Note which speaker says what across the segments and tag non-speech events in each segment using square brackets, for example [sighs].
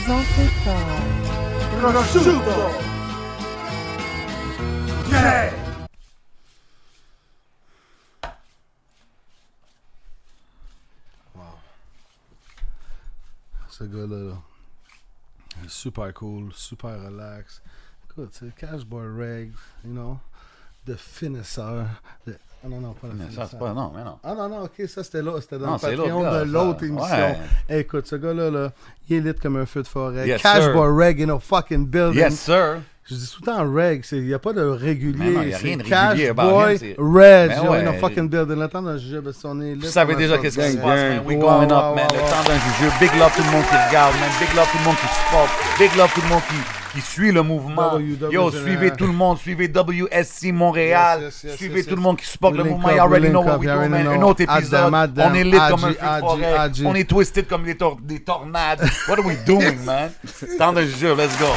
Speaker 1: Presenteita.
Speaker 2: Prosciutto! Yeah!
Speaker 3: Ce gars-là, là, il est super cool, super relax. Écoute, c'est Cash Boy Reg, you know, de finisseur. de- Ah non, non, pas le
Speaker 4: Mais
Speaker 3: finisseur.
Speaker 4: ça, c'est pas. Non, mais non.
Speaker 3: Ah non, non, ok, ça c'était là, c'était dans
Speaker 4: Non,
Speaker 3: le
Speaker 4: c'est
Speaker 3: Patreon
Speaker 4: l'autre gars,
Speaker 3: de l'autre
Speaker 4: ça.
Speaker 3: émission.
Speaker 4: Ouais.
Speaker 3: Hey, écoute, ce gars-là, là, il est lit comme un feu de forêt.
Speaker 4: Yes,
Speaker 3: Cash
Speaker 4: sir.
Speaker 3: Boy Reg in a fucking building.
Speaker 4: Yes, sir.
Speaker 3: Je dis tout le temps Reg, c'est- il n'y a pas de régulier.
Speaker 4: Mais non, il y a
Speaker 3: c'est
Speaker 4: rien de
Speaker 3: Cash
Speaker 4: régulier about
Speaker 3: Boy
Speaker 4: him, c'est-
Speaker 3: Reg,
Speaker 4: Ben
Speaker 3: yo, in a
Speaker 4: ouais.
Speaker 3: fucking building. Le temps d'un jeu, ben, si on est lit,
Speaker 4: Vous savez
Speaker 3: on a
Speaker 4: déjà
Speaker 3: ça.
Speaker 4: qu'est-ce qui se
Speaker 3: Gang,
Speaker 4: passe, man.
Speaker 3: gang.
Speaker 4: We
Speaker 3: Ouais,
Speaker 4: going
Speaker 3: ouais,
Speaker 4: up,
Speaker 3: ouais,
Speaker 4: man. Le
Speaker 3: ouais.
Speaker 4: temps d'un jugeux. Big love tout le monde qui regarde, man. Big love tout le monde qui supporte. Big love tout le monde qui, qui suit le mouvement.
Speaker 3: WW
Speaker 4: Yo,
Speaker 3: général.
Speaker 4: suivez tout le monde. Suivez WSC Montréal.
Speaker 3: Yes, yes, yes,
Speaker 4: suivez
Speaker 3: yes,
Speaker 4: tout le
Speaker 3: yes.
Speaker 4: monde qui supporte
Speaker 3: We
Speaker 4: le
Speaker 3: link
Speaker 4: mouvement.
Speaker 3: up,
Speaker 4: You
Speaker 3: we
Speaker 4: already
Speaker 3: link
Speaker 4: know what
Speaker 3: up,
Speaker 4: we
Speaker 3: you
Speaker 4: do,
Speaker 3: already
Speaker 4: man. Un
Speaker 3: know.
Speaker 4: autre
Speaker 3: Adam,
Speaker 4: épisode.
Speaker 3: Adam,
Speaker 4: On est lit comme un
Speaker 3: Adji,
Speaker 4: feu de
Speaker 3: Adji,
Speaker 4: forêt.
Speaker 3: Adji.
Speaker 4: On est twisted comme des, tor- des tornades. What are we doing, man? Temps d'un jugeux. Let's go.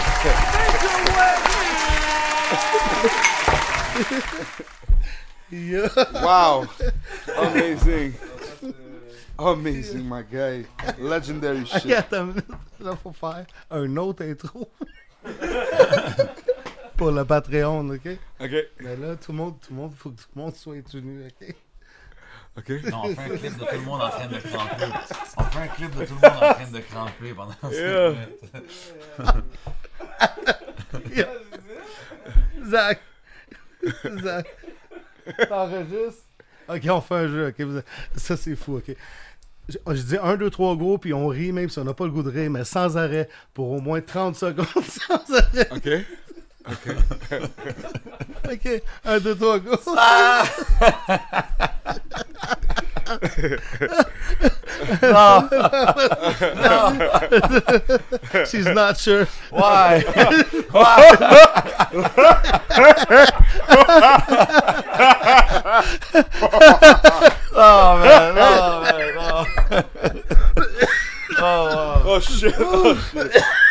Speaker 2: Wow! Amazing! Amazing, my guy. Legendary
Speaker 3: Ok,
Speaker 2: shit.
Speaker 3: attends une minute. Là, faut faire un autre intro. Pour le Patreon, ok?
Speaker 2: Ok,
Speaker 3: Mais là, tout le monde, tout le monde, faut que tout le monde soit tout nu, ok?
Speaker 2: ok.
Speaker 4: Non, on fait un clip de tout le monde en train de cramper. On fait un clip de tout le monde en train de cramper pendant cinq minutes.
Speaker 3: Zach! [laughs] Zach! T'enregistres? Ok, on fait un jeu, ok? vous- Ça, c'est fou, ok? Je, oh, je dis un, deux, trois gros, puis on rit même si on n'a pas le goût de rire, mais sans arrêt, pour au moins 30 secondes, [laughs] sans arrêt.
Speaker 2: Ok.
Speaker 3: Ok, un, deux, trois gros.
Speaker 4: Non,
Speaker 3: [laughs] She's not sure.
Speaker 4: why? Non, mais non, mais non. Oh,
Speaker 2: Oh shit!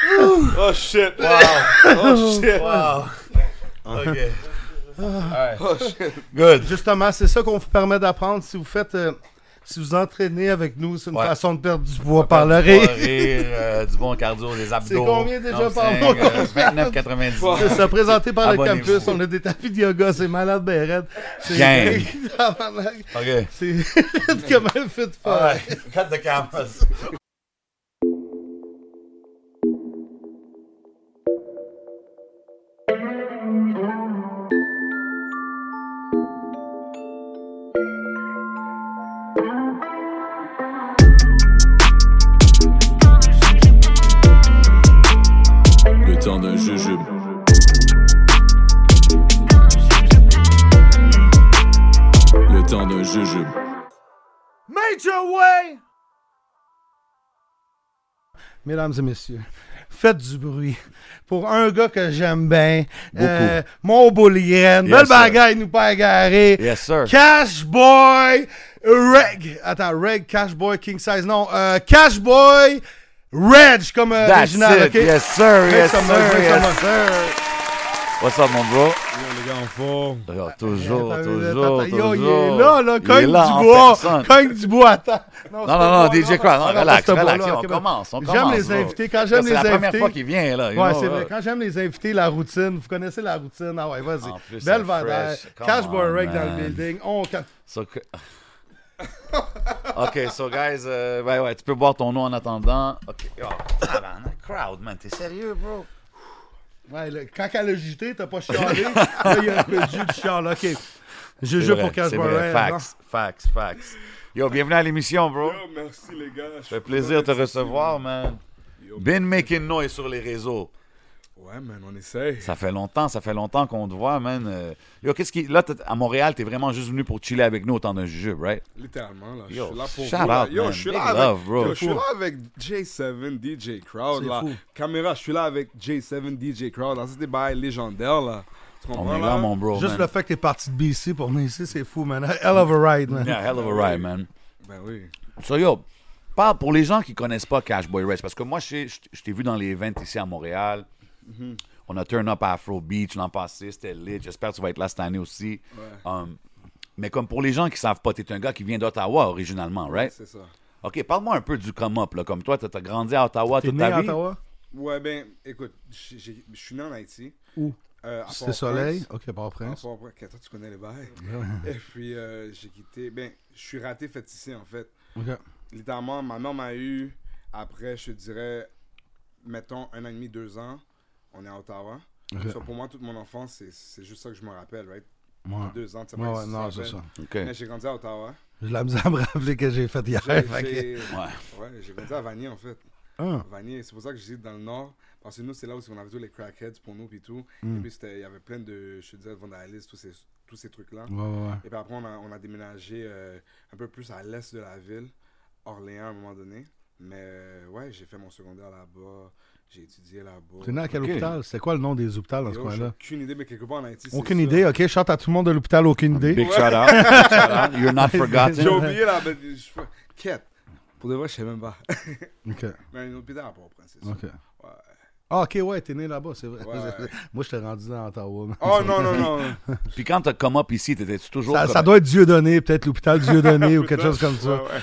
Speaker 2: Oh shit! Oh shit!
Speaker 4: wow.
Speaker 2: Oh shit!
Speaker 4: wow, wow. OK. Alright.
Speaker 2: Oh shit!
Speaker 4: Good.
Speaker 3: Justement, c'est ça qu'on vous permet d'apprendre si vous faites. euh, si vous entraînez avec nous, c'est une
Speaker 4: Ouais.
Speaker 3: façon de perdre du poids par le rire.
Speaker 4: rire, euh, du bon cardio, des abdos.
Speaker 3: combien déjà
Speaker 4: Non,
Speaker 3: par
Speaker 4: cinq,
Speaker 3: mois
Speaker 4: euh,
Speaker 3: [laughs]
Speaker 4: 29,90.
Speaker 3: C'est ça, présenté par le
Speaker 4: Abonnez-vous.
Speaker 3: campus. On a des tapis de yoga, c'est malade, ben raide. C'est [laughs]
Speaker 4: Gang.
Speaker 3: Tabarnak.
Speaker 4: OK.
Speaker 3: C'est [laughs] raide comme un feu de
Speaker 4: All
Speaker 3: fer.
Speaker 4: right, cut the cameras.
Speaker 5: Le temps d'un jujube. Le temps d'un jujube.
Speaker 2: Major way!
Speaker 3: Mesdames et messieurs, faites du bruit. Pour un gars que j'aime bien, euh, mon boulienne,
Speaker 4: Yes,
Speaker 3: belle
Speaker 4: sir.
Speaker 3: bagaille, nous pas égaré.
Speaker 4: Yes, sir.
Speaker 3: Cash Boy Reg. Attends, Reg, Cash Boy King Size. Non, euh, Cash Boy Reg comme euh,
Speaker 4: That's
Speaker 3: original,
Speaker 4: it.
Speaker 3: ok?
Speaker 4: Yes, sir.
Speaker 3: Make
Speaker 4: Yes,
Speaker 3: some noise,
Speaker 4: sir.
Speaker 3: make some
Speaker 4: Yes,
Speaker 3: noise.
Speaker 4: sir. What's up, mon bro?
Speaker 2: Les gars en forme.
Speaker 4: Yo, toujours,
Speaker 3: Ah, Attends,
Speaker 4: toujours,
Speaker 3: attends, Yo,
Speaker 4: toujours.
Speaker 3: il est là, là,
Speaker 4: Il est
Speaker 3: cogne
Speaker 4: là
Speaker 3: du
Speaker 4: en
Speaker 3: bois,
Speaker 4: personne.
Speaker 3: cogne du bois, attends.
Speaker 4: [laughs] Non, non, non, DJ Crowd, non, relax, relax, on commence, on
Speaker 3: J'aime
Speaker 4: commence.
Speaker 3: les
Speaker 4: bro.
Speaker 3: invités, quand j'aime
Speaker 4: Là,
Speaker 3: les
Speaker 4: C'est la première
Speaker 3: invités.
Speaker 4: fois qu'il vient, là. you
Speaker 3: Ouais,
Speaker 4: know, euh,
Speaker 3: c'est
Speaker 4: là.
Speaker 3: vrai. Quand j'aime les invités, la routine, vous connaissez la routine. Ah ouais,
Speaker 4: En plus,
Speaker 3: vas-y.
Speaker 4: c'est
Speaker 3: Belle vandale.
Speaker 4: fresh. Come
Speaker 3: Cash
Speaker 4: on,
Speaker 3: Boy Reg dans
Speaker 4: man.
Speaker 3: le building. On... ca-
Speaker 4: So que- [laughs] OK, so guys, euh, ouais, ouais, tu peux boire ton nom en attendant. OK, yo, tabarnak, crowd, man, t'es sérieux, bro?
Speaker 3: Ouais, le- quand elle a jeté, t'as pas
Speaker 4: [laughs]
Speaker 3: chialé. Là, il y a un peu de jus du chial. OK. Je
Speaker 4: C'est
Speaker 3: joue
Speaker 4: vrai,
Speaker 3: pour Cash hein.
Speaker 4: c'est
Speaker 3: Boy
Speaker 4: vrai.
Speaker 3: Reg.
Speaker 4: Facts, facts, facts. Yo, bienvenue à l'émission, bro.
Speaker 2: Yo, merci les gars.
Speaker 4: Ça fait plaisir de te recevoir, man. Been making noise sur les réseaux.
Speaker 2: Ouais, man, on essaye.
Speaker 4: Ça fait longtemps, ça fait longtemps qu'on te voit, man. Euh, Yo, qu'est-ce qui. Là, t'es- à Montréal, t'es vraiment juste venu pour chiller avec nous au temps d'un jujube, right?
Speaker 2: Littéralement, là. je
Speaker 4: Yo,
Speaker 2: suis là pour
Speaker 4: shout
Speaker 2: vous, là.
Speaker 4: out,
Speaker 2: Yo,
Speaker 4: man.
Speaker 2: je suis
Speaker 4: Big
Speaker 2: là
Speaker 4: love,
Speaker 2: avec,
Speaker 4: bro.
Speaker 2: yo, je suis
Speaker 4: Fou.
Speaker 2: là avec J7, DJ Crowd,
Speaker 3: C'est
Speaker 2: là.
Speaker 3: fou.
Speaker 2: Caméra, je suis là avec J7, DJ Crowd. Là, ça, c'est des bails légendaires, là. Tu
Speaker 4: On
Speaker 2: comprends,
Speaker 4: est là, mon bro.
Speaker 3: Juste le
Speaker 4: man.
Speaker 3: fait que t'es parti de BC pour venir ici, c'est fou, man. [laughs] Hell of a ride, man.
Speaker 4: Yeah, hell of a ride, man.
Speaker 2: Ben oui.
Speaker 4: So, yo, parle pour les gens qui connaissent pas Cash Boy Reg, parce que moi, je sais- je t- je t'ai vu dans les events ici à Montréal.
Speaker 3: Mm-hmm.
Speaker 4: On a turn up à Afro Beach l'an passé, c'était lit. J'espère que tu vas être là cette année aussi. Um, mais comme pour les gens qui savent pas, t'es un gars qui vient d'Ottawa originalement, right?
Speaker 2: C'est ça.
Speaker 4: OK, parle-moi un peu du come-up. là. Comme toi, tu as grandi à Ottawa
Speaker 3: T'es
Speaker 4: toute
Speaker 3: né
Speaker 4: ta
Speaker 3: à
Speaker 4: vie.
Speaker 3: Ottawa?
Speaker 2: Ouais, ben, écoute, j'ai- j'ai- je suis né en Haïti.
Speaker 3: Où?
Speaker 2: Euh, à
Speaker 3: C'était
Speaker 2: Port-au-Prince.
Speaker 3: Soleil? Ok, pas
Speaker 2: À
Speaker 3: prince
Speaker 2: Port-au-Prince. Toi, tu connais les bails. Et puis, euh, j'ai quitté. Ben, je suis raté fait ici, en fait.
Speaker 3: Ok.
Speaker 2: littéralement, ma mère m'a eu après, je te dirais, mettons, un an et demi, deux ans. On est à Ottawa.
Speaker 3: Ok.
Speaker 2: So, pour moi, toute mon enfance, c'est- c'est juste ça que je me rappelle, right?
Speaker 3: Ouais.
Speaker 2: Deux ans, tu sais
Speaker 3: Ouais,
Speaker 2: pas
Speaker 3: ouais,
Speaker 2: si tu
Speaker 3: non,
Speaker 2: te
Speaker 3: c'est ça.
Speaker 2: rappelles.
Speaker 4: OK.
Speaker 2: Mais j'ai grandi à Ottawa.
Speaker 3: J'ai de la misère à me rappeler que j'ai fait hier.
Speaker 2: J'ai
Speaker 3: fait que-
Speaker 2: j'ai- ouais, j'ai grandi à Vanier, en fait.
Speaker 3: Ah,
Speaker 2: Vanier, c'est pour ça que je dis dans le nord, parce que nous, c'est là où on avait tous les crackheads pour nous, puis tout.
Speaker 3: Mm.
Speaker 2: Et puis, c'était- il y avait plein de, je te dirais, vandalistes, tous ces, tous ces trucs-là.
Speaker 3: ouais, ouais, ouais.
Speaker 2: Et puis après, on a, on a déménagé euh, un peu plus à l'est de la ville, Orléans à un moment donné. Mais euh, ouais, j'ai fait mon secondaire là-bas, j'ai étudié là-bas.
Speaker 3: T'es né à quel
Speaker 4: Ok.
Speaker 3: hôpital? C'était quoi le nom des hôpitaux dans
Speaker 2: Et
Speaker 3: ce
Speaker 2: oh, j'ai
Speaker 3: coin-là?
Speaker 2: aucune idée, mais quelque part en Haïti. c'est
Speaker 3: Aucune
Speaker 2: ça.
Speaker 3: idée, ok? Chante à tout le monde de l'hôpital, aucune idée.
Speaker 4: Ah, Big shout-out. [laughs] Shout-out. You're not
Speaker 2: J'ai
Speaker 4: forgotten.
Speaker 2: oublié là, mais je sais pas. Quête. Pour de vrai, je sais même pas.
Speaker 3: Ok,
Speaker 2: [laughs] mais un hôpital à Port-au-Prince, c'est ça.
Speaker 3: ok.
Speaker 2: Ouais.
Speaker 3: Ah, ok, ouais, t'es né là-bas, c'est vrai.
Speaker 2: Ouais.
Speaker 3: [laughs] Moi, je t'ai rendu dans Ottawa. man.
Speaker 2: Oh non, non, non.
Speaker 4: Puis quand t'as come up ici, t'étais-tu toujours...
Speaker 3: [laughs] Ça,
Speaker 4: comme-
Speaker 3: ça doit être Dieudonné, peut-être
Speaker 2: [laughs]
Speaker 3: l'hôpital Dieudonné ou quelque chose comme ça.
Speaker 2: Ouais, ouais.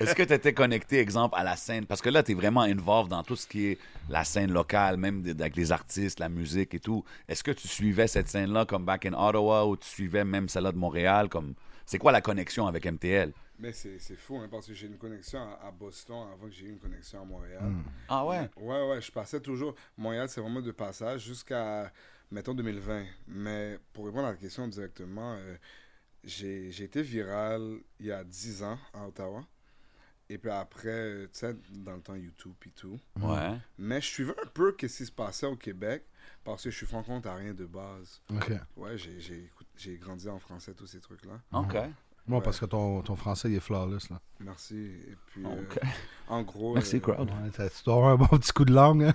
Speaker 4: Est-ce que t'étais connecté, exemple, à la scène? Parce que là, t'es vraiment involved dans tout ce qui est la scène locale, même de- avec les artistes, la musique et tout. Est-ce que tu suivais cette scène-là comme Back in Ottawa ou tu suivais même celle-là de Montréal? Comme... C'est quoi la connexion avec MTL?
Speaker 2: Mais c'est c'est fou, hein, parce que j'ai une connexion à, à Boston avant que j'ai eu une connexion à Montréal.
Speaker 4: Ah ouais?
Speaker 2: Ouais, ouais, je passais toujours. Montréal, c'est vraiment de passage jusqu'à, mettons, 2020. Mais pour répondre à la question directement, euh, j'ai j'ai été viral il y a 10 ans à Ottawa. Et puis après, euh, tu sais, dans le temps YouTube et tout.
Speaker 4: Ouais.
Speaker 2: Mais je suivais un peu ce qui se passait au Québec parce que je suis franco-ontarien de base.
Speaker 3: Ok.
Speaker 2: Ouais, j'ai- j'ai écout- j'ai grandi en français, tous ces trucs-là.
Speaker 4: OK.
Speaker 3: Moi, parce que ton, ton français, il est flawless, là.
Speaker 2: Merci. Et puis, euh,
Speaker 4: Ah, OK.
Speaker 2: en gros.
Speaker 4: Merci,
Speaker 2: euh,
Speaker 4: crowd.
Speaker 3: Ouais, t'as- tu dois avoir un bon petit coup de
Speaker 2: [laughs]
Speaker 3: langue, hein?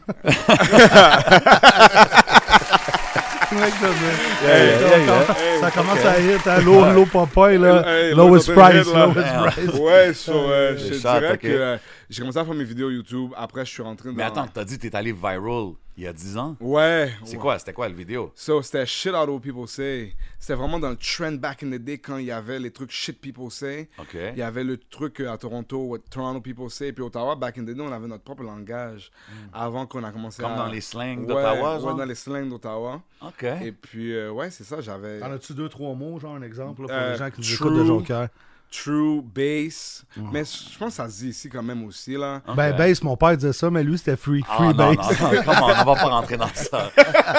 Speaker 3: Ouais, que ça, c'est-
Speaker 4: yeah,
Speaker 3: ça, ça commence à hit, hein? L'eau,
Speaker 4: Ouais.
Speaker 3: l'eau Popeye, là.
Speaker 2: Hey,
Speaker 3: lowest
Speaker 2: l'eau de
Speaker 3: price,
Speaker 2: Red, là.
Speaker 3: lowest
Speaker 4: Merde.
Speaker 3: price.
Speaker 2: Ouais, sur, euh, je te
Speaker 4: Les shots,
Speaker 2: dirais
Speaker 4: ok.
Speaker 2: que euh, j'ai commencé à faire mes vidéos YouTube. Après, je suis rentré dans.
Speaker 4: Mais attends, t'as dit que t'es allé viral il y a 10 ans?
Speaker 2: Ouais.
Speaker 4: C'est
Speaker 2: ouais.
Speaker 4: quoi? C'était quoi le vidéo?
Speaker 2: So, c'était shit out of people say. C'était vraiment dans le trend back in the day quand il y avait les trucs shit people say.
Speaker 4: OK.
Speaker 2: Il y avait le truc euh, à Toronto, what Toronto people say. Puis Ottawa, back in the day, on avait notre propre langage avant qu'on a commencé
Speaker 4: Hmm. Comme
Speaker 2: à.
Speaker 4: dans les slangs
Speaker 2: Ouais,
Speaker 4: d'Ottawa, genre?
Speaker 2: Ouais, dans les slangs d'Ottawa.
Speaker 4: OK.
Speaker 2: Et puis, euh, ouais, c'est ça, j'avais.
Speaker 3: T'en as-tu deux, trois mots, genre un exemple, là, pour
Speaker 2: Euh,
Speaker 3: les gens qui nous
Speaker 2: true.
Speaker 3: écoutent de Jonquière?
Speaker 2: True, bass. Mais je pense que ça se dit ici quand même aussi, là.
Speaker 3: Ben, base, mon père disait ça, mais lui, c'était free,
Speaker 4: Ah,
Speaker 3: free
Speaker 4: non, non,
Speaker 3: base.
Speaker 4: non, come on, on va pas rentrer dans ça.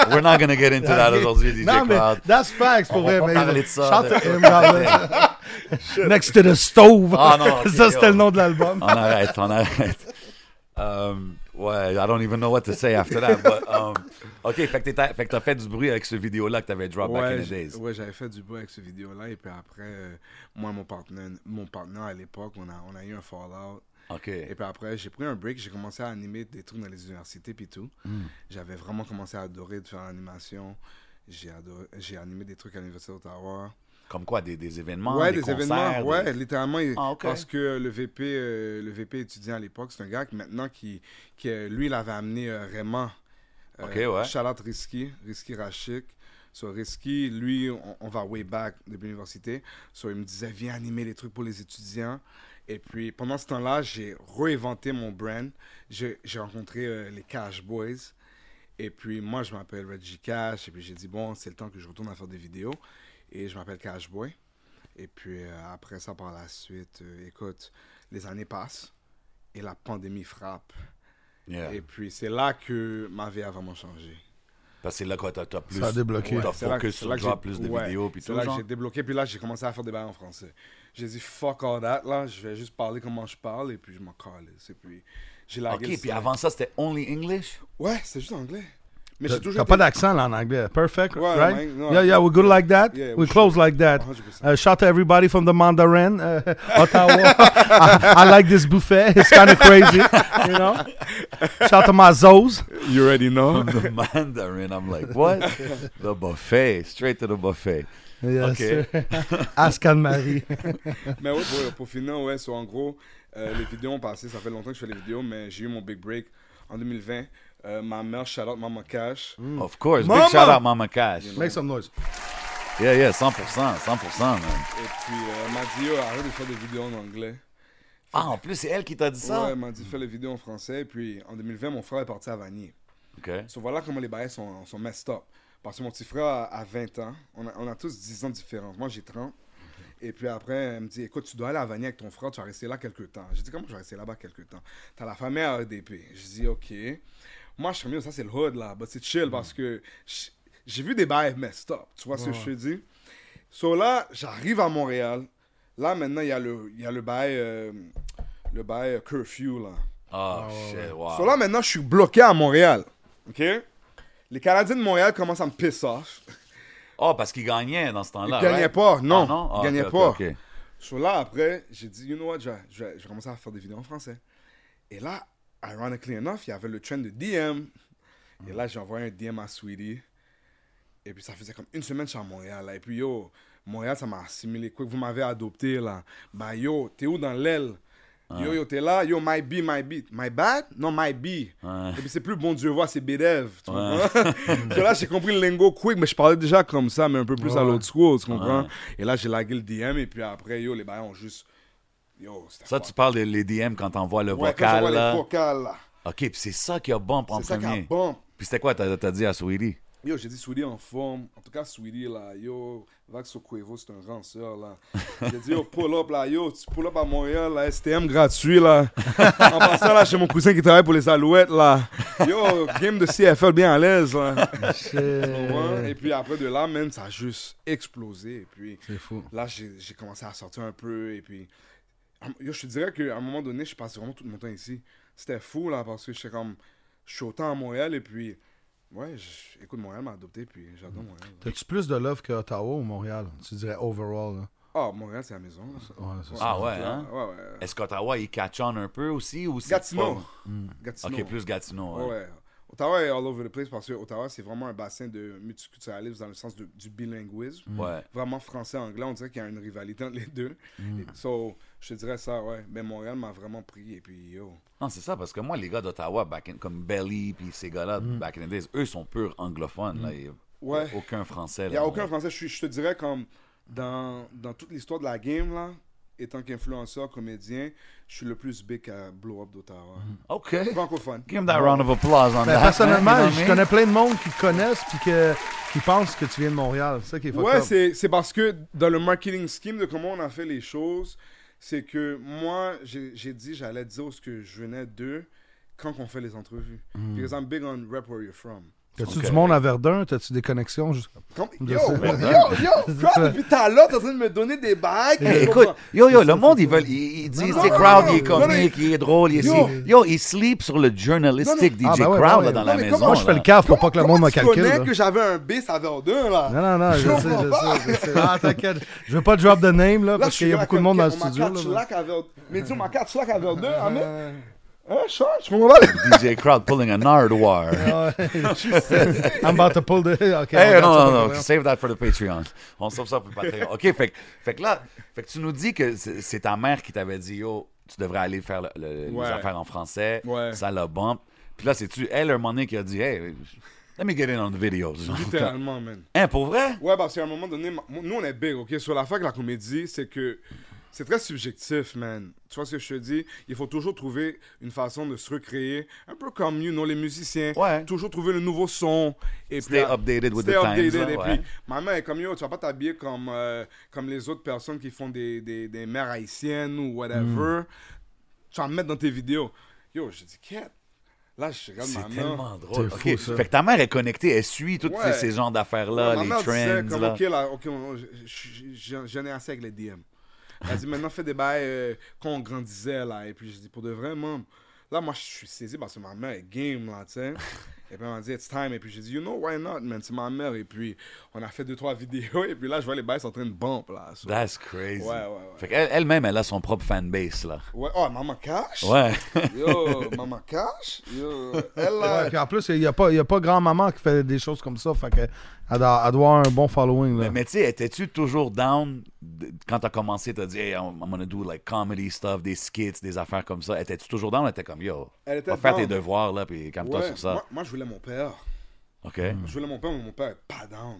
Speaker 4: We're not gonna get into that aujourd'hui, DJ
Speaker 3: non, mais
Speaker 4: Crowd.
Speaker 3: that's facts,
Speaker 4: On
Speaker 3: pour vrai.
Speaker 4: va pas
Speaker 3: mais-
Speaker 4: parler de ça,
Speaker 3: Shout
Speaker 4: de-
Speaker 3: to him,
Speaker 4: [laughs]
Speaker 3: Garland. Next to the stove.
Speaker 4: Ah,
Speaker 3: [laughs]
Speaker 4: non, ok,
Speaker 3: ça, c'était
Speaker 4: yo.
Speaker 3: le nom de l'album.
Speaker 4: On arrête, on arrête. Um, ouais, I don't even know what to say after that. But, um, OK, fait que t'étais- fait que t'as fait du bruit avec ce vidéo-là que t'avais drop back in
Speaker 2: Ouais,
Speaker 4: the
Speaker 2: j'ai-
Speaker 4: days.
Speaker 2: ouais, j'avais fait du bruit avec ce vidéo-là. Et puis après, euh, moi, mon partenaire, mon partenaire à l'époque, on a, on a eu un fallout.
Speaker 4: OK.
Speaker 2: Et puis après, j'ai pris un break. J'ai commencé à animer des trucs dans les universités puis tout.
Speaker 4: Hmm.
Speaker 2: J'avais vraiment commencé à adorer de faire l'animation. J'ai adoré- j'ai animé des trucs à l'Université d'Ottawa.
Speaker 4: Comme quoi, des, des événements,
Speaker 2: ouais,
Speaker 4: des,
Speaker 2: des,
Speaker 4: concerts,
Speaker 2: événements.
Speaker 4: des-
Speaker 2: Ouais, littéralement. il-
Speaker 4: Ah, ok.
Speaker 2: Parce que le VP, euh, le VP étudiant à l'époque, c'est un gars qui, maintenant, qui, qui, euh, lui, il avait amené euh, Raymond.
Speaker 4: Ok, ouais.
Speaker 2: Charlotte Euh, Risky, Risky Rachik. So, Risky, lui, on, on va way back depuis l'université. So, il me disait, viens animer les trucs pour les étudiants. Et puis, pendant ce temps-là, j'ai réinventé mon brand. J'ai j'ai rencontré euh, les Cash Boys. Et puis, moi, je m'appelle Reggie Cash. Et puis, j'ai dit, bon, c'est le temps que je retourne à faire des vidéos. Et je m'appelle Cash Boy. Et puis, euh, après ça, par la suite, euh, écoute, les années passent et la pandémie frappe.
Speaker 4: Yeah.
Speaker 2: Et puis, c'est là que ma vie a vraiment changé.
Speaker 4: Parce que c'est là que t'as t'as plus...
Speaker 3: Ça a débloqué.
Speaker 4: T'as
Speaker 2: C'est là que-
Speaker 4: focus
Speaker 2: c'est
Speaker 4: sur
Speaker 2: là
Speaker 4: le
Speaker 2: que
Speaker 4: drop,
Speaker 2: j'ai-
Speaker 4: plus de
Speaker 2: ouais,
Speaker 4: vidéos, puis
Speaker 2: C'est
Speaker 4: tout,
Speaker 2: là que
Speaker 4: genre.
Speaker 2: j'ai débloqué, puis là, j'ai commencé à faire des bails en français. J'ai dit fuck all that, là, je vais juste parler comment je parle, et puis je m'en calisse. Et puis, j'ai la
Speaker 4: OK, puis avant ça, c'était Only English? [laughs]
Speaker 2: Ouais, c'est juste anglais. Mais j'ai toujours
Speaker 3: T'as
Speaker 2: été-
Speaker 3: pas d'accent, là, en anglais. Perfect,
Speaker 2: Ouais,
Speaker 3: right?
Speaker 2: man, non.
Speaker 3: yeah, yeah, we're good like that.
Speaker 2: Yeah,
Speaker 3: we
Speaker 2: we
Speaker 3: close like that.
Speaker 2: 100%.
Speaker 4: [laughs]
Speaker 3: Uh, shout to everybody from the Mandarin, uh, [laughs] Ottawa. I, I like this buffet. It's kind of crazy, you know? Shout to my Zos.
Speaker 2: You already know.
Speaker 4: The Mandarin, I'm like, what? the buffet, straight to the buffet.
Speaker 3: Yes,
Speaker 4: OK.
Speaker 3: sir. [laughs] Ask Anne-Marie.
Speaker 2: [laughs] Mais ouais, pour, pour finir, ouais, so, en gros, euh, les vidéos ont passé. Ça fait longtemps que je fais les vidéos, mais j'ai eu mon big break en 2020. Euh, ma mère, Charlotte, Maman Cash.
Speaker 4: Mm. Of course.
Speaker 3: Mama!
Speaker 4: Big shout out Mama Cash.
Speaker 3: Make some noise.
Speaker 4: Yeah, yeah, 100%, 100%, man.
Speaker 2: Et puis, euh, elle m'a dit, yo, arrête de faire des vidéos en anglais.
Speaker 4: Ah, en plus, c'est elle qui t'a dit ça?
Speaker 2: Ouais, elle m'a dit, fais la vidéo en français. Puis en 2020, mon frère est parti à Vanier.
Speaker 4: OK.
Speaker 2: So, voilà comment les bails sont, sont messed up. Parce que mon petit frère a, a 20 ans. On a, on a tous 10 ans de différence. Moi, j'ai 30. Et puis après, elle me dit, écoute, tu dois aller à Vanier avec ton frère, tu vas rester là quelques temps. J'ai dit, comment je vais rester là-bas quelques temps? T'as la famille à E RDP. Je dis, OK. Moi, je suis mieux, ça c'est le hood là. But c'est chill parce que j- j'ai vu des bails messed up. Tu vois ce que je te dis? So là, j'arrive à Montréal. Là, maintenant, il y a le, il y a le bail, euh, le bail euh, curfew là.
Speaker 4: Ah, shit, wow.
Speaker 2: So là, maintenant, je suis bloqué à Montréal. OK? Les Canadiens de Montréal commencent à me piss off.
Speaker 4: Ah, parce qu'il gagnait dans ce temps-là.
Speaker 2: Ils gagnaient
Speaker 4: right?
Speaker 2: pas, non.
Speaker 4: Ah, non? Ah,
Speaker 2: Ils gagnaient
Speaker 4: ok,
Speaker 2: pas.
Speaker 4: ok, ok.
Speaker 2: So là, après, j'ai dit, you know what, je vais, je vais- je vais commencer à faire des vidéos en français. Et là, ironically enough, il y avait le trend de DM. Et
Speaker 4: Mm.
Speaker 2: là, j'ai envoyé un DM à Sweetie. Et puis, ça faisait comme une semaine, je suis à Montréal. là. Et puis, yo, Montréal, ça m'a assimilé. Quoi que vous m'avez adopté, là. Bah, yo, t'es où dans l'aile? Yo, yo, t'es là. Yo, my B, my beat. My bad? Non, my B.
Speaker 4: Ouais.
Speaker 2: Et puis, c'est plus bon Dieu voir, c'est Bedev. Tu
Speaker 4: [laughs]
Speaker 2: comprends? So là, j'ai compris le lingo quick, mais je parlais déjà comme ça, mais un peu plus à
Speaker 3: Ouais.
Speaker 2: l'autre school, tu comprends? Et là, j'ai lagué le DM, et puis après, yo, les bails ont juste. Yo, c'était
Speaker 4: Ça, tu parles des les DM quand t'envoies le
Speaker 2: Ouais, quand je
Speaker 4: vocal.
Speaker 2: vois
Speaker 4: là.
Speaker 2: les vocales, là.
Speaker 4: OK, puis c'est ça qui a bump en
Speaker 2: C'est ça qui a
Speaker 4: premier.
Speaker 2: bon.
Speaker 4: Puis c'était quoi, t'as t'as dit à Sweetie?
Speaker 2: Yo, j'ai dit Sweetie en forme. En tout cas, Sweetie, là, yo, Vax Cuevo, c'est un ranceur, là. J'ai dit, yo, pull up, là, yo, tu pull up à Montréal, là, STM gratuit, là. En passant, là, chez mon cousin qui travaille pour les Alouettes, là. Yo, game de CFL bien à l'aise, là. Ouais,
Speaker 3: C'est
Speaker 2: Et puis après de là, même, ça a juste explosé. Et puis
Speaker 3: fou.
Speaker 2: là, j'ai j'ai commencé à sortir un peu. Et puis, à- yo, je te dirais qu'à un moment donné, je passe vraiment tout mon temps ici. C'était fou, là, parce que j'étais comme, je suis autant à Montréal. Et puis, ouais, je- écoute, Montréal m'a adopté. Puis
Speaker 3: Mm.
Speaker 2: j'adore Montréal. là.
Speaker 3: T'as-tu plus de love que Ottawa ou Montréal Tu dirais overall. là.
Speaker 2: Ah, Montréal, c'est la maison. là, ça.
Speaker 3: Ouais, c'est ça.
Speaker 4: Ah ouais, hein?
Speaker 2: Ouais, ouais.
Speaker 4: Est-ce qu'Ottawa, il catch on un peu aussi? ou c'est
Speaker 2: Gatineau.
Speaker 4: pas-
Speaker 3: Mm.
Speaker 2: Gatineau.
Speaker 4: OK, plus Gatineau.
Speaker 2: Ouais.
Speaker 4: ouais.
Speaker 2: Ottawa est all over the place parce que Ottawa, c'est vraiment un bassin de multiculturalisme dans le sens de- du bilinguisme.
Speaker 4: Mm. Ouais.
Speaker 2: Vraiment français-anglais, on dirait qu'il y a une rivalité entre les deux.
Speaker 3: Mm.
Speaker 2: Et- So, je te dirais ça, ouais. Mais Montréal m'a vraiment pris et puis yo.
Speaker 4: Non, c'est ça, parce que moi, les gars d'Ottawa, back in- comme Belly, puis ces gars-là, back in the days, eux sont purs anglophones. Là. Il y a
Speaker 2: Ouais.
Speaker 4: Aucun français.
Speaker 2: Il n'y a aucun français, je, suis- je te dirais comme dans, dans toute l'histoire de la game, là, étant qu'influenceur, comédien, je suis le plus big à Blow Up d'Ottawa.
Speaker 3: Mhm.
Speaker 4: OK.
Speaker 2: Francophone.
Speaker 4: Give him that round of applause on
Speaker 3: Ben,
Speaker 2: Hein?
Speaker 4: that. man, you
Speaker 3: personnellement,
Speaker 4: know
Speaker 3: je
Speaker 4: what I mean?
Speaker 3: connais plein de monde qui te connaissent puis que, qui pensent que tu viens de Montréal. C'est ça qui est fucked
Speaker 2: Ouais,
Speaker 3: up.
Speaker 2: c'est, c'est parce que dans le marketing scheme de comment on a fait les choses, c'est que moi, j'ai, j'ai dit, j'allais dire ce que je venais d'eux quand on fait les entrevues.
Speaker 3: Mhm.
Speaker 2: Because I'm big on rap where you're from.
Speaker 3: T'as-tu
Speaker 4: Ok.
Speaker 3: du monde à Verdun T'as-tu des connexions juste-
Speaker 2: Comme-
Speaker 3: Je
Speaker 2: yo,
Speaker 3: sais.
Speaker 2: yo,
Speaker 3: [laughs]
Speaker 2: yo, crowd, depuis tout à l'heure, t'es en train de me donner des bagues.
Speaker 4: Hey, écoute, yo, yo, le monde, ils veulent, ils, ils disent,
Speaker 2: Non,
Speaker 4: c'est
Speaker 2: non,
Speaker 4: crowd,
Speaker 2: non,
Speaker 4: il est
Speaker 2: non,
Speaker 4: comique, il est drôle, il est
Speaker 2: Yo.
Speaker 4: ci. Yo, il sleep sur le journalistic
Speaker 3: Ah,
Speaker 4: DJ
Speaker 3: ben ouais,
Speaker 4: crowd,
Speaker 3: ouais,
Speaker 4: là,
Speaker 3: ouais.
Speaker 4: dans
Speaker 3: Non,
Speaker 4: la
Speaker 2: mais
Speaker 4: maison.
Speaker 2: comment
Speaker 3: Moi, je fais
Speaker 4: là.
Speaker 3: le caf pour pas que le
Speaker 2: Comment
Speaker 3: monde me
Speaker 2: tu
Speaker 3: calcule.
Speaker 2: connais
Speaker 3: là.
Speaker 2: que j'avais un B, ça avait en deux, là.
Speaker 3: Non, non, non, je,
Speaker 2: Je
Speaker 3: sais,
Speaker 2: comprends
Speaker 3: je
Speaker 2: pas.
Speaker 3: sais, je sais. Ah, t'inquiète. Je veux pas drop the name, là,
Speaker 2: Là,
Speaker 3: parce
Speaker 2: je
Speaker 3: qu'il y a
Speaker 2: suis
Speaker 3: beaucoup de
Speaker 2: comme
Speaker 3: monde dans le
Speaker 2: on m'a
Speaker 3: studio.
Speaker 2: quatre
Speaker 3: là. Euh,
Speaker 2: slack avec- Mais dis, on m'a quatre slack avec deux, hein, mais- Hein, Sean, je comprends pas.
Speaker 3: [laughs]
Speaker 4: DJ crowd pulling a [laughs] Nardwar.
Speaker 3: Ah, [laughs] I'm about to pull the... OK. on
Speaker 4: Hey,
Speaker 3: regarde ça,
Speaker 4: non, non,
Speaker 3: on
Speaker 4: non,
Speaker 3: regarde.
Speaker 4: save that for the Patreon. On sauve ça pour le Patreon. OK, fait, que- fait que là, fait que tu nous dis que c'est c'est ta mère qui t'avait dit, yo, tu devrais aller faire le- le-
Speaker 2: Ouais.
Speaker 4: les affaires en français.
Speaker 2: Ouais.
Speaker 4: Ça l'a bump. Puis là, c'est-tu elle, un moment donné, qui a dit, hey, let me get in on the videos.
Speaker 2: [laughs] Littéralement, man.
Speaker 4: hein, pour vrai?
Speaker 2: Ouais, parce qu'à un moment donné, ma- nous, on est big, OK? Sur la fac, la comédie, c'est que c'est très subjectif, man. Tu vois ce que je te dis? Il faut toujours trouver une façon de se recréer, un peu comme, you know, les musiciens.
Speaker 4: Ouais.
Speaker 2: Toujours trouver le nouveau son. Et
Speaker 4: Stay
Speaker 2: puis,
Speaker 4: updated with
Speaker 2: Stay
Speaker 4: the
Speaker 2: updated,
Speaker 4: times. hein. là,
Speaker 2: et
Speaker 4: ouais.
Speaker 2: puis, maman est comme, yo, tu vas pas t'habiller comme, euh, comme les autres personnes qui font des, des, des mères haïtiennes ou
Speaker 4: Mm.
Speaker 2: whatever. Tu vas me mettre dans tes vidéos. Yo, j'ai dit, quête. Là, je regarde ma
Speaker 4: C'est
Speaker 2: mère.
Speaker 4: tellement drôle.
Speaker 3: C'est
Speaker 4: OK.
Speaker 3: fou, ça.
Speaker 4: Fait que ta mère est connectée, elle suit tous
Speaker 2: Ouais.
Speaker 4: ces, ces genres d'affaires-là,
Speaker 2: Ma
Speaker 4: Ah, les
Speaker 2: mère disait
Speaker 4: trends.
Speaker 2: comme,
Speaker 4: là.
Speaker 2: OK, là, OK, on- j- j- j'en j'en ai assez avec les DM. Elle dit, maintenant, fais des bails euh, quand on grandissait, là. Et puis, je dis, pour de vrai, maman, là, moi, je suis saisi parce que ma mère est game, là, tu
Speaker 4: [laughs]
Speaker 2: sais. Et puis, elle m'a dit, it's time. Et puis, j'ai dit, you know, why not, man? C'est ma mère. Et puis, on a fait deux, trois vidéos. Et puis là, je vois les bails sont en train de bump, là. So-
Speaker 4: That's crazy.
Speaker 2: Ouais, ouais, ouais.
Speaker 4: Fait qu'elle- elle-même, elle a son propre fanbase, là.
Speaker 2: Ouais, oh, Maman Cash?
Speaker 4: Ouais. [laughs]
Speaker 2: Yo, Maman Cash? Yo, elle,
Speaker 3: Ouais,
Speaker 2: là.
Speaker 3: puis en plus, il n'y a, pas- il y a pas grand-maman qui fait des choses comme ça. Fait que elle doit, elle doit avoir un bon following. Là.
Speaker 4: Mais, mais tu sais, étais-tu toujours down de- quand t'as commencé, t'as dit, hey, I'm, I'm gonna do like comedy stuff, des skits, des affaires comme ça. Étais-tu toujours down? Elle était comme, yo,
Speaker 2: Elle était
Speaker 4: va faire
Speaker 2: down.
Speaker 4: tes devoirs, là, puis calme-toi
Speaker 2: Ouais,
Speaker 4: sur ça.
Speaker 2: moi, moi, je voulais mon père.
Speaker 4: OK?
Speaker 2: Je voulais mon père, mais mon père est pas down.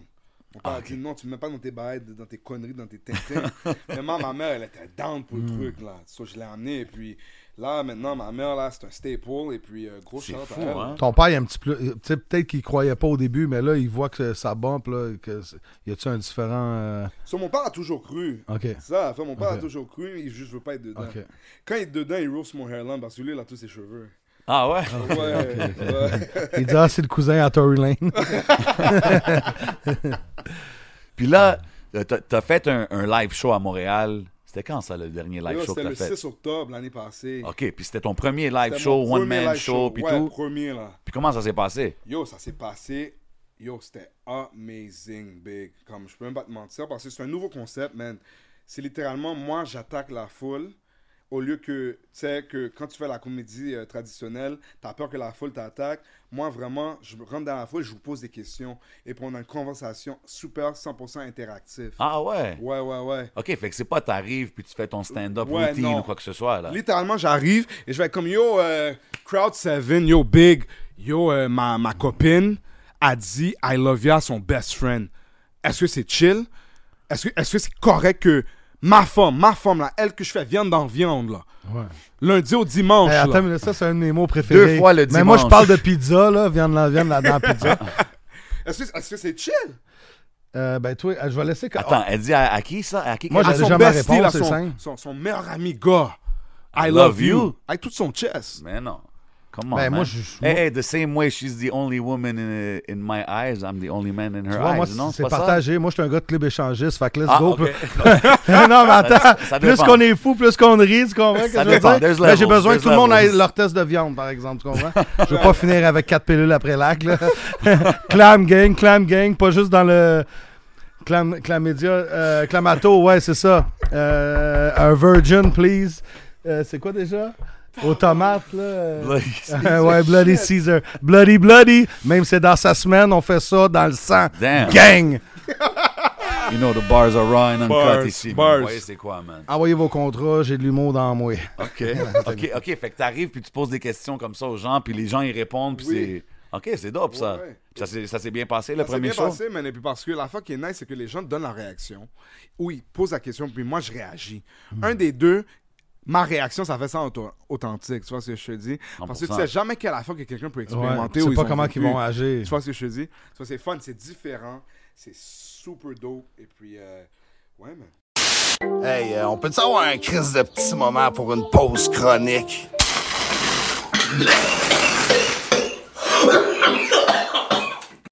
Speaker 2: Mon
Speaker 4: Ah,
Speaker 2: père a dit non, tu me mets pas dans tes bails, dans tes conneries, dans tes
Speaker 4: [laughs]
Speaker 2: tintins. mais moi, ma mère, elle était down pour le
Speaker 4: Hmm.
Speaker 2: truc, là. So, je l'ai amené. Et puis là, maintenant, ma mère, là, c'est un staple. Et puis, euh, gros
Speaker 4: C'est
Speaker 2: shout-out à
Speaker 4: fou,
Speaker 2: elle.
Speaker 4: hein?
Speaker 3: Ton père, il a un petit peu. Tu sais, peut-être qu'il croyait pas au début, mais là, il voit que ça bump, là. Que c'est- y a-tu un différent. euh,
Speaker 2: So, mon père a toujours cru.
Speaker 3: Ok.
Speaker 2: Ça, enfin, mon père
Speaker 3: Ok.
Speaker 2: a toujours cru, il juste veut pas être dedans.
Speaker 3: Ok.
Speaker 2: Quand il est dedans, il roast mon hairline parce que lui, il a tous ses cheveux.
Speaker 4: Ah ouais?
Speaker 2: Ouais, [laughs] ouais.
Speaker 3: Il dit, ah, c'est le cousin à Tory Lane.
Speaker 4: Oh, Puis là, euh, t'as t'as fait un, un live show à Montréal. C'était quand ça, le dernier live
Speaker 2: Yo,
Speaker 4: show que
Speaker 2: C'était
Speaker 4: t'as
Speaker 2: le
Speaker 4: fait?
Speaker 2: 6 octobre l'année passée.
Speaker 4: OK, puis c'était ton premier live
Speaker 2: C'était
Speaker 4: show,
Speaker 2: mon premier
Speaker 4: one-man
Speaker 2: live
Speaker 4: show, puis
Speaker 2: ouais,
Speaker 4: tout.
Speaker 2: premier, là.
Speaker 4: Puis comment ça s'est passé?
Speaker 2: Yo, ça s'est passé. Yo, c'était amazing, big. Comme je peux même pas te mentir parce que c'est un nouveau concept, man. C'est littéralement moi, j'attaque la foule. Au lieu que, tu sais, que quand tu fais la comédie euh, traditionnelle, t'as peur que la foule t'attaque. Moi, vraiment, je me rentre dans la foule, je vous pose des questions. Et puis, on a une conversation super 100% interactive.
Speaker 4: Ah ouais?
Speaker 2: Ouais, ouais, ouais.
Speaker 4: OK, fait que c'est pas t'arrives puis tu fais ton stand-up
Speaker 2: Ouais,
Speaker 4: routine
Speaker 2: non.
Speaker 4: ou quoi que ce soit, là.
Speaker 2: Littéralement, j'arrive et je vais être comme Yo, euh, Crowd 7, yo, Big, yo, euh, ma, ma copine a dit I love you à son best friend. Est-ce que c'est chill? Est-ce que est-ce que c'est correct que ma femme, ma femme, là, elle que je fais viande en viande, là,
Speaker 3: Ouais.
Speaker 2: lundi au dimanche,
Speaker 3: Hey,
Speaker 2: là.
Speaker 3: attends, mais ça, c'est un de mes mots préférés.
Speaker 4: Deux fois le
Speaker 3: Mais moi, je
Speaker 4: dimanche.
Speaker 3: parle de pizza, là. Viande la viande là, dans la
Speaker 4: [laughs]
Speaker 3: pizza.
Speaker 2: est-ce que est-ce que c'est chill?
Speaker 3: Euh, ben, toi, je vais laisser. que-
Speaker 4: Attends, elle dit à, à qui ça? À qui
Speaker 3: Moi,
Speaker 4: qu'elle
Speaker 2: À
Speaker 3: j'ai
Speaker 4: a-
Speaker 2: son
Speaker 3: jamais
Speaker 2: bestie,
Speaker 3: réponse,
Speaker 2: là,
Speaker 3: c'est
Speaker 2: son,
Speaker 3: simple.
Speaker 2: son, son meilleur ami gars. I, love,
Speaker 4: love
Speaker 2: you.
Speaker 4: you.
Speaker 2: Avec toute son chest.
Speaker 4: Mais non. Comment?
Speaker 3: Ben, moi, je- je-
Speaker 4: Hey, hey, the same way she's the only woman in, in my eyes, I'm the only man in her
Speaker 3: Tu vois,
Speaker 4: eyes.
Speaker 3: moi,
Speaker 4: non,
Speaker 3: c'est
Speaker 4: pas ça?
Speaker 3: partagé. Moi, je suis un gars de club échangiste. Fait que let's
Speaker 4: Ah,
Speaker 3: go. [laughs]
Speaker 4: OK. [laughs]
Speaker 3: non, mais attends.
Speaker 4: Ça
Speaker 3: plus
Speaker 4: dépend.
Speaker 3: qu'on est fou, plus qu'on rit. Tu comprends? ce que
Speaker 4: Ça
Speaker 3: je veux
Speaker 4: dépend.
Speaker 3: dire?
Speaker 4: There's
Speaker 3: Là, j'ai
Speaker 4: levels,
Speaker 3: besoin que
Speaker 4: there's
Speaker 3: tout le monde
Speaker 4: levels.
Speaker 3: ait leur test de viande, par exemple. Tu comprends?
Speaker 4: [laughs]
Speaker 3: je veux pas finir avec quatre pilules après lac. Là. [laughs] clam gang, clam gang. Pas juste dans le. Clam, clamédia. euh, clamato, ouais, c'est ça. Euh, un virgin, please. Euh, c'est quoi déjà? Aux tomates, là. euh, [laughs] ouais, Bloody Caesar. Bloody, bloody. Même si c'est dans sa semaine, on fait ça dans le sang.
Speaker 4: Damn.
Speaker 3: Gang!
Speaker 4: You know, the bars are raw and uncut
Speaker 2: Bars,
Speaker 4: ici.
Speaker 2: bars.
Speaker 4: Vous voyez, c'est quoi, man?
Speaker 3: Envoyez vos contrats, j'ai de l'humour dans moi.
Speaker 2: [laughs]
Speaker 4: OK. OK, OK. Fait que t'arrives, puis tu poses des questions comme ça aux gens, puis les gens, ils répondent, puis
Speaker 2: Oui.
Speaker 4: c'est... OK, c'est dope, ça.
Speaker 2: Ouais, ouais.
Speaker 4: Puis ça s'est- ça s'est bien passé, le
Speaker 2: Ça s'est
Speaker 4: premier
Speaker 2: bien
Speaker 4: show?
Speaker 2: passé, man. Et puis parce que la fois qui est nice, c'est que les gens donnent la réaction. Ou ils posent la question, puis moi, je réagis.
Speaker 3: Hmm.
Speaker 2: Un des deux, ma réaction, ça fait ça auto- authentique. Tu vois ce que je te dis? Parce que tu
Speaker 4: 100%.
Speaker 2: sais jamais quelle affaire que quelqu'un peut
Speaker 3: Ouais,
Speaker 2: expérimenter.
Speaker 3: tu sais
Speaker 2: ou
Speaker 3: pas
Speaker 2: ont
Speaker 3: comment
Speaker 2: vécu.
Speaker 3: ils vont agir.
Speaker 2: Tu vois ce que je te dis? Ça, c'est fun, c'est différent, c'est super dope. Et puis, euh, ouais, man.
Speaker 1: Hey, euh, on peut-tu avoir un crise de petit moment pour une pause chronique?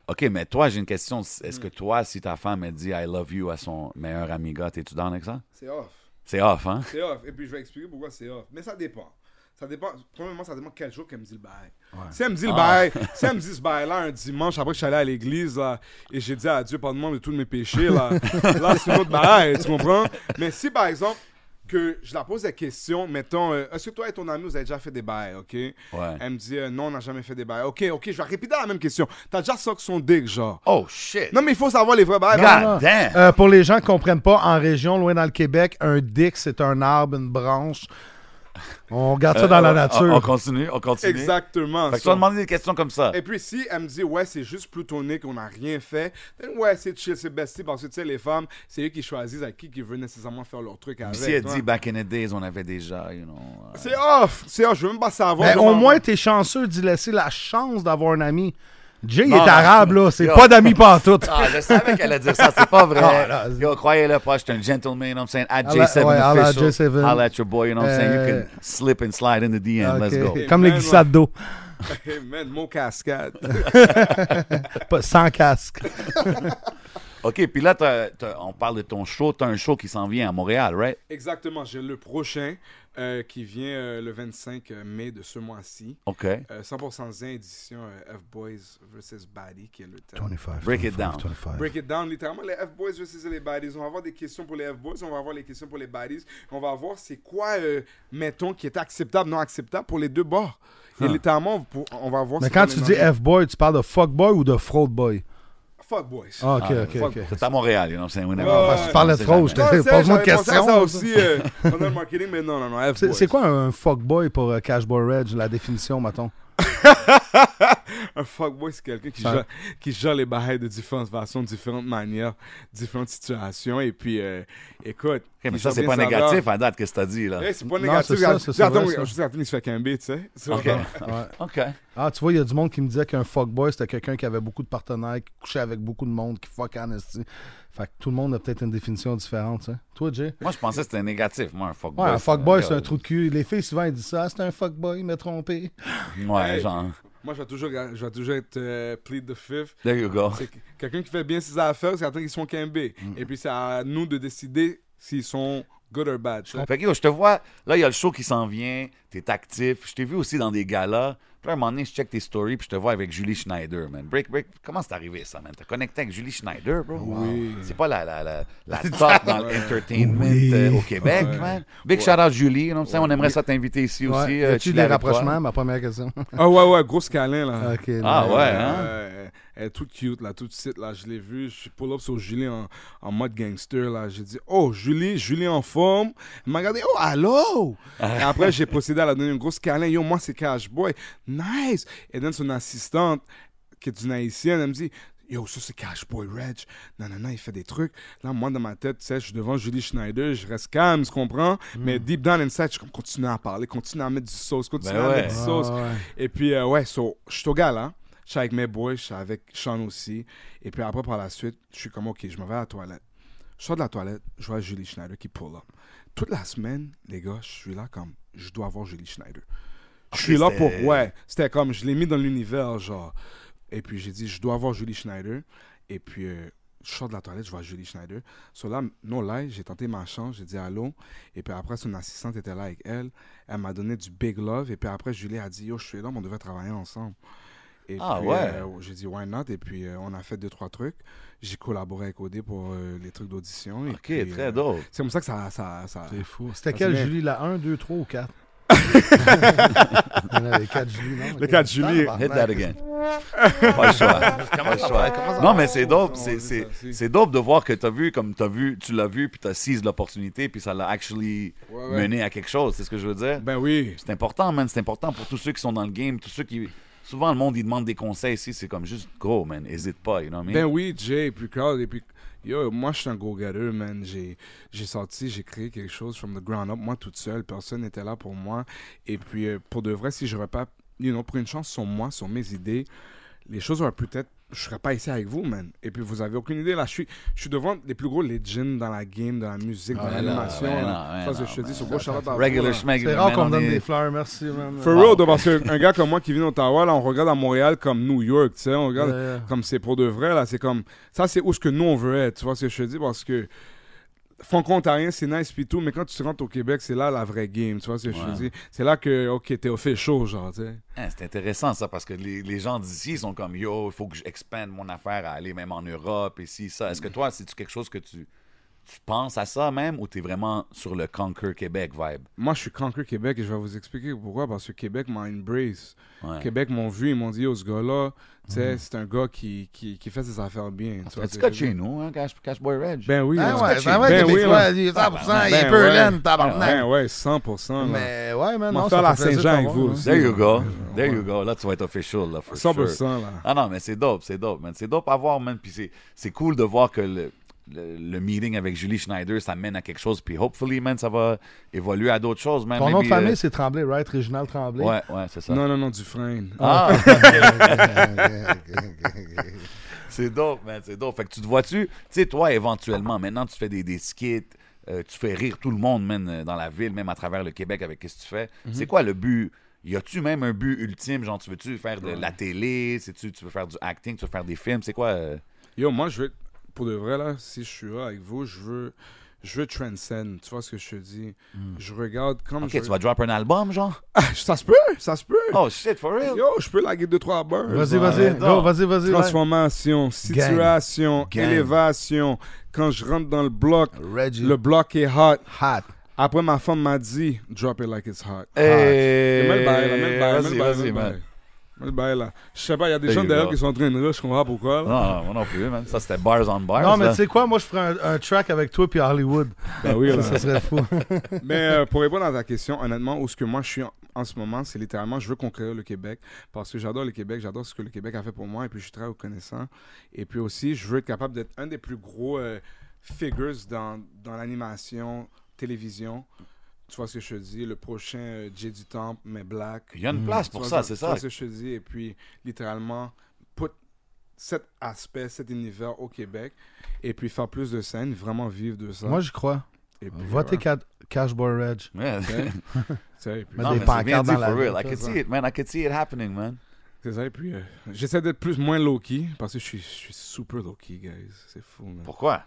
Speaker 4: OK, mais toi, j'ai une question.
Speaker 2: Mm.
Speaker 4: Est-ce que toi, si ta femme elle dit « I love you » à son meilleur ami gars, t'es-tu dans avec ça?
Speaker 2: C'est off.
Speaker 4: C'est off, hein?
Speaker 2: C'est off. Et puis, je vais expliquer pourquoi c'est off. Mais ça dépend. Ça dépend. Premièrement, ça dépend quel jour qu'elle me dit le bail. Si elle me dit
Speaker 4: Ah.
Speaker 2: le bail,
Speaker 4: [laughs]
Speaker 2: si elle me dit ce bail-là un dimanche après que je suis allé à l'église là, et j'ai dit à Dieu, pardonne-moi de tous mes péchés, là, là c'est une autre bail, tu comprends? Mais si par exemple, que je la pose la question, mettons, euh, est-ce que toi et ton ami, vous avez déjà fait des bails, ok? Elle me dit, euh, non, on n'a jamais fait des bails. Ok, ok, je vais répéter la même question. T'as déjà sorti son dick, genre?
Speaker 4: Oh, shit!
Speaker 2: Non, mais il faut savoir les vrais bails.
Speaker 4: God
Speaker 2: Non, non, non.
Speaker 4: damn!
Speaker 3: Euh, pour les gens qui ne comprennent pas, en région, loin dans le Québec, un dick, c'est un arbre, une branche. On garde Euh, ça dans la
Speaker 4: Euh, On, on
Speaker 3: nature.
Speaker 4: continue, on continue.
Speaker 2: Exactement.
Speaker 4: Fait que tu
Speaker 2: ça. Eh,
Speaker 4: vas demander des questions comme ça.
Speaker 2: Et puis si elle me dit ouais c'est juste plutonique on n'a rien fait, then, ouais c'est chill c'est bestie parce que tu sais les femmes c'est eux qui choisissent à qui qui veut nécessairement faire leur truc avec.
Speaker 4: Puis si elle
Speaker 2: toi.
Speaker 4: dit bah, « Back in the days, on avait déjà, you know... euh,
Speaker 2: c'est off, c'est off, je veux même pas savoir.
Speaker 3: Mais
Speaker 2: Je
Speaker 3: au
Speaker 2: m'en-
Speaker 3: moins, t'es chanceux d'y laisser la chance d'avoir un ami. Jay, il est
Speaker 4: Non, non.
Speaker 3: arabe, là. C'est
Speaker 4: Yo.
Speaker 3: pas d'amis pantoute.
Speaker 4: Ah, je savais qu'elle allait dire ça, c'est pas vrai.
Speaker 3: [laughs] Ah, non, c'est-
Speaker 4: Yo, croyez-le pas, je suis un gentleman, you know what I'm saying? At
Speaker 3: Holla-
Speaker 4: J7
Speaker 3: ouais, holla à
Speaker 4: official,
Speaker 3: J7.
Speaker 4: holla at your boy, you know what I'm saying?
Speaker 3: Euh,
Speaker 4: You can slip and slide in the DM, let's
Speaker 3: Ah, Ok.
Speaker 4: go.
Speaker 3: Comme les
Speaker 2: Amen,
Speaker 3: glissades d'eau.
Speaker 2: [laughs] Hey, man, mon cascade.
Speaker 4: [laughs]
Speaker 3: Pas- Sans casque.
Speaker 4: OK, puis là, t'as- t'as- on parle de ton show, t'as un show qui s'en vient à Montréal, right?
Speaker 2: Exactement, j'ai le prochain euh, qui vient euh, le 25 mai de ce mois-ci.
Speaker 4: OK.
Speaker 2: Euh, 100% Zen édition euh, F-Boys vs. Body qui est le thème.
Speaker 3: 25,
Speaker 4: Break it
Speaker 3: 25,
Speaker 4: down.
Speaker 3: 25.
Speaker 2: Break it down, littéralement, les F-Boys versus les Baddies. On va avoir des questions pour les F-Boys, on va avoir les questions pour les Baddies. On va voir c'est quoi, euh, mettons, qui est acceptable, non acceptable pour les deux bords. Et littéralement, pour- on va voir
Speaker 3: Ah. Mais
Speaker 2: c'est
Speaker 3: quand
Speaker 2: quoi
Speaker 3: tu
Speaker 2: les
Speaker 3: dis
Speaker 2: enjeux.
Speaker 3: F-boy, tu parles de fuckboy ou de fraud boy?
Speaker 2: Fuck [laughs] Boys.
Speaker 3: Ah, ok,
Speaker 4: Ah,
Speaker 3: ok,
Speaker 2: fuck
Speaker 3: ok.
Speaker 4: C'est à Montréal, you know what I'm saying? Whenever.
Speaker 2: Ouais,
Speaker 3: Parce que tu parlais
Speaker 4: On
Speaker 3: de
Speaker 4: sait
Speaker 3: fraude,
Speaker 4: jamais.
Speaker 3: j'étais- Hey,
Speaker 2: tu sais,
Speaker 3: pose-moi une
Speaker 2: j'avais pensé à
Speaker 3: question.
Speaker 2: ça aussi euh, [laughs] pendant le marketing, mais non, non, non,
Speaker 3: C'est
Speaker 2: F-Boys.
Speaker 4: [laughs]
Speaker 3: c'est quoi un fuckboy pour euh, Cashboy Reg, la définition, mettons?
Speaker 2: Un fuckboy, c'est quelqu'un qui,
Speaker 3: Ça-
Speaker 2: gère, qui gère les barrières de différentes façons, différentes manières, différentes situations. Et puis, euh, écoute.
Speaker 3: Eh,
Speaker 4: Ok, mais
Speaker 2: il
Speaker 4: ça,
Speaker 2: sort
Speaker 4: c'est
Speaker 2: bien
Speaker 4: pas
Speaker 2: sa
Speaker 4: négatif
Speaker 2: barbe.
Speaker 4: à date, qu'est-ce que t'as dit, là?
Speaker 2: Eh, c'est pas
Speaker 3: Non,
Speaker 2: négatif.
Speaker 3: c'est ça,
Speaker 2: regarde-
Speaker 3: c'est ça,
Speaker 2: regarde,
Speaker 3: vrai, ça.
Speaker 2: Je dis, attends, il se fait qu'un B, tu sais. C'est
Speaker 4: OK.
Speaker 2: vraiment-
Speaker 3: Ouais.
Speaker 4: [laughs] OK.
Speaker 3: Ah, tu vois, il y a du monde qui me disait qu'un fuckboy, c'était quelqu'un qui avait beaucoup de partenaires, qui couchait avec beaucoup de monde, qui fuck en esti. Fait que tout le monde a peut-être une définition différente, tu sais. Toi, Jay?
Speaker 4: Moi, je pensais que c'était négatif, moi, un fuckboy.
Speaker 3: Ouais, un fuckboy, c'est un trou de cul. Les filles, souvent, elles disent ça. Ah, c'est un fuckboy, il m'a trompé.
Speaker 4: Ouais, genre.
Speaker 2: Moi, je vais toujours, je vais toujours être euh, plead the fifth.
Speaker 4: There you go.
Speaker 2: C'est que- quelqu'un qui fait bien ses affaires, c'est quelqu'un qui sont qu'un B. Et puis, c'est à nous de décider s'ils sont good or bad. tu sais.
Speaker 4: Fait que yo, je te vois, là, il y a le show qui s'en vient, t'es actif. Je t'ai vu aussi dans des galas. Puis là, un moment donné, je check tes stories, puis je te vois avec Julie Schneider, man. Break, break. Comment c'est arrivé, ça, man? T'as connecté avec Julie Schneider, bro?
Speaker 2: Oui.
Speaker 4: C'est pas la, la, la,
Speaker 3: [laughs]
Speaker 4: la top dans l'entertainment
Speaker 3: Oui.
Speaker 4: euh, au Québec, man. Big shout out, Julie. you know what I'm saying? On aimerait ça t'inviter ici aussi.
Speaker 3: Ouais. Y
Speaker 4: euh,
Speaker 3: a-tu
Speaker 4: chiller
Speaker 3: des
Speaker 4: avec toi.
Speaker 3: rapprochements, ma première
Speaker 4: [laughs]
Speaker 3: question?
Speaker 2: Ah ouais, ouais, gros câlin, là.
Speaker 3: ok.
Speaker 4: Ah
Speaker 3: nice.
Speaker 4: ouais, hein?
Speaker 2: Euh, elle est toute cute, là, toute petite, là, je l'ai vue. Je suis pull up sur Julie en, en mode gangster, là. J'ai dit, oh, Julie, Julie en forme. Elle m'a regardé, oh,
Speaker 4: [laughs]
Speaker 2: allô! Et après, j'ai procédé à la donner une grosse câlin. Yo, moi, c'est Cash Boy. Nice! Et donne son assistante, qui est une haïtienne, elle me dit, Yo, ça c'est Cash Boy Reg. Non, non, non, il fait des trucs. Là, moi, dans ma tête, tu sais, je suis devant Julie Schneider, je reste calme, tu comprends?
Speaker 4: Mm.
Speaker 2: Mais deep down inside, je suis comme, continue à en parler, continue à mettre du sauce, continue
Speaker 4: Ben
Speaker 2: à
Speaker 4: ouais.
Speaker 2: mettre du sauce.
Speaker 3: Ah ouais.
Speaker 2: Et puis, euh, ouais, so, je suis au gala. Je suis avec mes boys, je suis avec Sean aussi. Et puis après, par la suite, je suis comme, OK, je me vais à la toilette. Je sors de la toilette, je vois Julie Schneider qui pull up. Toute la semaine, les gars, je suis là comme, je dois avoir Julie Schneider. Je suis là pour,
Speaker 4: c'était-
Speaker 2: ouais, c'était comme, je l'ai mis dans l'univers, genre. Et puis j'ai dit, je dois avoir Julie Schneider. Et puis, euh, je sors de la toilette, je vois Julie Schneider. So là, non, là, j'ai tenté ma chance, j'ai dit allô. Et puis après, son assistante était là avec elle. Elle m'a donné du big love. Et puis après, Julie a dit, yo, je suis là, mais on devait travailler ensemble. Et
Speaker 4: Ah,
Speaker 2: puis,
Speaker 4: ouais.
Speaker 2: euh, j'ai dit, why not? Et puis, euh, on a fait deux, trois trucs. J'ai collaboré avec Odé pour euh, les trucs d'audition. et
Speaker 4: OK,
Speaker 2: puis,
Speaker 4: très
Speaker 2: euh,
Speaker 4: drôle.
Speaker 2: C'est comme ça que ça. ça, ça...
Speaker 3: C'est fou. C'était
Speaker 2: Ça,
Speaker 3: quelle
Speaker 2: c'est bien.
Speaker 3: Julie, la 1, 2, 3 ou
Speaker 4: [laughs]
Speaker 3: 4? [laughs] Il y en avait 4 Julie, non? Ah,
Speaker 2: Les quatre Julie.
Speaker 4: Hit that
Speaker 3: [laughs]
Speaker 4: again. pas le choix. Pas le choix. Non, mais c'est dope.
Speaker 2: on
Speaker 4: C'est,
Speaker 2: dit
Speaker 4: c'est,
Speaker 2: ça, si.
Speaker 4: c'est dope de voir que t'as vu, comme t'as vu, tu l'as vu, puis t'as saisi l'opportunité, puis ça l'a actually
Speaker 2: Ouais, ouais.
Speaker 4: mené à quelque chose. C'est ce que je veux dire?
Speaker 2: Ben oui.
Speaker 4: C'est important, man. C'est important pour tous ceux qui sont dans le game, tous ceux qui. Souvent, le monde, il demande des conseils ici. C'est comme juste go, man. Hésite pas, you know what I mean?
Speaker 2: Ben oui, Jay, et puis Carl, et puis. Yo, moi, je suis un go-getter, man. J'ai j'ai sorti, j'ai créé quelque chose from the ground up, moi toute seule. Personne n'était là pour moi. Et puis, euh, pour de vrai, si j'aurais pas, you know, pris une chance sur moi, sur mes idées, les choses auraient peut-être. Je serais pas ici avec vous, man. Et puis, vous avez aucune idée. Là, je suis, je suis devant les plus gros legends dans la game, dans la musique, dans
Speaker 4: Ouais,
Speaker 2: l'animation.
Speaker 4: non, ouais,
Speaker 2: Ah, là.
Speaker 4: non,
Speaker 2: Ça, c'est
Speaker 4: ouais,
Speaker 2: ce que je te
Speaker 4: non,
Speaker 2: dis, sur
Speaker 4: man.
Speaker 2: gros shout-out à vous,
Speaker 4: Regular
Speaker 2: là.
Speaker 4: schmegler,
Speaker 3: Ben, C'est rare
Speaker 4: man,
Speaker 3: qu'on
Speaker 4: on
Speaker 3: me donne
Speaker 4: est-
Speaker 3: des fleurs, merci, man.
Speaker 2: For real, though, parce qu'un gars comme moi qui vient d'Ottawa, là, on regarde à Montréal comme New York, tu sais, on regarde
Speaker 3: Ouais.
Speaker 2: comme c'est pour de vrai, là, c'est comme, ça, c'est où ce que nous, on veut être, tu vois ce que je te dis, parce que franco-ontarien, c'est nice pis tout, mais quand tu te rentres au Québec, c'est là la vraie game, tu vois ce que je te dis, c'est là que, ok, t'es au fait chaud, genre, tu sais.
Speaker 4: Hein, c'est intéressant ça parce que les, les gens d'ici ils sont comme yo, il faut que j'expande mon affaire à aller même en Europe et si ça. Est-ce que toi, c'est quelque chose que tu, tu penses à ça même ou t'es vraiment sur le Conquer Québec vibe?
Speaker 2: Moi, je suis conquer Québec et je vais vous expliquer pourquoi, parce que Québec m'a embrace.
Speaker 4: Ouais. Mm.
Speaker 2: Québec m'ont vu, ils m'ont dit, oh, ce gars-là, tu sais, c'est un gars qui, qui, qui fait ses affaires bien, tu vois.
Speaker 4: T'as-tu
Speaker 2: ce que
Speaker 4: got
Speaker 2: je
Speaker 4: chez
Speaker 2: veux dire.
Speaker 4: nous, hein, Cash, Cash Boy Reg?
Speaker 2: Ben oui,
Speaker 3: Ben
Speaker 2: en tout
Speaker 3: ouais,
Speaker 2: cas,
Speaker 3: ben ouais,
Speaker 2: ben oui,
Speaker 3: Québécois,
Speaker 2: là.
Speaker 3: il est 100%, il est
Speaker 2: Ben
Speaker 3: peu
Speaker 2: ouais.
Speaker 3: laine, tabarnak.
Speaker 2: Ben ouais, 100%. là.
Speaker 3: Mais ouais, man,
Speaker 2: On va
Speaker 3: non,
Speaker 2: faire
Speaker 3: ça
Speaker 2: la
Speaker 3: fait plaisir
Speaker 2: Saint-Jean
Speaker 3: de
Speaker 2: avec
Speaker 3: t'avoir,
Speaker 2: vous
Speaker 3: hein.
Speaker 2: aussi.
Speaker 4: There you go. There you go. Là, tu vas être official, là, for
Speaker 3: ben,
Speaker 2: 100%,
Speaker 4: sure.
Speaker 2: là.
Speaker 4: Ah non, mais c'est dope, c'est dope, man. C'est dope à voir, man. Puis c'est, c'est cool de voir que le, le, le meeting avec Julie Schneider, ça mène à quelque chose. Puis hopefully, man, ça va évoluer à d'autres choses, man.
Speaker 3: Ton nom de
Speaker 4: Maybe, euh,
Speaker 3: famille, c'est Tremblay, right? Réginald Tremblay.
Speaker 4: Ouais, ouais, c'est ça.
Speaker 2: Non, non, non, Dufresne.
Speaker 4: Ah!
Speaker 3: Ouais.
Speaker 4: [laughs] C'est dope, man, c'est dope. Fait que tu te vois-tu, tu sais, toi, éventuellement, maintenant, tu fais des, des skits, euh, tu fais rire tout le monde, man, euh, dans la ville, même à travers le Québec avec qu'est-ce que tu fais. C'est quoi le but? Y a-tu même un but ultime? Genre, tu veux-tu faire de la télé? -tu, tu veux faire du acting? Tu veux faire des films? C'est quoi? euh?
Speaker 2: Yo, moi, je veux, pour de vrai, là, si je suis là avec vous, je veux, je veux transcend. Tu vois ce que je te dis?
Speaker 3: Hmm.
Speaker 2: Je regarde comme
Speaker 4: Ok,
Speaker 2: je...
Speaker 4: tu vas drop un album, genre?
Speaker 2: Ah, ça se peut, ça se peut.
Speaker 4: Oh shit, for real?
Speaker 2: Yo, je peux laguer deux, trois beurs.
Speaker 3: Vas-y,
Speaker 4: Ouais,
Speaker 3: vas-y,
Speaker 4: non.
Speaker 3: go, vas-y, vas-y. ouais.
Speaker 2: Transformation, situation,
Speaker 4: Gang.
Speaker 2: élévation. Quand je rentre dans le bloc,
Speaker 3: Reggie.
Speaker 2: le bloc est hot.
Speaker 3: Hot.
Speaker 2: Après, ma femme m'a dit, drop it like it's hot.
Speaker 4: Hey,
Speaker 2: Mets le bail, là, mets le bail, mets le
Speaker 4: Euh, Eh, vas-y,
Speaker 2: bail, mets
Speaker 4: vas-y,
Speaker 2: le
Speaker 4: man.
Speaker 2: bail. Mets le bail, là. Je sais pas, il y a des
Speaker 4: There
Speaker 2: gens
Speaker 4: you
Speaker 2: derrière
Speaker 4: go.
Speaker 2: qui sont en train de rush, je comprends pas pourquoi. là.
Speaker 4: Non, moi non plus, man. Ça, c'était bars on bars.
Speaker 3: Non, mais
Speaker 4: là.
Speaker 3: tu sais quoi, moi je ferais un, un track avec toi puis Hollywood.
Speaker 4: Ah.
Speaker 2: Ben oui, là.
Speaker 3: [laughs] Ça, ça serait fou.
Speaker 2: Mais euh, pour répondre à ta question, honnêtement, où est-ce que moi je suis en, en ce moment, c'est littéralement, je veux conquérir le Québec parce que j'adore le Québec, j'adore ce que le Québec a fait pour moi et puis je suis très reconnaissant. Et puis aussi, je veux être capable d'être un des plus gros euh, figures dans, dans l'animation, télévision. Tu vois ce que je te dis, le prochain euh, Jay du Temple, mais black.
Speaker 4: Il y a une place pour
Speaker 2: Tu
Speaker 4: ça,
Speaker 2: vois,
Speaker 4: Ah, c'est
Speaker 2: Tu
Speaker 4: ça.
Speaker 2: vois ce que je te dis, et puis littéralement, put cet aspect, cet univers au Québec, et puis faire plus de scènes, vraiment vivre de ça.
Speaker 3: Moi, j'y crois.
Speaker 2: et puis,
Speaker 3: Votez
Speaker 2: ouais.
Speaker 3: Ca- Cash Boy Reg.
Speaker 4: Yeah.
Speaker 2: C'est ça, et puis-
Speaker 3: Mais
Speaker 4: Non,
Speaker 3: des
Speaker 4: mais c'est bien
Speaker 3: pancartes
Speaker 4: dit,
Speaker 3: dans la
Speaker 4: for real.
Speaker 3: rue,
Speaker 4: I could
Speaker 3: ça.
Speaker 4: see it, man. I could see it happening, man.
Speaker 2: C'est ça, et puis euh, j'essaie d'être plus moins low-key, parce que je suis, je suis super low-key, guys. C'est fou, man.
Speaker 4: Pourquoi?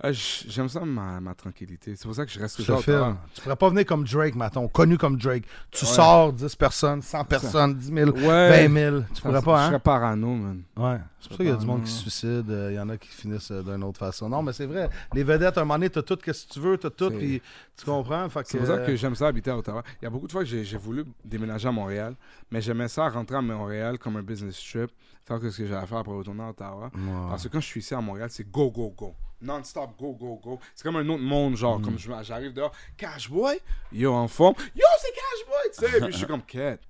Speaker 2: Ah, j- J'aime ça, ma, ma tranquillité. C'est pour ça que je reste
Speaker 3: Je te
Speaker 2: toujours
Speaker 3: filme. Tu pourrais pas venir comme Drake, maintenant, connu comme Drake. Tu sors 10 personnes, 100 personnes, 10 000,
Speaker 2: Ouais.
Speaker 3: 20 000. Tu pourrais pas,
Speaker 2: Je
Speaker 3: hein?
Speaker 2: serais parano, man.
Speaker 3: Ouais. C'est pour ça qu'il y a du monde qui se suicide, euh, il y en a qui finissent euh, d'une autre façon. Non, mais c'est vrai. Les vedettes, à un moment donné, t'as tout, qu'est-ce que tu veux, t'as tout,
Speaker 2: C'est-
Speaker 3: puis tu comprends. Fait
Speaker 2: C'est
Speaker 3: que, euh,
Speaker 2: pour ça que j'aime ça habiter à Ottawa. Il y a beaucoup de fois que j'ai j'ai voulu déménager à Montréal, mais j'aimais ça rentrer à Montréal comme un business trip, faire que ce que j'avais à faire pour retourner à Ottawa. Parce que quand je suis ici à Montréal, c'est go, go, go. Non-stop, go, go, go. C'est comme un autre monde, genre,
Speaker 4: Mm.
Speaker 2: comme je- j'arrive dehors, cash boy, yo en forme, yo c'est cash boy, tu sais. Et puis je suis comme, quête,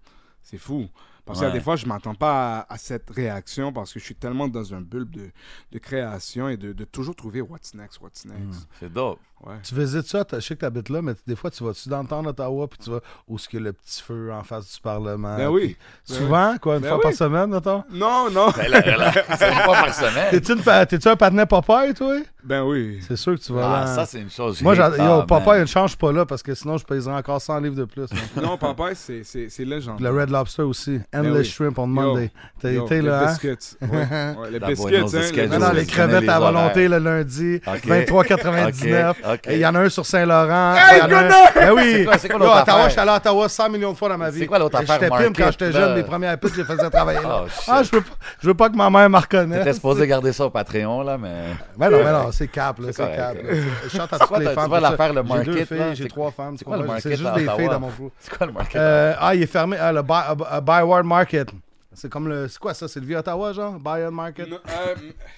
Speaker 2: c'est fou. Parce que
Speaker 4: Ouais.
Speaker 2: des fois, je m'attends pas à, à cette réaction parce que je suis tellement dans un bulbe de, de création et de, de toujours trouver what's next, what's next.
Speaker 4: C'est [laughs] dope.
Speaker 2: Ouais.
Speaker 3: Tu visites ça, t'as- je sais que t'habites là, mais des fois, tu vas-tu dans le temps d'Ottawa, puis tu vas où est-ce que le petit feu en face du Parlement.
Speaker 4: Ah,
Speaker 2: Ben oui.
Speaker 3: puis Souvent, quoi, une
Speaker 2: Ben
Speaker 3: fois par
Speaker 2: oui.
Speaker 3: semaine, mettons.
Speaker 2: Non, non.
Speaker 4: Ben là, relax. C'est une fois par semaine.
Speaker 3: T'es-tu, une pa- t'es-tu un patinet Popeye, toi?
Speaker 2: Ben oui.
Speaker 3: C'est sûr que tu vas
Speaker 4: Ah,
Speaker 3: là.
Speaker 4: ça, c'est une chose.
Speaker 3: Moi,
Speaker 4: j'ai-
Speaker 3: j'ad- yo,
Speaker 4: Ah,
Speaker 3: Popeye,
Speaker 4: man.
Speaker 3: une chance, je suis pas là, parce que sinon, je payerais encore 100 livres de plus.
Speaker 4: [laughs]
Speaker 3: hein.
Speaker 2: Non, papa, c'est c'est- c'est légendaire.
Speaker 3: Le Red Lobster aussi. Endless
Speaker 2: Ben oui.
Speaker 3: Shrimp on
Speaker 2: Yo.
Speaker 3: Monday. T'as
Speaker 2: Yo,
Speaker 3: été là,
Speaker 2: Les
Speaker 3: hein? [laughs]
Speaker 2: biscuits. Ouais, ouais, les
Speaker 4: That boy
Speaker 2: biscuits,
Speaker 4: knows the
Speaker 2: hein,
Speaker 4: schedule.
Speaker 2: les-
Speaker 3: Non, non,
Speaker 4: Je
Speaker 3: les
Speaker 4: vous connais
Speaker 3: crevettes
Speaker 4: les
Speaker 3: à
Speaker 4: horaires.
Speaker 3: volonté le lundi,
Speaker 4: Ok.
Speaker 3: 23,99.
Speaker 4: Ok, ok.
Speaker 3: Et il y en a un sur Saint-Laurent.
Speaker 2: Hey,
Speaker 3: il y en a un-
Speaker 2: goodness!
Speaker 3: Ben oui!
Speaker 4: C'est quoi- c'est quoi l'autre
Speaker 3: Yo, Ottawa,
Speaker 4: affaire?
Speaker 3: je suis allé à Ottawa 100 millions de fois dans ma vie.
Speaker 4: C'est quoi l'autre
Speaker 3: Et
Speaker 4: affaire,
Speaker 3: J'étais pime quand
Speaker 4: Market,
Speaker 3: j'étais
Speaker 4: là?
Speaker 3: jeune, les premières pites, j'ai faisais travailler là.
Speaker 4: Oh, shit.
Speaker 3: Ah, je veux, pas- je veux pas que ma mère me reconnaisse.
Speaker 4: T'étais supposé garder ça au Patreon, là, mais. [laughs]
Speaker 3: Mais non, mais non, c'est cap, là,
Speaker 4: C'est
Speaker 3: c'est
Speaker 4: correct,
Speaker 3: cap.
Speaker 4: ok.
Speaker 3: là. Je chante à
Speaker 4: [laughs] C'est
Speaker 3: toutes
Speaker 4: quoi,
Speaker 3: les
Speaker 4: t'as-
Speaker 3: femmes.
Speaker 4: tu vas
Speaker 3: tout ça.
Speaker 4: la faire, le
Speaker 3: J'ai deux
Speaker 4: market, là?
Speaker 3: filles, j'ai
Speaker 4: C'est-
Speaker 3: trois femmes. tu
Speaker 4: c'est quoi le
Speaker 3: comprends? C'est
Speaker 4: market
Speaker 3: juste
Speaker 4: à
Speaker 3: des
Speaker 4: Ottawa?
Speaker 3: filles dans mon groupe.
Speaker 4: C'est quoi le market?
Speaker 3: Euh, ah, il est fermé. Ah, le Buy- euh, Byward Market. C'est comme le. C'est quoi ça? C'est le vieux Ottawa, genre? Byward Market?
Speaker 2: Non, euh,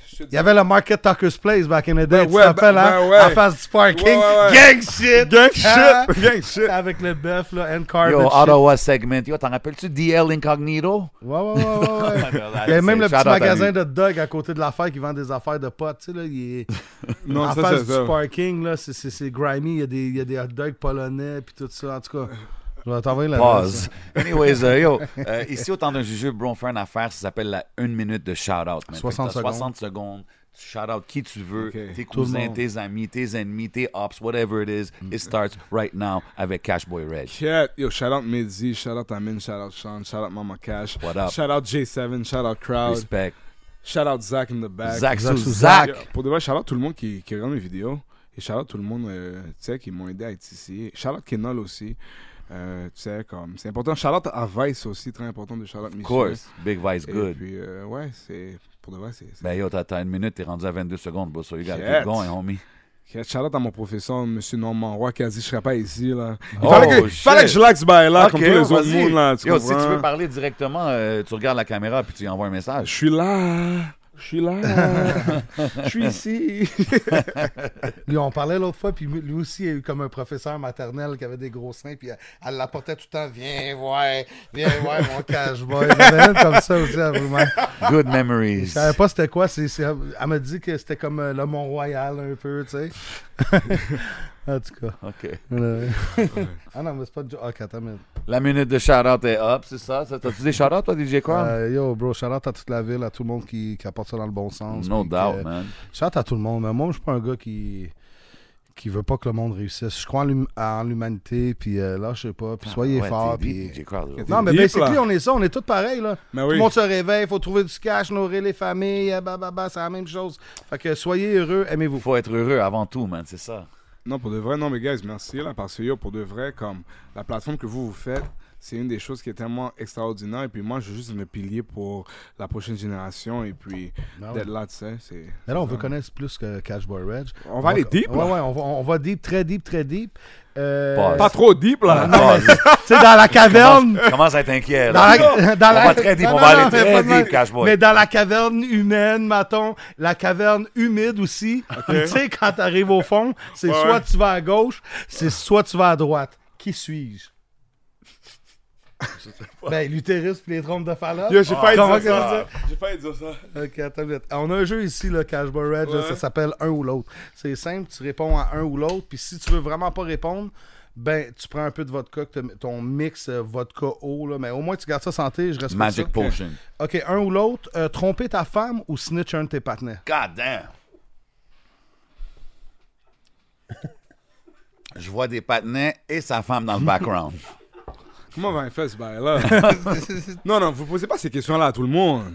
Speaker 2: je te dis-
Speaker 3: Il y avait le Market Tucker's Place back in the day.
Speaker 2: Ben
Speaker 3: tu
Speaker 2: ouais,
Speaker 3: t'appelles,
Speaker 2: ben-
Speaker 3: hein?
Speaker 2: ben ouais.
Speaker 3: En face du parking.
Speaker 2: Ouais, ouais, ouais.
Speaker 3: Gang shit! Gang shit!
Speaker 2: Gang shit.
Speaker 3: Avec le bœuf, là, and carpet.
Speaker 4: Yo,
Speaker 3: Euh, shit.
Speaker 4: Ottawa segment. Yo, t'en rappelles-tu DL Incognito?
Speaker 3: Ouais, ouais, ouais, ouais,
Speaker 4: [laughs]
Speaker 3: ouais. Il y a
Speaker 4: C'est-
Speaker 3: même le
Speaker 4: shout out
Speaker 3: petit
Speaker 4: à lui.
Speaker 3: magasin de dog à côté de l'affaire qui vend des affaires de potes. Tu sais, là, il est.
Speaker 2: [laughs] Non,
Speaker 3: en
Speaker 2: ça,
Speaker 3: face
Speaker 2: c'est
Speaker 3: du
Speaker 2: ça.
Speaker 3: parking, là, c'est- c'est c'est grimy. Il y, a des, il y a des hot dogs polonais, puis tout ça. En tout cas, je vais t'envoyer la
Speaker 4: Pause. [laughs] Anyways, euh, yo, euh, ici au temps d'un jugeux, bro, on fait une affaire, ça s'appelle la 1 minute de shout-out. man.
Speaker 3: 60
Speaker 4: Fait que t'as
Speaker 3: secondes.
Speaker 4: 60 secondes, tu shout-out qui tu veux,
Speaker 2: Ok.
Speaker 4: tes
Speaker 3: Tout le
Speaker 4: cousins,
Speaker 3: monde.
Speaker 4: tes amis, tes ennemis, tes ops, whatever it is.
Speaker 2: Mm.
Speaker 4: It starts right now avec Cashboy Red.
Speaker 2: Cat. Yo, shout out Mizzy, shout out Amin, shout out Sean, shout out Mama Cash.
Speaker 4: What up?
Speaker 2: Shout out J7, shout out Crowd,
Speaker 4: Respect.
Speaker 2: shout out Zach in the back.
Speaker 4: Zach
Speaker 3: Zach
Speaker 4: sous
Speaker 3: sous
Speaker 4: Zach.
Speaker 2: Yo, Pour de vrai, shout out tout le monde qui, qui regarde mes vidéos. Et shout out tout le monde, euh, tu sais, qui m'ont aidé à être ici. Shout out Kenol aussi. Euh, tu sais, comme, c'est important. Shout out à Vice aussi, très important de shout out
Speaker 4: Of
Speaker 2: Michel.
Speaker 4: course. Big Vice
Speaker 2: Et
Speaker 4: Good.
Speaker 2: puis, euh, ouais, c'est, pour de vrai, c'est, c'est-
Speaker 4: Ben yo, t'as t'as une minute, t'es rendu à 22 secondes, bro, so you gotta
Speaker 2: Shit.
Speaker 4: keep going, homie.
Speaker 2: Okay, Shout out à mon professeur, M. Normand Roy, qui a dit je serais pas ici. Là. Il
Speaker 4: Oh,
Speaker 2: fallait, que,
Speaker 4: shit.
Speaker 2: fallait que je laxe by là,
Speaker 4: Ok,
Speaker 2: comme tous les autres
Speaker 4: vas-y.
Speaker 2: mondes. Là, tu
Speaker 4: Yo, si
Speaker 2: comprends?
Speaker 4: tu veux parler directement, euh, tu regardes la caméra puis tu lui envoies un
Speaker 2: Je
Speaker 4: message.
Speaker 2: suis là. Je suis
Speaker 4: [laughs]
Speaker 2: là. Je suis ici.
Speaker 3: Lui, on parlait l'autre fois, puis lui aussi, il a eu comme un professeur maternel qui avait des gros seins, puis elle, elle l'apportait tout le temps. Viens voir, viens voir mon cash
Speaker 4: [laughs]
Speaker 3: boy. Il y en avait une comme ça aussi, elle, vraiment.
Speaker 4: Good
Speaker 3: Je
Speaker 2: [laughs]
Speaker 4: memories.
Speaker 3: savais pas c'était quoi. c'est- c'est- elle m'a dit que c'était comme euh, le Mont-Royal, un peu, tu
Speaker 4: [laughs]
Speaker 3: sais. en tout cas.
Speaker 4: OK.
Speaker 3: euh, ah non, mais c'est pas de. jo- Ok, attends, mais.
Speaker 4: La minute de shout-out est up, c'est ça? Ça- T'as-tu des shout-outs, toi, DJ Crowd?
Speaker 3: Euh, yo, bro, shout out à toute la ville, à tout le monde qui, qui apporte ça dans le bon sens.
Speaker 4: No
Speaker 3: puis
Speaker 4: doubt,
Speaker 3: que-
Speaker 4: man.
Speaker 3: Shout out à tout le monde. mais Moi, je suis pas un gars qui qui veut pas que le monde réussisse. Je crois en l'hum- en l'humanité, puis euh, lâchez pas, puis soyez
Speaker 4: Ah, Ouais,
Speaker 3: forts.
Speaker 4: t'es
Speaker 3: Puis...
Speaker 4: deep, DJ Crowd.
Speaker 3: Non, mais
Speaker 2: Deep,
Speaker 3: basically,
Speaker 2: là.
Speaker 3: on est ça, on est tous pareils, là.
Speaker 2: Mais
Speaker 3: Tout
Speaker 2: oui.
Speaker 3: le monde se réveille, il faut trouver du cash, nourrir les familles, euh, bah, bah, bah, c'est la même chose. Fait que soyez heureux, aimez-vous.
Speaker 4: Il faut être heureux avant tout, man, c'est ça.
Speaker 2: Non, pour de vrai, non, mais guys, merci là, parce que yo, pour de vrai, comme la plateforme que vous vous faites, c'est une des choses qui est tellement extraordinaire. Et puis moi, je suis juste un pilier pour la prochaine génération. Et puis
Speaker 3: Ben
Speaker 2: d'être
Speaker 3: oui.
Speaker 2: là, tu sais, c'est.
Speaker 3: Mais là, on veut connaître plus que Cash Boy Reg.
Speaker 2: On va aller deep,
Speaker 3: Ouais,
Speaker 2: là.
Speaker 3: ouais, on va, on va deep, très deep, très deep. Euh,
Speaker 4: Pause.
Speaker 2: Pas trop deep là.
Speaker 3: [laughs]
Speaker 4: Ah,
Speaker 3: tu sais, dans
Speaker 4: [laughs]
Speaker 3: la caverne,
Speaker 4: je Commence à être inquiet,
Speaker 3: Dans
Speaker 4: là.
Speaker 3: la- dans
Speaker 4: On
Speaker 3: la-
Speaker 4: va très deep,
Speaker 3: Non,
Speaker 4: on
Speaker 3: non,
Speaker 4: va
Speaker 3: non,
Speaker 4: aller
Speaker 3: mais pas
Speaker 4: très
Speaker 3: de
Speaker 4: deep,
Speaker 3: mal. Mais
Speaker 4: Cashboy.
Speaker 3: dans la caverne humaine, mettons, la caverne humide aussi. [laughs] Tu sais, quand t'arrives au fond, c'est soit tu vas à gauche, c'est soit tu vas à droite. Qui suis-je? Ben, l'utérus puis les trompes de Fallope.
Speaker 2: Yo, j'ai failli
Speaker 3: Ah, Comment
Speaker 2: dire ça.
Speaker 3: ça?
Speaker 2: J'ai failli dire ça.
Speaker 3: Ok, attends une minute. Ah, On a un jeu ici, le Cashbar Red, là,
Speaker 2: Ouais.
Speaker 3: ça s'appelle un ou l'autre. C'est simple, tu réponds à un ou l'autre, puis si tu veux vraiment pas répondre, ben tu prends un peu de vodka, que t'as- ton mix euh, vodka eau, là, mais au moins tu gardes ça santé, je respecte
Speaker 4: Magic
Speaker 3: ça.
Speaker 4: Potion.
Speaker 3: Ok, un ou l'autre, euh, tromper ta femme ou snitch un de tes partenaires.
Speaker 4: God
Speaker 3: [laughs]
Speaker 4: damn! Je vois des patinets et sa femme dans le background.
Speaker 2: Comment on va faire ce bail-là? [laughs] non, non, vous posez pas ces questions-là à tout le monde.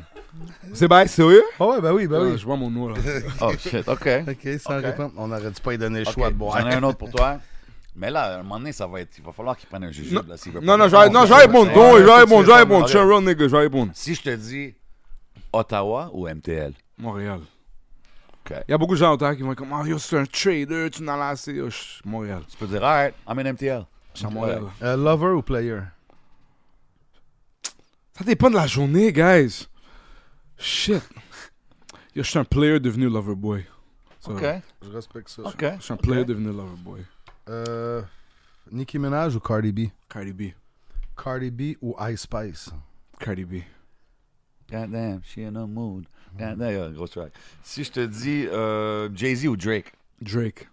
Speaker 2: C'est bail sérieux?
Speaker 3: Ah ouais, ben oui, ben
Speaker 2: Ah,
Speaker 3: oui.
Speaker 2: je vois mon eau, là.
Speaker 4: Oh shit, OK.
Speaker 3: Ok, sans
Speaker 4: Ok.
Speaker 3: répondre, on aurait dû pas lui donner le
Speaker 4: Ok,
Speaker 3: choix de boire.
Speaker 4: J'en ai un autre pour toi. Mais là, à un moment donné, ça va être. Il va falloir qu'il prenne un jujube. là, s'il veut
Speaker 2: [laughs] Non,
Speaker 4: pas
Speaker 2: non, je vais
Speaker 4: répondre.
Speaker 2: non, je vais répondre. Non, je vais répondre, je vais
Speaker 4: Ok.
Speaker 2: répondre. Je suis un real nigga, je vais répondre.
Speaker 4: Si je te dis Ottawa ou MTL?
Speaker 2: Montréal.
Speaker 4: OK.
Speaker 2: Il y a beaucoup de gens autour qui vont être comme Mario, c'est un trader, tu n'as là assez. Yo, je suis Montréal.
Speaker 4: Tu peux dire, alright, I'm in MTL.
Speaker 2: Je suis à Montréal.
Speaker 3: Euh, lover ou player?
Speaker 2: Ça dépend de la journée, guys. Shit. Yo, je suis un player devenu loverboy. Ça,
Speaker 4: OK.
Speaker 3: Je respecte ça.
Speaker 4: OK.
Speaker 2: Je suis un player devenu loverboy.
Speaker 3: Euh, Nicki Minaj ou Cardi B?
Speaker 2: Cardi B.
Speaker 3: Cardi B ou Ice Spice?
Speaker 2: Cardi B.
Speaker 4: God damn, she in a mood. God damn, yeah, gros track. Si je te dis euh, Jay-Z ou Drake?
Speaker 2: Drake.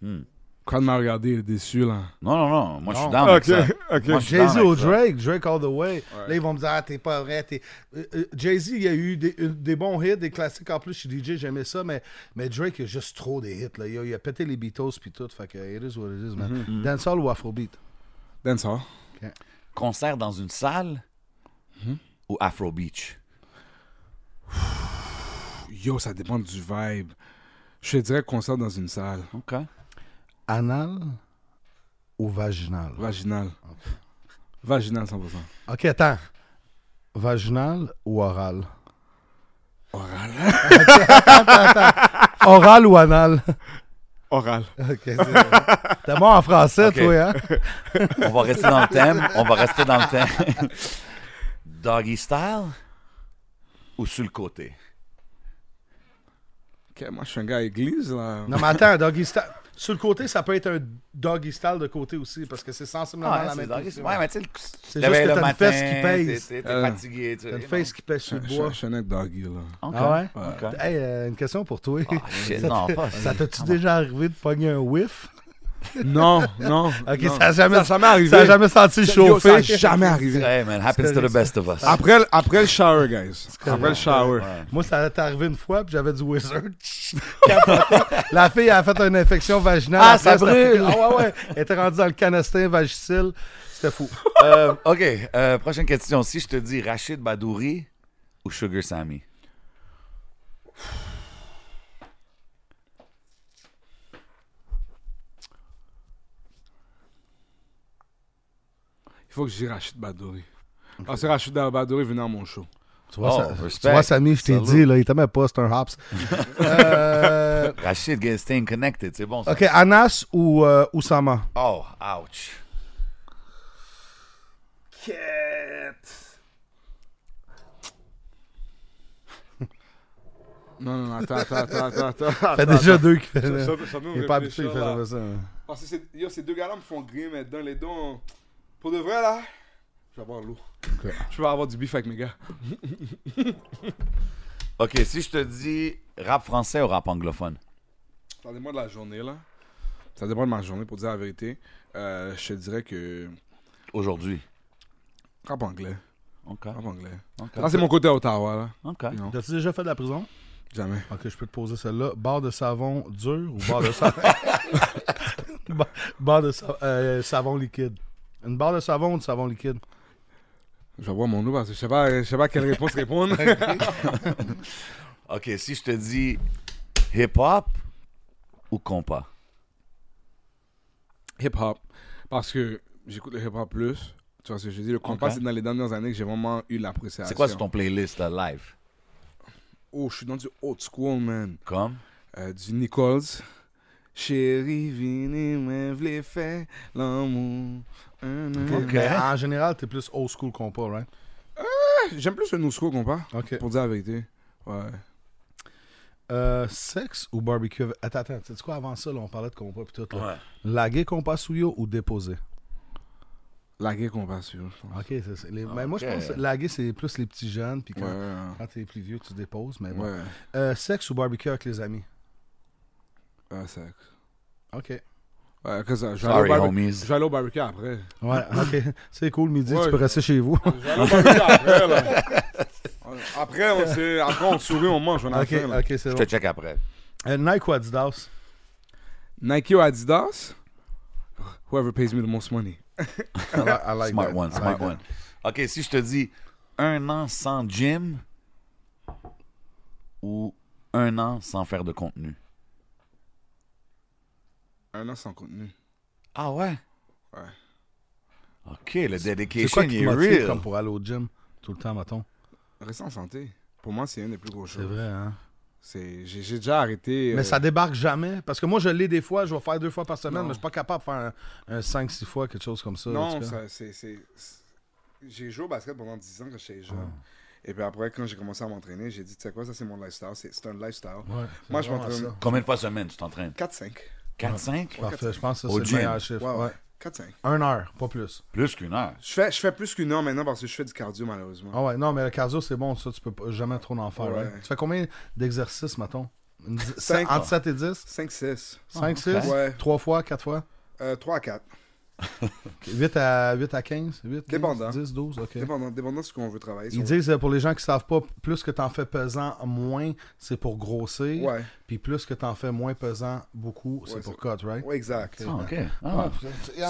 Speaker 4: Hmm.
Speaker 2: Quand il m'a regardé, il est déçu, là.
Speaker 4: Non, non, non. Moi, je suis
Speaker 3: Non.
Speaker 4: down avec ça.
Speaker 2: ok.
Speaker 4: Moi, je suis down
Speaker 3: Jay-Z
Speaker 4: avec
Speaker 3: ou
Speaker 4: ça.
Speaker 3: Drake, Drake all the way. Là, ils vont me dire, ah, t'es pas vrai. t'es- Euh, euh, Jay-Z, il y a eu des, euh, des bons hits, des classiques en plus. Je suis DJ, j'aimais ça, mais, mais Drake, il a juste trop des hits. Là. Il, a, il a pété les Beatles puis tout. Fait que, it is what it is, man. Dancehall ou Afrobeat?
Speaker 2: Dancehall.
Speaker 4: Concert dans une salle ou Afro Beach?
Speaker 2: Yo, ça dépend du vibe. Je te dirais concert dans une salle.
Speaker 4: OK.
Speaker 3: Anal ou vaginal?
Speaker 2: Vaginal. Vaginal, 100%.
Speaker 3: OK, attends. Vaginal ou oral?
Speaker 2: Oral.
Speaker 3: Oral ou anal? [laughs]
Speaker 2: Oral.
Speaker 3: OK, c'est T'es mort en français,
Speaker 4: Ok.
Speaker 3: toi, hein?
Speaker 4: On va rester dans le thème. On va rester dans le thème. Doggy style ou sur le côté?
Speaker 2: Ok, moi, je suis un gars à église, là.
Speaker 3: Non, mais attends, doggy style. Sur le côté, ça peut être un doggy style de côté aussi, parce que c'est sensiblement
Speaker 4: Ah,
Speaker 3: la
Speaker 4: c'est
Speaker 3: même
Speaker 4: doggy
Speaker 3: chose.
Speaker 4: style. Ouais, mais tu sais, le-
Speaker 3: C'est
Speaker 4: tu
Speaker 3: juste que
Speaker 4: te lèves
Speaker 3: t'as
Speaker 4: le
Speaker 3: une
Speaker 4: matin,
Speaker 3: fesse qui pèse.
Speaker 4: T'es t'es
Speaker 2: Euh,
Speaker 4: fatigué. tu
Speaker 3: T'as une
Speaker 4: sais,
Speaker 3: face qui pèse sur le
Speaker 2: Je suis un-
Speaker 3: bois.
Speaker 2: je suis un mec doggy, là.
Speaker 4: non. OK.
Speaker 3: Ah ouais?
Speaker 4: OK.
Speaker 3: Hey, euh, une question pour toi. [laughs]
Speaker 4: Ah, shit, non, pas.
Speaker 3: ça t'as-tu déjà arrivé de pogner un whiff?
Speaker 2: Non, non.
Speaker 3: [laughs] Ok,
Speaker 2: non.
Speaker 3: ça a jamais-
Speaker 2: arrivé.
Speaker 3: Ça a jamais senti
Speaker 2: Yo, ça a
Speaker 3: chauffer?
Speaker 2: jamais arrivé.
Speaker 4: Hey, man, happens to the best of us.
Speaker 3: Ah.
Speaker 2: Après, le- après le shower, guys. Après le shower.
Speaker 3: Moi, ça t'est arrivé une fois, puis j'avais du wizard. [laughs] Capoté. la fille elle a fait une infection vaginale.
Speaker 4: Ah,
Speaker 3: Après,
Speaker 4: ça
Speaker 3: c'était-
Speaker 4: brûle.
Speaker 3: Ah ouais, ouais. Elle était rendue dans le canestin vagicile. C'était fou.
Speaker 4: Euh, OK, euh, prochaine question. Si je te dis Rachid Badouri ou Sugar Sammy?
Speaker 2: Il faut que je dise Rachid Badouri. Parce que Rachid Badouri venait à mon show.
Speaker 3: Tu vois,
Speaker 4: Oh,
Speaker 3: ça- tu
Speaker 4: respect.
Speaker 3: vois Samy, je t'ai
Speaker 4: Salut.
Speaker 3: dit, là, il t'aimait pas, c'est un hops. Euh,
Speaker 4: Rachid, get- staying connected, c'est bon ça.
Speaker 3: ok, Anas ou euh, Oussama?
Speaker 4: Oh, ouch.
Speaker 2: [laughs] Non, non, non, attends, attends, attends, attends, attends. attends.
Speaker 3: T'as déjà deux qui fait
Speaker 2: Ça-
Speaker 3: là.
Speaker 2: ça- ça me
Speaker 3: hein. Il est pas
Speaker 2: réfléchit,
Speaker 3: habitué, il fait
Speaker 2: là.
Speaker 3: jamais ça.
Speaker 2: Parce que c'est- yo, ces deux gars-là me font griller, mais dans les dents. Pour de vrai, là, je vais avoir l'eau. Je vais avoir du bif avec mes gars.
Speaker 4: OK, si je te dis rap français ou rap anglophone?
Speaker 2: Ça dépend de la journée, là. Ça dépend de ma journée, pour dire la vérité. Euh, je te dirais que.
Speaker 4: Aujourd'hui.
Speaker 2: Rap anglais.
Speaker 4: OK,
Speaker 2: Rap anglais.
Speaker 4: OK,
Speaker 2: Là, c'est mon côté Ottawa, là.
Speaker 4: OK.
Speaker 2: Non,
Speaker 3: T'as-tu déjà fait de la prison?
Speaker 2: jamais.
Speaker 3: Ok, je peux te poser celle-là. Barre de savon dur ou barre de savon. [laughs] Ba- barre de sa- euh, savon liquide. Une barre de savon ou de savon liquide?
Speaker 2: Je vais boire mon eau parce que je sais pas, je sais pas quelle réponse répondre.
Speaker 3: [laughs]
Speaker 2: [laughs]
Speaker 4: OK, si je te dis hip-hop ou compas?
Speaker 2: hip-hop. Parce que j'écoute le hip-hop plus. Tu vois ce que je dis? Le compas,
Speaker 4: Ok.
Speaker 2: c'est dans les dernières années que j'ai vraiment eu l'appréciation.
Speaker 4: C'est quoi sur ton playlist là, live?
Speaker 2: Oh, je suis dans du old school, man.
Speaker 4: Comme?
Speaker 2: Euh, du Nichols. Chérie, venez, mais v'lais fait l'amour. Hum, hum.
Speaker 4: Ok.
Speaker 3: Mais en général, t'es plus old school compas, right?
Speaker 2: J'aime plus le new school compas,
Speaker 3: Ok.
Speaker 2: pour dire la vérité. Ouais.
Speaker 3: Euh, sexe ou barbecue? avec- Attends, attends, tu quoi avant ça, là, on parlait de compas pis tout. Là. Laguer compas souillot ou déposer?
Speaker 2: Laguer compassion, je pense.
Speaker 3: Ok, c'est ça. Les- ben, moi, je pense que laguer, c'est plus les petits jeunes, puis quand,
Speaker 2: Ouais,
Speaker 3: quand t'es plus vieux, tu déposes. Mais bon.
Speaker 2: ouais,
Speaker 3: Euh, sexe ou barbecue avec les amis
Speaker 2: ouais, sexe.
Speaker 3: Ok.
Speaker 2: Ouais, que ça, je vais
Speaker 4: Sorry,
Speaker 2: aller au barbe-
Speaker 4: homies.
Speaker 2: je vais aller au barbecue après.
Speaker 3: Ouais, ok. [laughs] C'est cool, midi,
Speaker 2: Ouais.
Speaker 3: tu peux rester chez vous.
Speaker 2: Je vais aller au barbecue après, là. Après, on, s'est- après, on sourit, on mange, on a
Speaker 3: [laughs] ok,
Speaker 2: faim, là.
Speaker 3: ok, c'est
Speaker 4: Je
Speaker 3: bon.
Speaker 4: te check après.
Speaker 3: Euh, Nike ou Adidas
Speaker 2: Nike ou Adidas? Whoever pays me the most money.
Speaker 3: I li- I like
Speaker 4: Smart
Speaker 3: that.
Speaker 4: one,
Speaker 3: I
Speaker 4: smart
Speaker 3: like that.
Speaker 4: one. OK, si je te dis un an sans gym ou un an sans faire de contenu.
Speaker 2: Un an sans contenu.
Speaker 4: Ah ouais?
Speaker 2: Ouais.
Speaker 4: OK, le
Speaker 3: C'est
Speaker 4: dedication
Speaker 3: quoi qui
Speaker 4: il
Speaker 3: te
Speaker 4: est
Speaker 3: motive
Speaker 4: real.
Speaker 3: comme pour aller au gym tout le temps, mettons
Speaker 2: Rester en santé. Pour moi, c'est un des plus gros
Speaker 3: C'est
Speaker 2: choses.
Speaker 3: vrai, hein
Speaker 2: C'est- J'ai j'ai déjà arrêté. euh,
Speaker 3: Mais ça débarque jamais. Parce que moi, je l'ai des fois, je vais faire deux fois par semaine, mais je suis pas capable de faire un, 5-6 fois, quelque chose comme ça. en
Speaker 2: Non,
Speaker 3: tout cas.
Speaker 2: ça, c'est, c'est- c'est- j'ai joué au basket pendant 10 ans quand j'étais jeune.
Speaker 3: Ah.
Speaker 2: Et puis après, quand j'ai commencé à m'entraîner, j'ai dit, tu sais quoi, ça c'est mon lifestyle. C'est, c'est un lifestyle.
Speaker 3: Ouais,
Speaker 2: Moi,
Speaker 3: c'est
Speaker 2: je
Speaker 3: vraiment
Speaker 2: m'entraîne
Speaker 3: ça.
Speaker 4: Combien de fois semaine tu t'entraînes?
Speaker 2: 4-5.
Speaker 4: 4-5?
Speaker 3: Parfait, je pense que ça,
Speaker 4: Au
Speaker 3: c'est
Speaker 4: gym.
Speaker 3: le meilleur chiffre.
Speaker 2: Ouais,
Speaker 3: Ouais.
Speaker 2: ouais. 4-5.
Speaker 3: Un heure, pas plus.
Speaker 4: Plus qu'une heure.
Speaker 2: Je fais, je fais plus qu'une heure maintenant parce que je fais du cardio malheureusement.
Speaker 3: Ah ouais, non, mais le cardio, c'est bon, ça, tu peux pas- jamais trop en faire.
Speaker 2: Ouais.
Speaker 3: hein. Tu fais combien d'exercices, mettons Une dix-
Speaker 2: Cinq.
Speaker 3: Entre 7 et 10
Speaker 2: 5-6.
Speaker 3: 5, 6
Speaker 2: Ouais.
Speaker 3: 3 fois, 4 fois
Speaker 2: Euh, 3 à 4.
Speaker 3: 8 à, 8 à 15 8, 15,
Speaker 2: Dépendant.
Speaker 3: 10, 12, ok.
Speaker 2: Dépendant, dépendant de ce qu'on veut travailler. Si
Speaker 3: Ils
Speaker 2: on-
Speaker 3: disent, euh, pour les gens qui savent pas, plus que t'en fais pesant moins, c'est pour grossir.
Speaker 2: Ouais.
Speaker 3: Puis plus que t'en fais moins pesant beaucoup, c'est
Speaker 2: Ouais,
Speaker 3: pour cut, right?
Speaker 2: Ouais, exact.
Speaker 4: Ah, OK. Ah.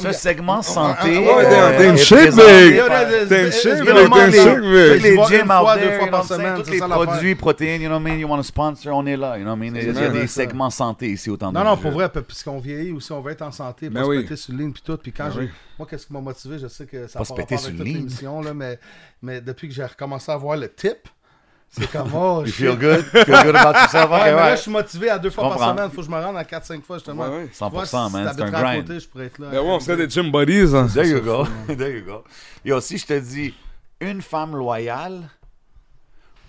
Speaker 4: Ce segment
Speaker 3: ah,
Speaker 4: santé.
Speaker 3: ouais,
Speaker 4: euh,
Speaker 2: damn
Speaker 4: est
Speaker 2: shit,
Speaker 4: présent-
Speaker 2: big.
Speaker 3: Damn
Speaker 2: shit, big, damn shit,
Speaker 4: Tous
Speaker 2: big.
Speaker 4: les
Speaker 3: Une
Speaker 4: gyms
Speaker 3: fois,
Speaker 4: out
Speaker 3: deux fois
Speaker 4: there, you know
Speaker 3: par
Speaker 4: what I'm
Speaker 3: semaine,
Speaker 4: saying, tous
Speaker 3: c'est
Speaker 4: les
Speaker 3: ça l'affaire.
Speaker 4: produits, protéines, you know what I mean, you want to sponsor, on est là, you know what I mean. Il y a il y a
Speaker 2: vrai,
Speaker 4: des
Speaker 3: ça.
Speaker 4: segments santé ici au temps
Speaker 3: Non,
Speaker 4: de
Speaker 3: non,
Speaker 4: jeu.
Speaker 3: pour vrai, p- puisqu'on vieillit aussi, on va être en santé,
Speaker 4: Ben
Speaker 2: Mais
Speaker 3: pas
Speaker 2: oui.
Speaker 3: se péter sur le ligne, puis tout. Puis quand
Speaker 2: Mais
Speaker 3: j'ai.
Speaker 2: oui.
Speaker 3: Moi, qu'est-ce qui m'a motivé Je sais que ça
Speaker 4: Pas
Speaker 3: va
Speaker 4: se péter sur le ligne.
Speaker 3: l'émission, là, mais, mais depuis que j'ai recommencé à voir le tip, c'est
Speaker 4: [laughs]
Speaker 3: comme. Oh,
Speaker 4: You
Speaker 3: shit.
Speaker 4: feel good? You feel
Speaker 3: [laughs]
Speaker 4: good about yourself?
Speaker 3: Ouais,
Speaker 4: Ok,
Speaker 3: mais là,
Speaker 4: ouais.
Speaker 3: je suis motivé à deux fois par
Speaker 4: comprends.
Speaker 3: semaine. Faut que je me rende à 4-5 fois, justement.
Speaker 2: Ouais, ouais.
Speaker 4: 100%, man, c'est un
Speaker 3: t'habiterais à
Speaker 4: grind.
Speaker 3: Côté, je pourrais être là.
Speaker 2: Ben ouais, on serait des gym buddies. hein.
Speaker 3: [laughs]
Speaker 4: There you go. [laughs] There you go. Et aussi, je te dis, une femme loyale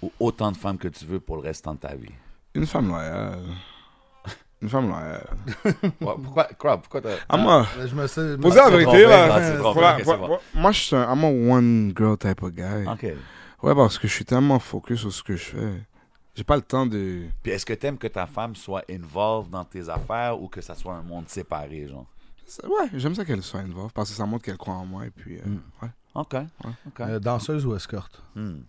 Speaker 4: ou autant de femmes que tu veux pour le restant de ta vie.
Speaker 2: Une femme loyale. Une femme euh. loyale.
Speaker 4: Ouais, pourquoi, crap, pourquoi t'as...
Speaker 2: Ah, moi.
Speaker 3: Mais Euh, Je me sais.
Speaker 2: Posez la
Speaker 4: c'est
Speaker 2: vérité
Speaker 4: trompé,
Speaker 2: là.
Speaker 4: là, c'est
Speaker 2: Faut
Speaker 4: trompé,
Speaker 2: la-
Speaker 4: ok,
Speaker 2: faut-
Speaker 4: c'est bon.
Speaker 2: faut- Moi, je suis un I'm a one girl type of guy.
Speaker 4: Ah, OK.
Speaker 2: Ouais, parce que je suis tellement focus sur ce que je fais. J'ai pas le temps de.
Speaker 4: Puis est-ce que t'aimes que ta femme soit involved dans tes affaires ou que ça soit un monde séparé, genre?
Speaker 2: C'est- Ouais, j'aime ça qu'elle soit involved parce que ça montre qu'elle croit en moi et puis. euh,
Speaker 4: Mm.
Speaker 2: ouais.
Speaker 4: OK. OK.
Speaker 3: Euh, danseuse ou escorte
Speaker 4: Hmm.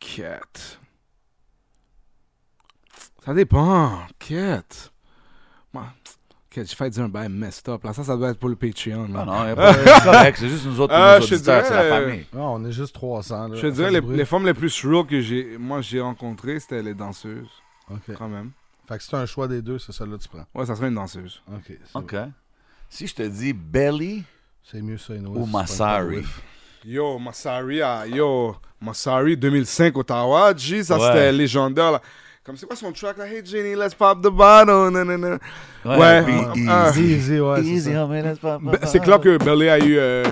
Speaker 2: Quête. Ça dépend. Quête. Moi, quête, j'ai failli dire un bail messed up là. Ça, ça doit être pour le Patreon. là.
Speaker 4: Ah non, y a pas- c'est correct, c'est juste nous autres,
Speaker 2: Ah,
Speaker 4: nos
Speaker 2: je te
Speaker 4: auditeurs, c'est la
Speaker 2: dirais,
Speaker 4: famille.
Speaker 3: Ah, On est juste 300. Là,
Speaker 2: Je te
Speaker 3: Faites
Speaker 2: dirais,
Speaker 3: du
Speaker 2: les,
Speaker 3: bruit.
Speaker 2: les femmes les plus real que j'ai, moi, j'ai rencontrées, c'était les danseuses,
Speaker 3: Ok.
Speaker 2: quand même.
Speaker 3: Fait que si t'as un choix des deux, c'est celle-là que tu prends.
Speaker 2: Ouais, ça serait une danseuse.
Speaker 3: Ok. c'est
Speaker 2: euh,
Speaker 4: OK. Si je te dis Belly
Speaker 3: C'est mieux ça, Inouï.
Speaker 4: ou Massari.
Speaker 2: Yo, Massari, à- yo, Massari 2005 Ottawa, G, ça
Speaker 4: Ouais.
Speaker 2: c'était légendaire là. Comme c'est quoi son track là? Hey Jenny, let's pop the bottle. nanana. Ouais,
Speaker 4: puis
Speaker 2: euh, euh,
Speaker 4: easy.
Speaker 3: Easy, ouais. c'est
Speaker 4: Easy,
Speaker 3: ça.
Speaker 4: homie, let's pop, pop,
Speaker 2: Be- C'est clair
Speaker 4: pop.
Speaker 2: que Belly a eu euh,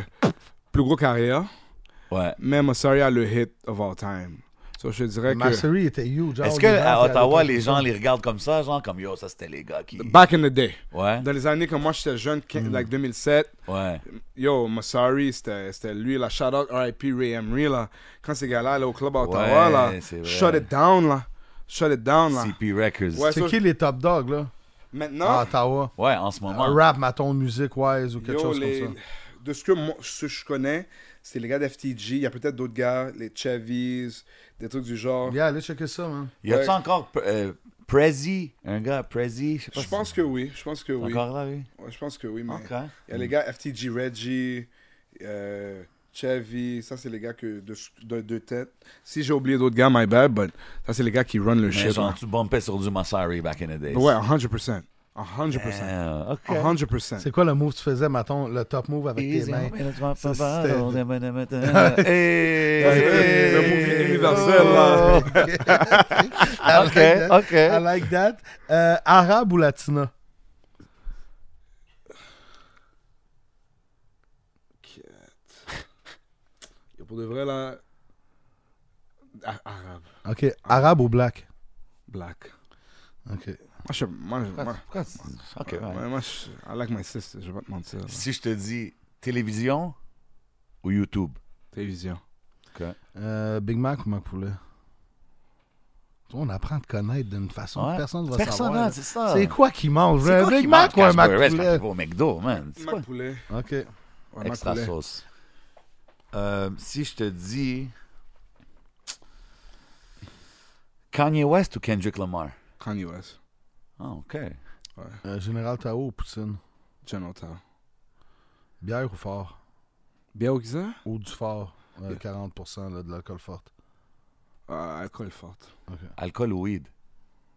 Speaker 2: plus gros carrière,
Speaker 4: Ouais.
Speaker 2: mais Massari a le hit of all time. So je te dirais que
Speaker 3: Massari était huge.
Speaker 4: Est-ce
Speaker 3: Ah,
Speaker 4: que
Speaker 3: les gens,
Speaker 4: à
Speaker 3: puis
Speaker 4: Ottawa,
Speaker 3: l'époque,
Speaker 4: les gens les regardent comme ça, genre comme yo, ça c'était les gars qui.
Speaker 2: back in the day,
Speaker 4: Ouais.
Speaker 2: dans les années quand moi j'étais jeune, quin- like 2007,
Speaker 4: Ouais.
Speaker 2: yo, Massari, c'était c'était lui, la shout out RIP Ray Emery là. Quand ces gars-là allaient au club à Ottawa
Speaker 4: Ouais,
Speaker 2: là,
Speaker 4: c'est vrai.
Speaker 2: shut it down là, shut it down là.
Speaker 4: CP Records.
Speaker 2: Ouais,
Speaker 4: Ouais.
Speaker 2: ça-
Speaker 3: C'est qui les top dogs, là À
Speaker 2: Maintenant,
Speaker 3: Ottawa.
Speaker 4: en ce
Speaker 3: Un
Speaker 4: moment.
Speaker 3: rap, mettons, musique wise ou Ah, quelque
Speaker 2: Yo,
Speaker 3: chose
Speaker 2: les-
Speaker 3: comme ça.
Speaker 2: De ce que, moi, ce que je connais, c'est les gars d'FTG. Il y a peut-être d'autres gars, les Chavis, des trucs du genre.
Speaker 3: Yeah, allez checker ça, man.
Speaker 4: Y a-tu
Speaker 2: Ouais.
Speaker 4: encore euh, Prezi Un gars, Prezi Je sais pas
Speaker 2: Je
Speaker 4: si-
Speaker 2: pense que oui. Je pense que oui.
Speaker 4: Encore là, lui
Speaker 2: Ouais, je pense que oui, mais
Speaker 4: Ok.
Speaker 2: il y a les gars FTG, Reggie, euh, Chevy. Ça, c'est les gars que de, de, de tête. Si j'ai oublié d'autres gars, my bad, but ça, c'est les gars qui run le
Speaker 4: Mais
Speaker 2: shit.
Speaker 4: genre,
Speaker 2: là.
Speaker 4: tu bumpais sur du Massari back in the days.
Speaker 2: Ouais, hein. 100%. 100%.
Speaker 4: Ah, ok.
Speaker 2: 100%.
Speaker 3: C'est quoi le move que tu faisais, mettons, le top move avec tes
Speaker 4: Easy, hein.
Speaker 3: mains
Speaker 4: homie, let's pop,
Speaker 3: Ça,
Speaker 4: pop,
Speaker 3: c'était-
Speaker 4: pop.
Speaker 3: [laughs]
Speaker 4: Hey, hey.
Speaker 2: Le movie universel, là.
Speaker 4: [laughs]
Speaker 3: I like
Speaker 4: Ok,
Speaker 3: that.
Speaker 4: Hein? ok.
Speaker 3: I like that. Euh, arabe ou latina
Speaker 2: Et Pour de vrai, là. a- Arabe,
Speaker 3: Ok. Arabe ou black
Speaker 2: black.
Speaker 3: Ok.
Speaker 2: Moi, je, moi, je- moi,
Speaker 4: Pourquoi tu- Ok, ouais.
Speaker 2: ouais, moi, je, I like my sister, je vais pas te mentir. là.
Speaker 4: Si je te dis télévision ou YouTube?
Speaker 2: Télévision.
Speaker 3: Euh, Big Mac ou Mac Poulet? Tu vois, On apprend à te connaître d'une façon que
Speaker 4: Ouais.
Speaker 3: personne ne va
Speaker 4: Personne,
Speaker 3: savoir.
Speaker 4: hein, c'est ça.
Speaker 3: C'est quoi qui mange?
Speaker 4: C'est
Speaker 3: Un
Speaker 4: quoi
Speaker 3: Big
Speaker 4: qui
Speaker 3: Mac
Speaker 4: mange
Speaker 3: ou un
Speaker 4: quand
Speaker 3: Mac
Speaker 4: tu vas au
Speaker 3: Poulet?
Speaker 4: restaurant, tu vas au McDo, man. C'est
Speaker 2: Mac
Speaker 4: pas-
Speaker 2: poulet.
Speaker 3: OK.
Speaker 2: Ouais, Mac
Speaker 4: Extra
Speaker 2: poulet.
Speaker 4: sauce. Euh, si je te dis. Kanye West ou Kendrick Lamar?
Speaker 2: Kanye West.
Speaker 4: Ah, OK.
Speaker 3: Euh, Général Tao ou Poutine?
Speaker 2: John Otto.
Speaker 3: Bière ou fort?
Speaker 2: Bien au Giza?
Speaker 3: Ou du fort? Euh, 40% là, de l'alcool forte.
Speaker 2: Ah, alcool forte.
Speaker 4: Alcool ou weed?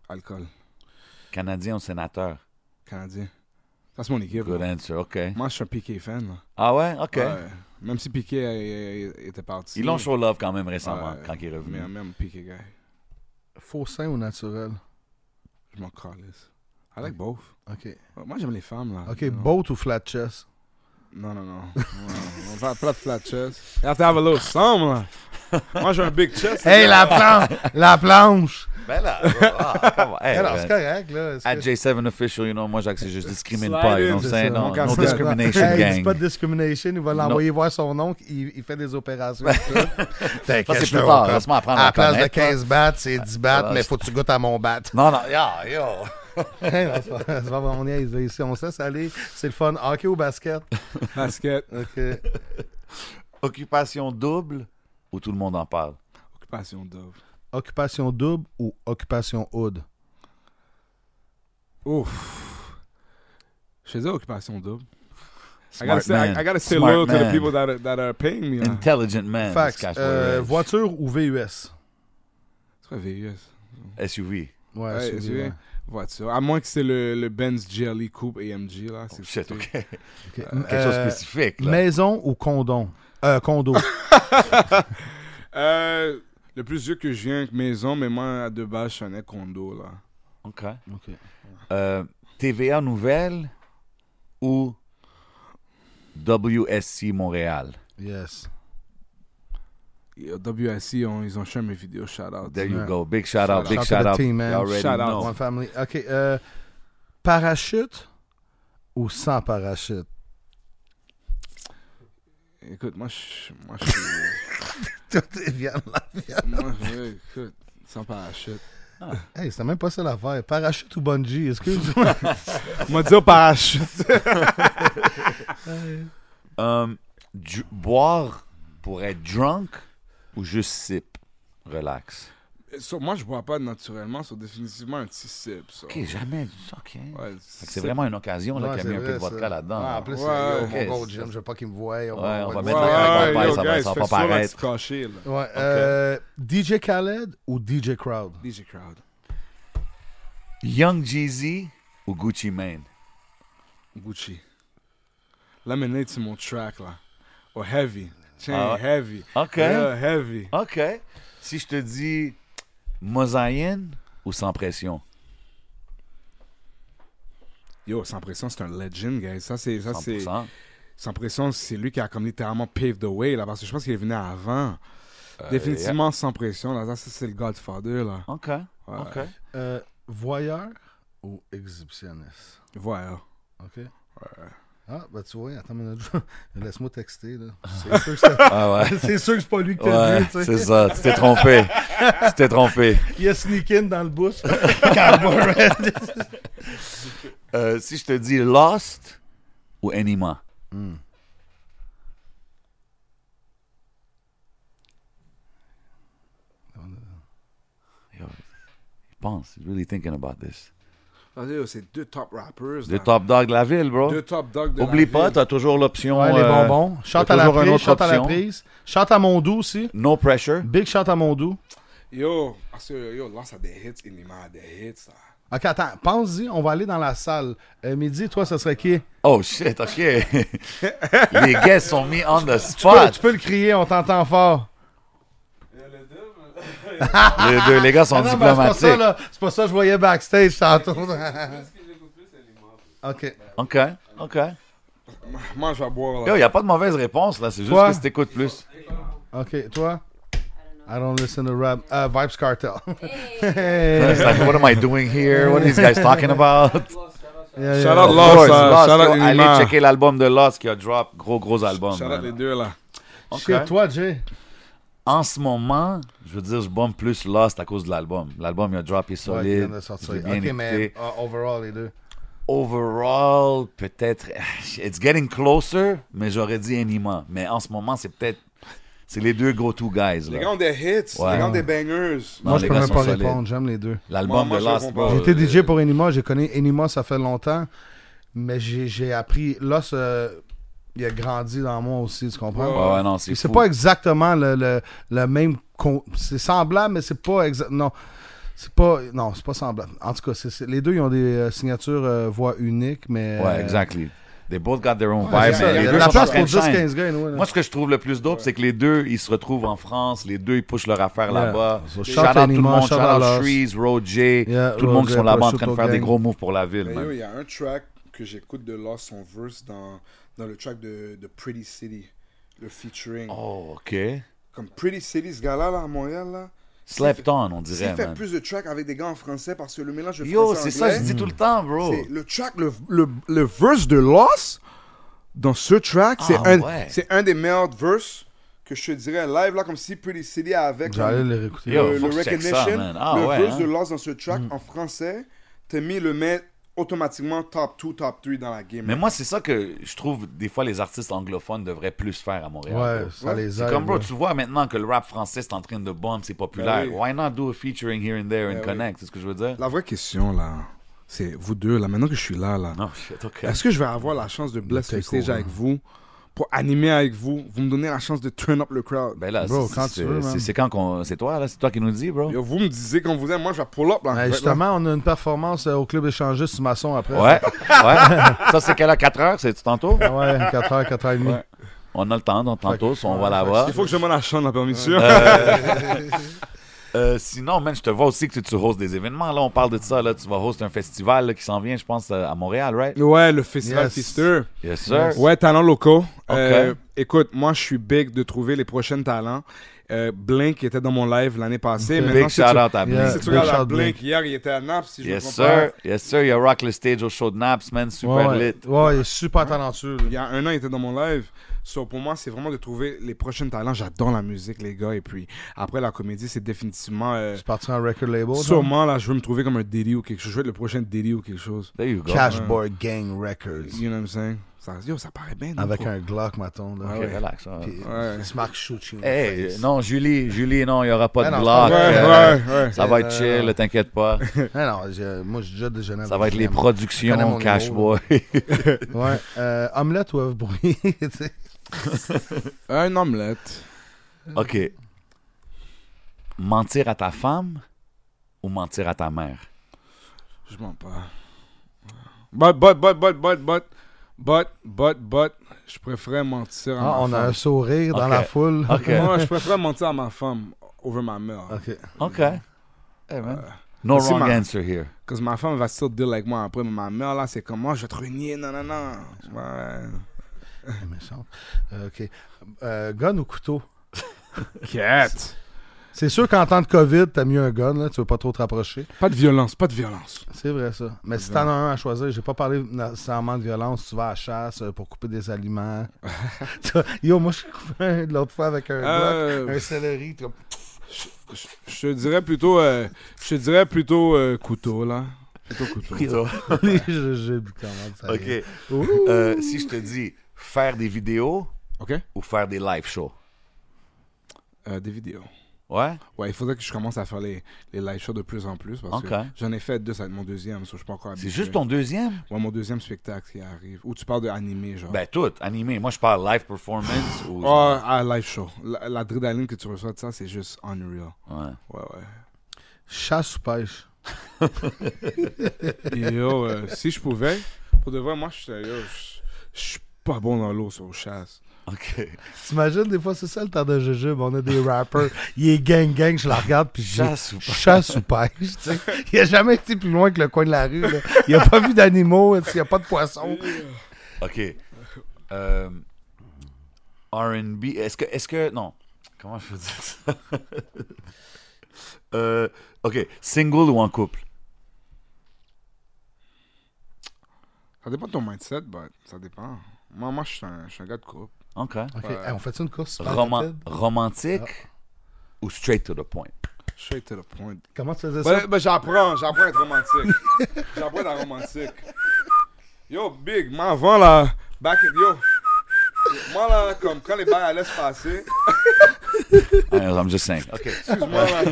Speaker 2: Alcool.
Speaker 4: Canadien ou sénateur?
Speaker 2: Canadien. Ça, c'est mon équipe.
Speaker 4: Good
Speaker 2: là.
Speaker 4: answer, OK.
Speaker 2: Moi, je suis un Piqué fan. Là.
Speaker 4: Ah ouais? OK.
Speaker 2: Ouais. Même si Piqué euh, euh, était parti.
Speaker 4: Ils l'ont show love quand même récemment,
Speaker 2: Ouais.
Speaker 4: quand il est revenu.
Speaker 2: Mais même Piqué, gars,
Speaker 3: Faux sein ou naturel?
Speaker 2: je m'en calisse. I like both.
Speaker 3: OK.
Speaker 2: Ouais, Moi, j'aime les femmes, là.
Speaker 3: OK,
Speaker 2: You know.
Speaker 3: boat ou flat chest?
Speaker 2: Non, non, non. Ouais, On va pas de flat chest. You have to have a little some, là.
Speaker 4: [laughs]
Speaker 2: Moi, j'ai un big chest.
Speaker 3: Hey, la planche! la planche!
Speaker 4: Ben là, ah, [laughs] come on. Hey,
Speaker 3: Alors,
Speaker 4: ben,
Speaker 3: c'est correct, là. Est-ce
Speaker 4: At
Speaker 3: que-
Speaker 4: J7 Official, you know, moi, j'ac- je discrimine
Speaker 2: Slide
Speaker 4: pas, you
Speaker 2: in,
Speaker 4: know what
Speaker 3: C'est
Speaker 4: I'm
Speaker 3: ça.
Speaker 4: saying? No,
Speaker 2: Mon gars,
Speaker 4: no
Speaker 2: c'est-
Speaker 4: discrimination
Speaker 3: Hey, il dit
Speaker 4: gang.
Speaker 3: pas de discrimination, il va l'envoyer voir son oncle, il, il fait des opérations.
Speaker 4: [laughs]
Speaker 3: tout.
Speaker 4: Ben, Ça,
Speaker 3: T'inquiète,
Speaker 4: c'est
Speaker 3: je
Speaker 4: plus
Speaker 3: te
Speaker 4: tard.
Speaker 3: reprends.
Speaker 4: Laisse-moi apprendre
Speaker 3: À
Speaker 4: à
Speaker 3: la place de
Speaker 4: connaître, Ah,
Speaker 3: 15 bahts, c'est 10 bahts,
Speaker 4: Alors,
Speaker 3: mais
Speaker 4: je-
Speaker 3: faut que tu goûtes à mon
Speaker 4: [laughs]
Speaker 3: bat.
Speaker 4: Non, non, Ah, yo, yo.
Speaker 3: [laughs] Hey, non, c'est pas- c'est pas mon niaise, là, ici. On sait, c'est aller. C'est le fun. Hockey ou
Speaker 4: [laughs]
Speaker 3: basket?
Speaker 2: Basket.
Speaker 3: OK.
Speaker 4: Occupation double ou tout le monde en parle?
Speaker 2: Occupation d'oeuvre.
Speaker 3: Occupation double ou occupation hood?
Speaker 2: Ouf. Je faisais occupation double. I
Speaker 4: Smart
Speaker 2: gotta say, I,
Speaker 4: man.
Speaker 2: I gotta say
Speaker 4: Smart
Speaker 2: loyal to the
Speaker 4: man.
Speaker 2: people that are, that are paying me. là.
Speaker 4: Intelligent man. this
Speaker 3: Fax.
Speaker 4: guy's
Speaker 3: euh,
Speaker 4: what it is.
Speaker 3: voiture ou VUS?
Speaker 2: C'est quoi VUS?
Speaker 4: SUV.
Speaker 3: Ouais,
Speaker 2: Ouais,
Speaker 3: SUV,
Speaker 2: SUV.
Speaker 3: ouais.
Speaker 2: Voiture. À moins que c'est le, le Benz GLE Coupe AMG, là. c'est-
Speaker 4: Oh, Shit,
Speaker 2: c'est-
Speaker 4: OK.
Speaker 3: Euh, OK.
Speaker 4: [laughs] Quelque chose
Speaker 3: Euh,
Speaker 4: de spécifique, là.
Speaker 3: Maison ou condom? Euh,
Speaker 4: [laughs]
Speaker 3: condo.
Speaker 2: Euh, le plus vieux que je viens avec maison, mais moi, à deux base, je suis un ex condo, là.
Speaker 4: OK.
Speaker 3: OK.
Speaker 4: Euh, TVA Nouvelle ou WSC Montréal?
Speaker 3: Yes.
Speaker 2: Et au WSI, on- ils ont cher mes vidéos, shout out.
Speaker 4: There you
Speaker 3: Ouais.
Speaker 4: go. Big shout out.
Speaker 2: Shout
Speaker 4: Big
Speaker 3: out. Shout
Speaker 4: shout
Speaker 3: out to
Speaker 4: out.
Speaker 3: the team, man.
Speaker 4: You already
Speaker 2: Shout out.
Speaker 4: know.
Speaker 3: One family. OK. euh, parachute ou sans parachute?
Speaker 2: Écoute, moi, je moi, je suis.
Speaker 3: [laughs]
Speaker 2: [laughs]
Speaker 3: Tout est bien là.
Speaker 2: moi, je- écoute, sans
Speaker 4: [laughs]
Speaker 2: parachute.
Speaker 3: Hey, c'est même pas ça l'affaire. Parachute ou bungee? Excuse.
Speaker 2: On m'a dit au parachute.
Speaker 4: Um, ju- boire pour être drunk ou juste sip? Relax.
Speaker 2: So, moi, je bois pas naturellement, c'est définitivement un petit sip. so.
Speaker 4: OK, jamais. OK.
Speaker 2: Ouais,
Speaker 4: Fait que
Speaker 2: sip.
Speaker 4: c'est vraiment une occasion là,
Speaker 3: Ouais,
Speaker 4: qu'il y a
Speaker 3: c'est
Speaker 4: mis un peu de
Speaker 3: vrai, ça.
Speaker 4: vodka là-dedans.
Speaker 3: Ouais,
Speaker 4: là.
Speaker 3: en plus,
Speaker 2: Ouais,
Speaker 3: euh,
Speaker 4: ouais.
Speaker 3: mon gars,
Speaker 4: Ok,
Speaker 3: Jim, je veux pas qu'il me voie. On,
Speaker 4: Ouais,
Speaker 3: va-
Speaker 4: on va
Speaker 3: va-
Speaker 4: mettre la craque dans le
Speaker 2: Ouais,
Speaker 4: pain,
Speaker 2: yo,
Speaker 4: ça va-
Speaker 2: guys,
Speaker 4: ça va
Speaker 2: fais
Speaker 4: pas
Speaker 2: souvent la
Speaker 4: paraître.
Speaker 2: petite cachée, là.
Speaker 3: Ouais, euh, DJ Khaled ou DJ Crowd?
Speaker 2: DJ Crowd.
Speaker 4: Young Jeezy ou Gucci Mane?
Speaker 2: Gucci. Lemonade, c'est mon track, là. Ou Heavy. Chain
Speaker 4: Ah ouais.
Speaker 2: Heavy.
Speaker 4: OK.
Speaker 2: Yeah, heavy.
Speaker 4: OK. Si je te dis mosaïenne ou sans pression?
Speaker 2: Yo, sans pression, c'est un legend, guys. Ça, c'est. ça, c'est-
Speaker 4: 100%.
Speaker 2: Sans pression, c'est lui qui a comme littéralement paved the way, là, parce que je pense qu'il est venu avant.
Speaker 4: Euh,
Speaker 2: Définitivement sans pression, là. Ça, c'est c'est le Godfather, là.
Speaker 4: OK.
Speaker 2: Ouais.
Speaker 3: [laughs]
Speaker 4: OK.
Speaker 3: Euh, voyeur ou exhibitionniste?
Speaker 2: Voilà.
Speaker 3: OK? Ah, bah tu vois, attends une minute. Laisse-moi texter, là. C'est sûr que
Speaker 4: Ah ouais.
Speaker 3: c'est- c'est sûr que c'est pas lui que t'as
Speaker 4: Ouais,
Speaker 3: vu, tu sais.
Speaker 4: c'est ça. Tu
Speaker 3: [laughs]
Speaker 4: t'es trompé. tu t'es trompé.
Speaker 3: Il a sneak in dans le [laughs] bus. Cowboy Red.
Speaker 4: Euh, si je te dis Lost ou Anima?
Speaker 3: Hmm.
Speaker 4: Yo, il pense. He's really thinking about this.
Speaker 3: Ah.
Speaker 2: Vas-y, yo, c'est deux top rappers.
Speaker 4: Le
Speaker 2: là.
Speaker 4: top dog de la ville, bro.
Speaker 2: Deux top dogs de
Speaker 4: Oublie
Speaker 2: la
Speaker 4: pas,
Speaker 2: ville.
Speaker 4: t'as toujours l'option.
Speaker 3: Ouais, les
Speaker 4: euh,
Speaker 3: bonbons. Chante
Speaker 4: t'as
Speaker 3: à la
Speaker 4: toujours une
Speaker 3: prise,
Speaker 4: autre
Speaker 3: chante à la
Speaker 4: option.
Speaker 3: prise. Chante à Mondou aussi.
Speaker 4: No pressure.
Speaker 3: Big chante à Mondou.
Speaker 2: Yo, parce que yo, là, ça a des hits, Inima a des hits, là.
Speaker 3: Ok, attends, pense-y, on va aller dans la salle. Euh, midi, toi, ça serait qui?
Speaker 4: Oh
Speaker 3: [laughs]
Speaker 4: shit, ok. les guests sont mis on the
Speaker 3: Toi,
Speaker 4: spot.
Speaker 3: tu peux le crier, on t'entend fort.
Speaker 4: Les deux, les gars sont
Speaker 3: Ah non, mais ben, c'est pas
Speaker 4: diplomatiques.
Speaker 3: ça, là. C'est pas ça que je voyais backstage tantôt. ok.
Speaker 4: ok, ok.
Speaker 2: Moi, je vais boire,
Speaker 4: Yo,
Speaker 2: là.
Speaker 4: y a pas de mauvaise réponse là, c'est juste
Speaker 3: Toi?
Speaker 4: que si t'écoutes plus.
Speaker 3: Ok, toi? I don't listen to rap. Uh, Vibes Cartel. [laughs]
Speaker 4: It's like, what am I doing here? What are these guys talking about?
Speaker 3: Yeah,
Speaker 2: [laughs] Shout
Speaker 3: yeah.
Speaker 2: out
Speaker 4: Of
Speaker 2: Lost,
Speaker 4: course,
Speaker 2: euh,
Speaker 4: Lost,
Speaker 2: shout out
Speaker 4: yo, allez
Speaker 2: Inima.
Speaker 4: checker l'album de Lost qui a drop. Gros, gros album.
Speaker 2: Shout
Speaker 4: man.
Speaker 2: out les deux là.
Speaker 3: Chez
Speaker 4: Ok.
Speaker 3: toi, Jay.
Speaker 4: En ce moment, je veux dire, je bombe plus Lost à cause de l'album. L'album, il a drop, il
Speaker 3: Ouais,
Speaker 4: est solide.
Speaker 3: il vient de sortir.
Speaker 4: je l'ai bien
Speaker 3: Ok, mais
Speaker 4: écouté.
Speaker 3: euh, overall, les deux.
Speaker 4: Overall, peut-être... [sighs] It's getting closer, mais j'aurais dit Anima. Mais en ce moment, c'est peut-être... C'est les deux go-to guys.
Speaker 2: Les
Speaker 4: là.
Speaker 2: gars ont des hits,
Speaker 4: Ouais.
Speaker 2: les gars ont des bangers.
Speaker 4: Non,
Speaker 3: moi, je
Speaker 4: les
Speaker 3: peux
Speaker 4: gars
Speaker 3: même
Speaker 4: sont
Speaker 3: pas
Speaker 4: solides.
Speaker 3: répondre. J'aime les deux.
Speaker 4: L'album
Speaker 2: Moi, moi,
Speaker 4: de
Speaker 2: je
Speaker 4: Lost...
Speaker 2: comprends pas.
Speaker 4: bro,
Speaker 3: J'étais
Speaker 4: euh,
Speaker 3: DJ pour Enima. J'ai connu Enima, ça fait longtemps. Mais j'ai j'ai appris. Lost, euh, il a grandi dans moi aussi, tu comprends?
Speaker 4: Ouais, ouais, non, c'est
Speaker 3: Puis c'est
Speaker 4: fou.
Speaker 3: pas exactement le, le, le même. con- C'est semblable, mais c'est pas exact. Non. C'est pas. Non, c'est pas semblable. En tout cas, c'est- c'est- les deux, ils ont des euh, signatures euh, voix uniques, mais.
Speaker 4: Ouais,
Speaker 3: euh,
Speaker 4: exactly. They both got their own
Speaker 3: ouais, c'est
Speaker 4: vibe. mais
Speaker 3: ça.
Speaker 4: les
Speaker 3: Il y a
Speaker 4: deux
Speaker 3: de la
Speaker 4: sont
Speaker 3: place
Speaker 4: en
Speaker 3: pour
Speaker 4: train de shine.
Speaker 3: 10-15 gars, anyway, là.
Speaker 4: Moi, ce que je trouve le plus dope, c'est que les deux, ils se retrouvent en France. Les deux, ils poussent leur affaire
Speaker 3: Yeah.
Speaker 4: là-bas.
Speaker 3: So,
Speaker 4: shout
Speaker 3: shout
Speaker 4: out tout le
Speaker 3: Anima,
Speaker 4: monde.
Speaker 3: shout
Speaker 4: Shout
Speaker 3: out
Speaker 4: out
Speaker 3: Lost.
Speaker 4: Shreeze, Roger,
Speaker 3: Yeah,
Speaker 4: tout le monde qui
Speaker 3: Roger,
Speaker 4: sont là-bas en
Speaker 3: Prosciutto
Speaker 4: train de faire des
Speaker 3: Gang.
Speaker 4: gros moves pour la ville.
Speaker 2: Mais
Speaker 4: man.
Speaker 2: yo, il y a un track que j'écoute de Lost, son verse dans, dans le track de, de Pretty City, le featuring.
Speaker 4: Oh, OK.
Speaker 2: Comme Pretty City, ce gars-là là, à Montréal, là,
Speaker 4: Slept on, on
Speaker 2: s'il
Speaker 4: dirait,
Speaker 2: fait
Speaker 4: man.
Speaker 2: plus de tracks avec des gars en français parce que le mélange de
Speaker 4: Yo,
Speaker 2: français
Speaker 4: c'est
Speaker 2: et
Speaker 4: ça, je
Speaker 2: anglais,
Speaker 4: dis tout le temps, bro.
Speaker 2: c'est le track, le, le, le verse de Lost, dans ce track, c'est
Speaker 4: Ah,
Speaker 2: un,
Speaker 4: ouais.
Speaker 2: c'est un des meilleurs verses que je te dirais live, là, comme si Pretty City avec
Speaker 3: euh, J'allais
Speaker 2: comme,
Speaker 3: le réécouter.
Speaker 4: Yo.
Speaker 2: le,
Speaker 4: faut
Speaker 2: le
Speaker 4: que je check ça,
Speaker 2: recognition,
Speaker 4: man. Ah,
Speaker 2: le
Speaker 4: ouais,
Speaker 2: verse
Speaker 4: hein.
Speaker 2: de Lost dans ce track en français, t'as mis le met automatiquement top 2, top 3 dans la game.
Speaker 4: Mais moi, c'est ça que je trouve, des fois, les artistes anglophones devraient plus faire à Montréal.
Speaker 3: Ouais,
Speaker 4: bro.
Speaker 3: ça les
Speaker 4: C'est
Speaker 3: aide.
Speaker 4: comme, bro,
Speaker 3: là.
Speaker 4: tu vois maintenant que le rap français, c'est en train de bomber, c'est populaire.
Speaker 2: Ben oui.
Speaker 4: Why not do a featuring here and there and
Speaker 2: Ben oui.
Speaker 4: connect? C'est ce que je veux dire?
Speaker 2: La vraie question, là, c'est vous deux, là, maintenant que je suis là, là,
Speaker 4: Non, shit, Ah, OK.
Speaker 2: est-ce que je vais avoir la chance de blesser le stage avec vous pour animer avec vous Vous me donnez la chance de turn up le crowd.
Speaker 4: Ben là,
Speaker 3: Bro,
Speaker 4: c'est-
Speaker 3: quand tu
Speaker 4: c'est-
Speaker 3: veux, man.
Speaker 4: c'est c'est quand qu'on. C'est toi, là? C'est toi qui nous le dis, bro?
Speaker 2: Yo, vous me disiez qu'on vous aime, moi je vais pull up là. Ben,
Speaker 3: Ouais,
Speaker 2: Fait que là,
Speaker 3: justement, on a une performance euh, au club échangiste sur maçon après.
Speaker 4: Ouais, ouais. Ça, c'est quelle heure? 4 heures? C'est tantôt?
Speaker 3: Ah Ouais, 4h, 4h30.
Speaker 4: Ouais. On a le temps, donc tantôt, si on
Speaker 3: Ah,
Speaker 4: va là-bas.
Speaker 2: il faut que je demande la chambre, la permission.
Speaker 4: Euh, sinon, man, je te vois aussi que tu, tu hostes des événements. Là, on parle de ça. Là, tu vas host un festival là, qui s'en vient, je pense, euh, à Montréal,
Speaker 2: [laughs]
Speaker 4: right?
Speaker 2: ouais, le festival
Speaker 3: Yes.
Speaker 2: Fister.
Speaker 4: Yes, sir.
Speaker 2: Ouais, talents locaux. Euh, écoute, moi je suis big de trouver les prochains talents. Euh, Blink était dans mon live l'année passée. Maintenant,
Speaker 4: Big
Speaker 2: si tu-
Speaker 4: shout-out à Blink.
Speaker 3: Yeah.
Speaker 2: Si tu
Speaker 3: Big
Speaker 2: regardes à
Speaker 3: shout
Speaker 2: Blink,
Speaker 3: Blink.
Speaker 2: hier il était à Naples, si je
Speaker 4: Yes,
Speaker 2: me comprends.
Speaker 4: sir. Yes, sir. Il a rock le stage au show de Naps, man.
Speaker 3: Ouais,
Speaker 4: Super
Speaker 3: ouais.
Speaker 4: lit.
Speaker 3: Ouais, il est super talentueux. là.
Speaker 2: Il y a un an, il était dans mon live. So, pour moi, c'est vraiment de trouver les prochains talents. J'adore la musique, les gars. Et puis, après la comédie, c'est définitivement. euh,
Speaker 3: C'est parti en record label. genre.
Speaker 2: sûrement, là, je veux me trouver comme un Diddy ou quelque chose. Je veux être le prochain Diddy ou quelque chose.
Speaker 4: There you go.
Speaker 3: Cashboy Gang Records.
Speaker 2: You know what I'm saying? Ça, yo, ça paraît bien. non,
Speaker 3: Avec
Speaker 2: quoi.
Speaker 3: un Glock, mettons. Là.
Speaker 4: Ok,
Speaker 3: Ouais.
Speaker 4: relax. hein.
Speaker 3: Puis,
Speaker 2: Ouais.
Speaker 3: il se marque shoot you in the
Speaker 4: Hey,
Speaker 3: face.
Speaker 4: non, Julie, Julie, non, il n'y aura pas
Speaker 3: Ah,
Speaker 4: de
Speaker 3: non, c'est
Speaker 4: bloc.
Speaker 3: pas
Speaker 2: Ouais,
Speaker 4: euh,
Speaker 2: ouais, ouais.
Speaker 4: Ça va être
Speaker 3: Euh,
Speaker 4: chill, t'inquiète pas.
Speaker 3: Ah non, j'ai- moi, j'ai déjà déjeuné
Speaker 4: Ça
Speaker 3: avec
Speaker 4: va être les
Speaker 3: Julien. Ah Je connais
Speaker 4: productions
Speaker 3: mon numéro,
Speaker 4: Cashboy.
Speaker 3: Ouais. Euh, omelette ou œuf brouillé, [laughs] tu sais.
Speaker 2: Un omelette.
Speaker 4: [laughs] OK. Mentir à ta femme ou mentir à ta mère?
Speaker 2: Je mens pas. But, but, but, but, but, but, but, but, but, je préfère mentir à
Speaker 3: Ah,
Speaker 2: ma
Speaker 3: on a un
Speaker 2: femme.
Speaker 3: sourire dans
Speaker 4: Ok.
Speaker 3: la foule.
Speaker 4: Ok.
Speaker 2: Moi, je préfère mentir à ma femme over ma mère.
Speaker 3: Ok.
Speaker 4: OK. eh,
Speaker 3: Euh,
Speaker 4: No
Speaker 2: Merci,
Speaker 4: wrong
Speaker 2: Marc.
Speaker 4: answer here.
Speaker 2: Parce que ma femme va still deal avec moi après, mais ma mère, là, c'est comme, moi, je vais te renier, non, non, non. Ouais.
Speaker 3: C'est méchant. Euh, Ok. Euh, gun ou couteau?
Speaker 2: Quête.
Speaker 3: C'est sûr qu'en temps de COVID, t'as mieux un gun, là, tu veux pas trop te rapprocher.
Speaker 2: Pas de violence, pas de violence.
Speaker 3: C'est vrai, ça. Mais si t'en as un à choisir, j'ai pas parlé nécessairement de violence. Tu vas à la chasse euh, pour couper des aliments. Tu vois, Yo, moi, je coupé un l'autre fois avec un
Speaker 2: Euh,
Speaker 3: bloc, un céleri. tu vois.
Speaker 2: Je je te dirais plutôt, euh, je te dirais plutôt euh, couteau, là. Plutôt couteau.
Speaker 3: Les jujubes, comment ça
Speaker 4: OK.
Speaker 3: arrive.
Speaker 4: Euh, si je te dis faire des vidéos
Speaker 2: OK?
Speaker 4: ou faire des live shows?
Speaker 2: Euh, des vidéos.
Speaker 4: Ouais?
Speaker 2: Ouais, il faudrait que je commence à faire les, les live shows de plus en plus parce
Speaker 4: Ok.
Speaker 2: que j'en ai fait deux, ça va être mon deuxième, so je suis pas encore
Speaker 4: C'est
Speaker 2: habitué.
Speaker 4: juste ton deuxième?
Speaker 2: Ouais, mon deuxième spectacle qui arrive. Où tu parles de animé, genre.
Speaker 4: Ben, tout, animé. Moi, je parle live performance ou.
Speaker 2: Ah, ah, live show. L- L'adrénaline que tu reçois de ça, c'est juste unreal.
Speaker 4: Ouais.
Speaker 2: Ouais, ouais.
Speaker 3: Chasse ou pêche?
Speaker 2: Et yo, euh, si je pouvais, pour de vrai, moi, je suis yo, je- je suis pas bon dans l'eau, sur chasse.
Speaker 4: OK.
Speaker 3: T'imagines, des fois, c'est ça le temps de jujube. On a des rappers. Il est gang-gang, je la regarde, puis j'ai
Speaker 4: Chasse ou pêche?
Speaker 3: chasse ou pêche. tu sais. Il a jamais été plus loin que le coin de la rue. là. Il a pas vu d'animaux, il n'y a pas de poissons.
Speaker 4: OK. Euh, RB. Est-ce que, est-ce que. Non. Comment je peux dire ça? [laughs] Euh, OK. Single ou en couple?
Speaker 2: Ça dépend de ton mindset, but ça dépend. Moi, moi je, suis un, je suis un gars de couple.
Speaker 3: Ok,
Speaker 4: OK.
Speaker 2: Ouais.
Speaker 3: hey, on fait une course? super
Speaker 4: Roman-
Speaker 3: rapide?
Speaker 4: romantique ou straight to the point? [laughs]
Speaker 2: Straight to the point.
Speaker 3: Comment tu faisais
Speaker 2: Ben,
Speaker 3: ça?
Speaker 2: ben, j'apprends, j'apprends à être romantique. j'apprends à être romantique. Yo, Big, moi avant là, back in, yo. Moi là, comme quand les balles allaient se passer,
Speaker 4: I know, I'm just saying. OK.
Speaker 2: excuse-moi là.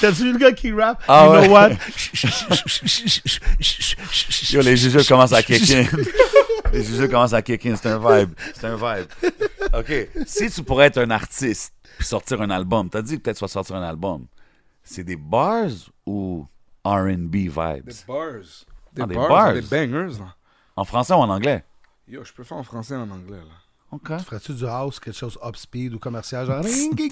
Speaker 3: T'as vu le gars qui rappe?
Speaker 4: Ah
Speaker 3: you
Speaker 4: ouais.
Speaker 3: know what?
Speaker 4: Yo, les jugeux commencent à kick in. [laughs] Les jugeux commencent à kick in. C'est un vibe. C'est un vibe. OK. Si tu pourrais être un artiste puis sortir un album, t'as dit que peut-être tu vas sortir un album. C'est des bars ou R&B vibes?
Speaker 2: Des bars. Des,
Speaker 4: Ah, des
Speaker 2: bars,
Speaker 4: bars.
Speaker 2: Des bangers là.
Speaker 4: En français ou en anglais?
Speaker 2: Yo, je peux faire en français et en anglais là.
Speaker 4: OK.
Speaker 3: Ferais-tu du house, quelque chose up-speed ou commercial, genre...
Speaker 2: Ben oui.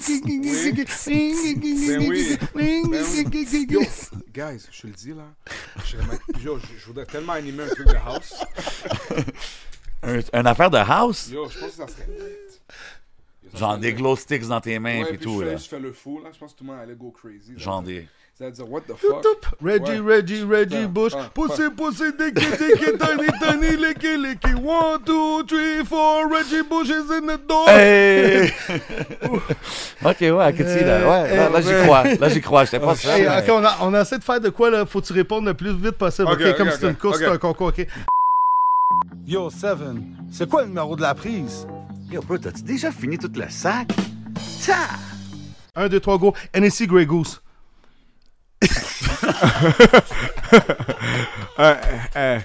Speaker 2: Ben oui. Yo, guys, je te le dis là. Je, yo, je, je voudrais tellement animer un truc de house.
Speaker 4: Un, une affaire de house?
Speaker 2: Yo, je pense que ça serait lit. Yo, ça
Speaker 4: Genre
Speaker 2: serait
Speaker 4: des
Speaker 2: lit.
Speaker 4: glow sticks dans tes mains
Speaker 2: Ouais,
Speaker 4: puis
Speaker 2: puis
Speaker 4: tout,
Speaker 2: je fais,
Speaker 4: là.
Speaker 2: je fais le fou là, je pense que tout le monde allait go crazy. là.
Speaker 4: Genre des...
Speaker 2: Ça veut dire what the fuck.
Speaker 3: Reggie,
Speaker 2: Ouais.
Speaker 3: Reggie, Reggae
Speaker 2: Putain,
Speaker 3: Bush.
Speaker 2: putain,
Speaker 3: Poussez, poussez, dégué, dégué, tiny, tiny, licky, licky. One, two, three, four. Reggie Bush is in the door.
Speaker 4: Hey! [laughs] ok, ouais, I can see that. Ouais, là, là, j'y crois. Là, j'y crois. J'étais pas sûr.
Speaker 3: Hey,
Speaker 4: mais-
Speaker 3: ok, on, a, on essaie de faire de quoi là? Faut que tu répondes le plus vite possible. Ok,
Speaker 2: Ok, ok,
Speaker 3: comme c'est
Speaker 2: ok,
Speaker 3: une course,
Speaker 2: ok.
Speaker 3: c'est un concours. Ok.
Speaker 1: Yo, Seven, c'est quoi le numéro de la prise?
Speaker 4: Yo, bro, t'as-tu déjà fini tout le sac?
Speaker 3: 1, 2, 3, go. NSC Grey Goose. [laughs]
Speaker 2: Euh,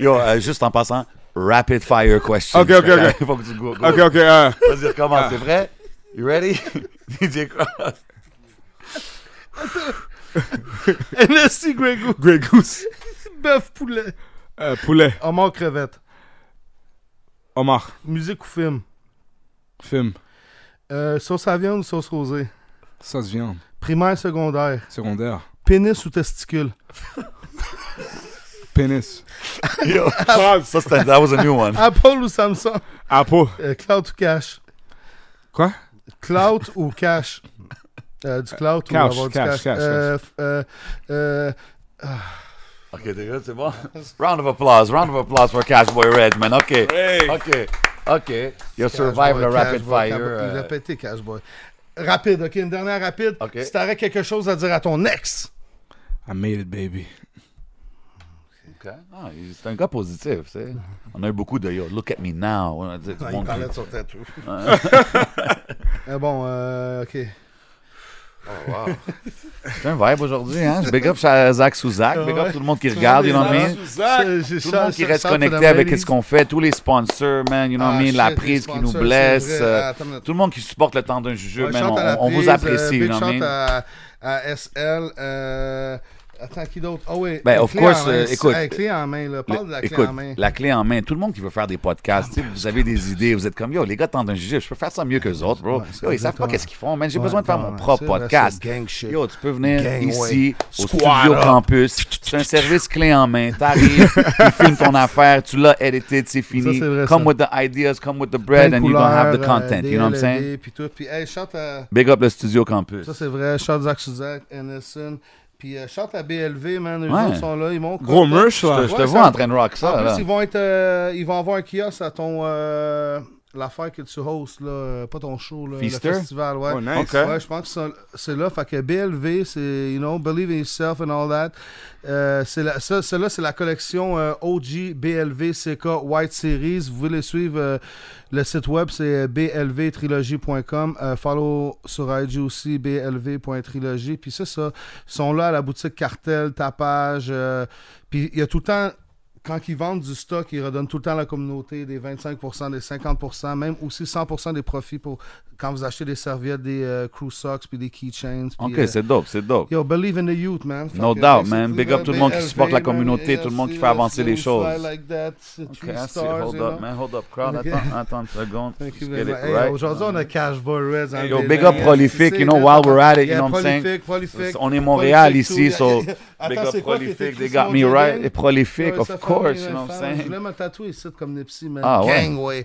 Speaker 4: Yo, euh, juste en passant, rapid fire question.
Speaker 2: Ok, ok, ok.
Speaker 4: [laughs] Faut que tu go. go.
Speaker 2: Ok, ok, euh,
Speaker 4: Vas-y, recommence, c'est vrai? You ready? [laughs] DJ Cross.
Speaker 3: NSC Grey Goose.
Speaker 2: Grey Goose.
Speaker 3: Bœuf poulet.
Speaker 2: Euh, poulet,
Speaker 3: Homard crevette.
Speaker 2: homard,
Speaker 3: Musique ou film?
Speaker 2: film,
Speaker 3: Euh, sauce à viande ou sauce rosée?
Speaker 2: sauce viande,
Speaker 3: Primaire, secondaire.
Speaker 2: secondaire,
Speaker 3: Pénis ou testicule?
Speaker 2: pénis,
Speaker 4: Yo, ça, c'était, that was a new one.
Speaker 3: Apple ou Samsung?
Speaker 2: apple.
Speaker 3: Euh, cloud ou cash?
Speaker 2: Quoi?
Speaker 3: Cloud ou cash? Euh, du cloud ou
Speaker 2: cash,
Speaker 3: avoir du
Speaker 2: cash,
Speaker 3: cash?
Speaker 2: cash,
Speaker 3: Euh, f- euh, euh,
Speaker 4: Ok, t'es good, c'est bon? Round of applause, round of applause for Cashboy Red, man. Ok. Ok. Ok. You survived
Speaker 3: Cashboy,
Speaker 4: the rapid
Speaker 3: Cashboy,
Speaker 4: fire.
Speaker 3: Cashboy. Il a
Speaker 4: euh,
Speaker 3: pété, Cashboy. Rapide, ok, une dernière rapide.
Speaker 4: Ok.
Speaker 3: Si t'aurais quelque chose à dire à ton ex,
Speaker 2: I made it, baby.
Speaker 4: ok. Ah, il- c'est un gars positif, tu sais. On a eu beaucoup de yo, look at me now. On a dit, du
Speaker 3: Ah, il
Speaker 4: monde qui-
Speaker 3: parlait de son tatou. Mais bon, euh, ok.
Speaker 4: C'est un vibe aujourd'hui, hein? Je big up Cha- Zach sous Zach, big up tout le monde qui regarde, you know what I mean?
Speaker 3: Je- je-
Speaker 4: Ah, Tout le monde
Speaker 3: je-
Speaker 4: qui
Speaker 3: je-
Speaker 4: reste
Speaker 3: shout to the
Speaker 4: connecté avec
Speaker 3: ladies.
Speaker 4: ce qu'on fait, tous les sponsors, man, you know what
Speaker 3: Ah,
Speaker 4: I mean? La
Speaker 3: shit, les
Speaker 4: prise qui nous
Speaker 3: sponsors, c'est
Speaker 4: blesse,
Speaker 3: vrai.
Speaker 4: euh,
Speaker 3: Attends une minute.
Speaker 4: tout le monde qui supporte le temps d'un jugeux,
Speaker 3: Ouais,
Speaker 4: man,
Speaker 3: shout à la
Speaker 4: on, on
Speaker 3: prise,
Speaker 4: vous apprécie,
Speaker 3: euh,
Speaker 4: you
Speaker 3: big
Speaker 4: know what I
Speaker 3: shout
Speaker 4: mean?
Speaker 3: à, à SL. euh, attends, qui d'autre? Ah oui.
Speaker 4: Ben,
Speaker 3: la
Speaker 4: of
Speaker 3: clé
Speaker 4: course,
Speaker 3: en main.
Speaker 4: euh, écoute.
Speaker 3: Hey, clé en main, là. Parle de la clé
Speaker 4: Écoute,
Speaker 3: en main.
Speaker 4: la clé en main, tout le monde qui veut faire des podcasts, tu sais, vous avez des idées, vous êtes comme, yo, les gars, de temps d'un jugeux, je peux faire ça mieux que les autres, bro.
Speaker 3: c'est
Speaker 4: Yo, ils savent pas
Speaker 3: exactement.
Speaker 4: qu'est-ce qu'ils font, man, j'ai
Speaker 3: Ah, Ouais,
Speaker 4: besoin de faire
Speaker 3: non,
Speaker 4: mon
Speaker 3: non,
Speaker 4: propre
Speaker 3: c'est- là,
Speaker 4: podcast.
Speaker 3: c'est gang shit.
Speaker 4: Yo, tu peux venir
Speaker 3: Gang,
Speaker 4: ici,
Speaker 3: ouais.
Speaker 4: au
Speaker 3: Squad
Speaker 4: studio
Speaker 3: up.
Speaker 4: campus, c'est un service clé en main,
Speaker 3: [laughs]
Speaker 4: t'arrives, tu filmes ton affaire, tu l'as edited, c'est fini.
Speaker 3: c'est vrai,
Speaker 4: come
Speaker 3: ça.
Speaker 4: with the ideas, come with the bread,
Speaker 3: Plein
Speaker 4: and
Speaker 3: de
Speaker 4: you don't have the
Speaker 3: couleurs, euh,
Speaker 4: content, you know what I'm
Speaker 3: DLLD,
Speaker 4: saying?
Speaker 3: Puis tout. Puis, hey, shout à.
Speaker 4: Big up le studio campus.
Speaker 3: Ça, c'est vrai. Shout Zach Suzak, Anderson. Puis, euh, shout à BLV, man. Eux
Speaker 4: Ouais.
Speaker 3: autres sont là. Ils montent.
Speaker 2: Gros merch là.
Speaker 4: je te
Speaker 3: Ouais,
Speaker 4: vois
Speaker 3: ça-
Speaker 4: en train de rock ça,
Speaker 3: En
Speaker 4: là.
Speaker 3: plus, ils vont, être, euh, ils vont avoir un kiosque à ton. euh, L'affaire que tu hostes, là, euh, pas ton show, là,
Speaker 4: Feaster?
Speaker 3: le festival, ouais.
Speaker 2: Oh, nice.
Speaker 4: Ok.
Speaker 3: Ouais, je pense que ça- c'est là. Fait que BLV, c'est, you know, Believe in Yourself and all that. Euh, c'est la, ça, celle-là, c'est la collection euh, OG BLV CK White Series. Vous pouvez les suivre. euh, le site web, c'est blvtrilogy.com. Euh, follow sur IG aussi, blv.trilogy. Puis c'est ça. Ils sont là à la boutique Cartel, Tapage. euh, puis il y a tout le temps. Quand ils vendent du stock, ils redonnent tout le temps à la communauté des 25%, des 50%, même aussi 100% des profits pour quand vous achetez des serviettes, des euh, crew socks, puis des keychains. puis,
Speaker 4: Ok,
Speaker 3: euh,
Speaker 4: c'est dope, c'est dope.
Speaker 3: Yo, believe in the youth, man.
Speaker 4: No
Speaker 3: Fait que,
Speaker 4: doubt,
Speaker 3: basically,
Speaker 4: man. Big
Speaker 3: là,
Speaker 4: up tout le monde qui
Speaker 3: BLV,
Speaker 4: supporte la
Speaker 3: man,
Speaker 4: communauté,
Speaker 3: AFC,
Speaker 4: tout le monde qui fait avancer les
Speaker 3: we
Speaker 4: choses.
Speaker 3: fly like that, three
Speaker 4: Ok, I see.
Speaker 3: stars,
Speaker 4: Hold
Speaker 3: you
Speaker 4: up,
Speaker 3: know.
Speaker 4: man. Hold up, crowd.
Speaker 3: Ok.
Speaker 4: Attends, attends une [laughs] seconde.
Speaker 3: Thank you
Speaker 4: Just
Speaker 3: very
Speaker 4: get it
Speaker 3: much. Hey,
Speaker 4: right.
Speaker 3: Aujourd'hui, on a Cash Boy Reds. en
Speaker 4: Yo,
Speaker 3: délire.
Speaker 4: big up
Speaker 3: Yeah,
Speaker 4: Prolific,
Speaker 3: c'est-
Speaker 4: you know, while we're at it, you
Speaker 3: Yeah,
Speaker 4: know what I'm saying?
Speaker 3: Prolific, Prolific.
Speaker 4: On est Montréal
Speaker 3: Prolific,
Speaker 4: ici,
Speaker 3: too.
Speaker 4: so
Speaker 3: [laughs] Attends,
Speaker 4: [laughs] big up
Speaker 3: c'est quoi qui était
Speaker 4: prolific. They
Speaker 3: écrit sur
Speaker 4: got me
Speaker 3: mon
Speaker 4: right.
Speaker 3: jogging?
Speaker 4: Et prolific,
Speaker 3: Ouais,
Speaker 4: of
Speaker 3: ça fait
Speaker 4: course,
Speaker 3: là,
Speaker 4: you know what I'm
Speaker 3: faire.
Speaker 4: saying?
Speaker 3: Je voulais me tatouer ici comme Nipsey, man.
Speaker 4: Ah ouais.
Speaker 1: Gang, ouais.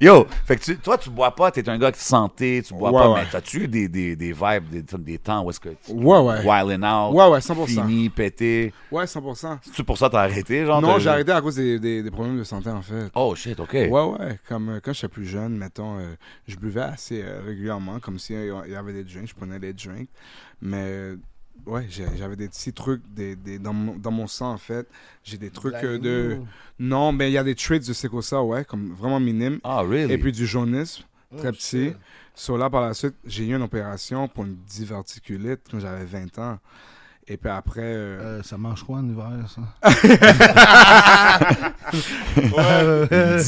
Speaker 4: Yo, fait que tu- toi, tu bois pas, t'es un gars qui santé, tu bois
Speaker 2: Ouais,
Speaker 4: pas,
Speaker 2: ouais.
Speaker 4: mais t'as-tu eu des, des, des vibes, des, des temps où est-ce que tu
Speaker 2: Ouais, ouais.
Speaker 4: wildin' out,
Speaker 2: Ouais, ouais, 100%.
Speaker 4: fini, pété?
Speaker 2: Ouais, 100%.
Speaker 4: C'est-tu pour ça que t'as arrêté, genre?
Speaker 2: Non,
Speaker 4: t'as-
Speaker 2: j'ai arrêté à Eh. cause des, des, des problèmes de santé, en fait.
Speaker 4: Oh shit, ok.
Speaker 2: Ouais, ouais. Comme euh, quand j'étais plus jeune, mettons, euh, je buvais assez euh, régulièrement, comme s'il y avait des drinks, je prenais des drinks. Mais euh, ouais, j'ai- j'avais des petits trucs des, des, dans, mon, dans mon sang, en fait. J'ai des trucs euh, de. Non, mais il y a des traits de sécosa, ouais, comme vraiment minimes.
Speaker 4: Ah, really?
Speaker 2: Et puis du jaunisme, très
Speaker 3: Oh,
Speaker 2: petit.
Speaker 3: shit.
Speaker 2: So là, par la suite, j'ai eu une opération pour une diverticulite quand j'avais 20 ans. Et puis après. euh,
Speaker 3: Euh, ça mange quoi en hiver, ça?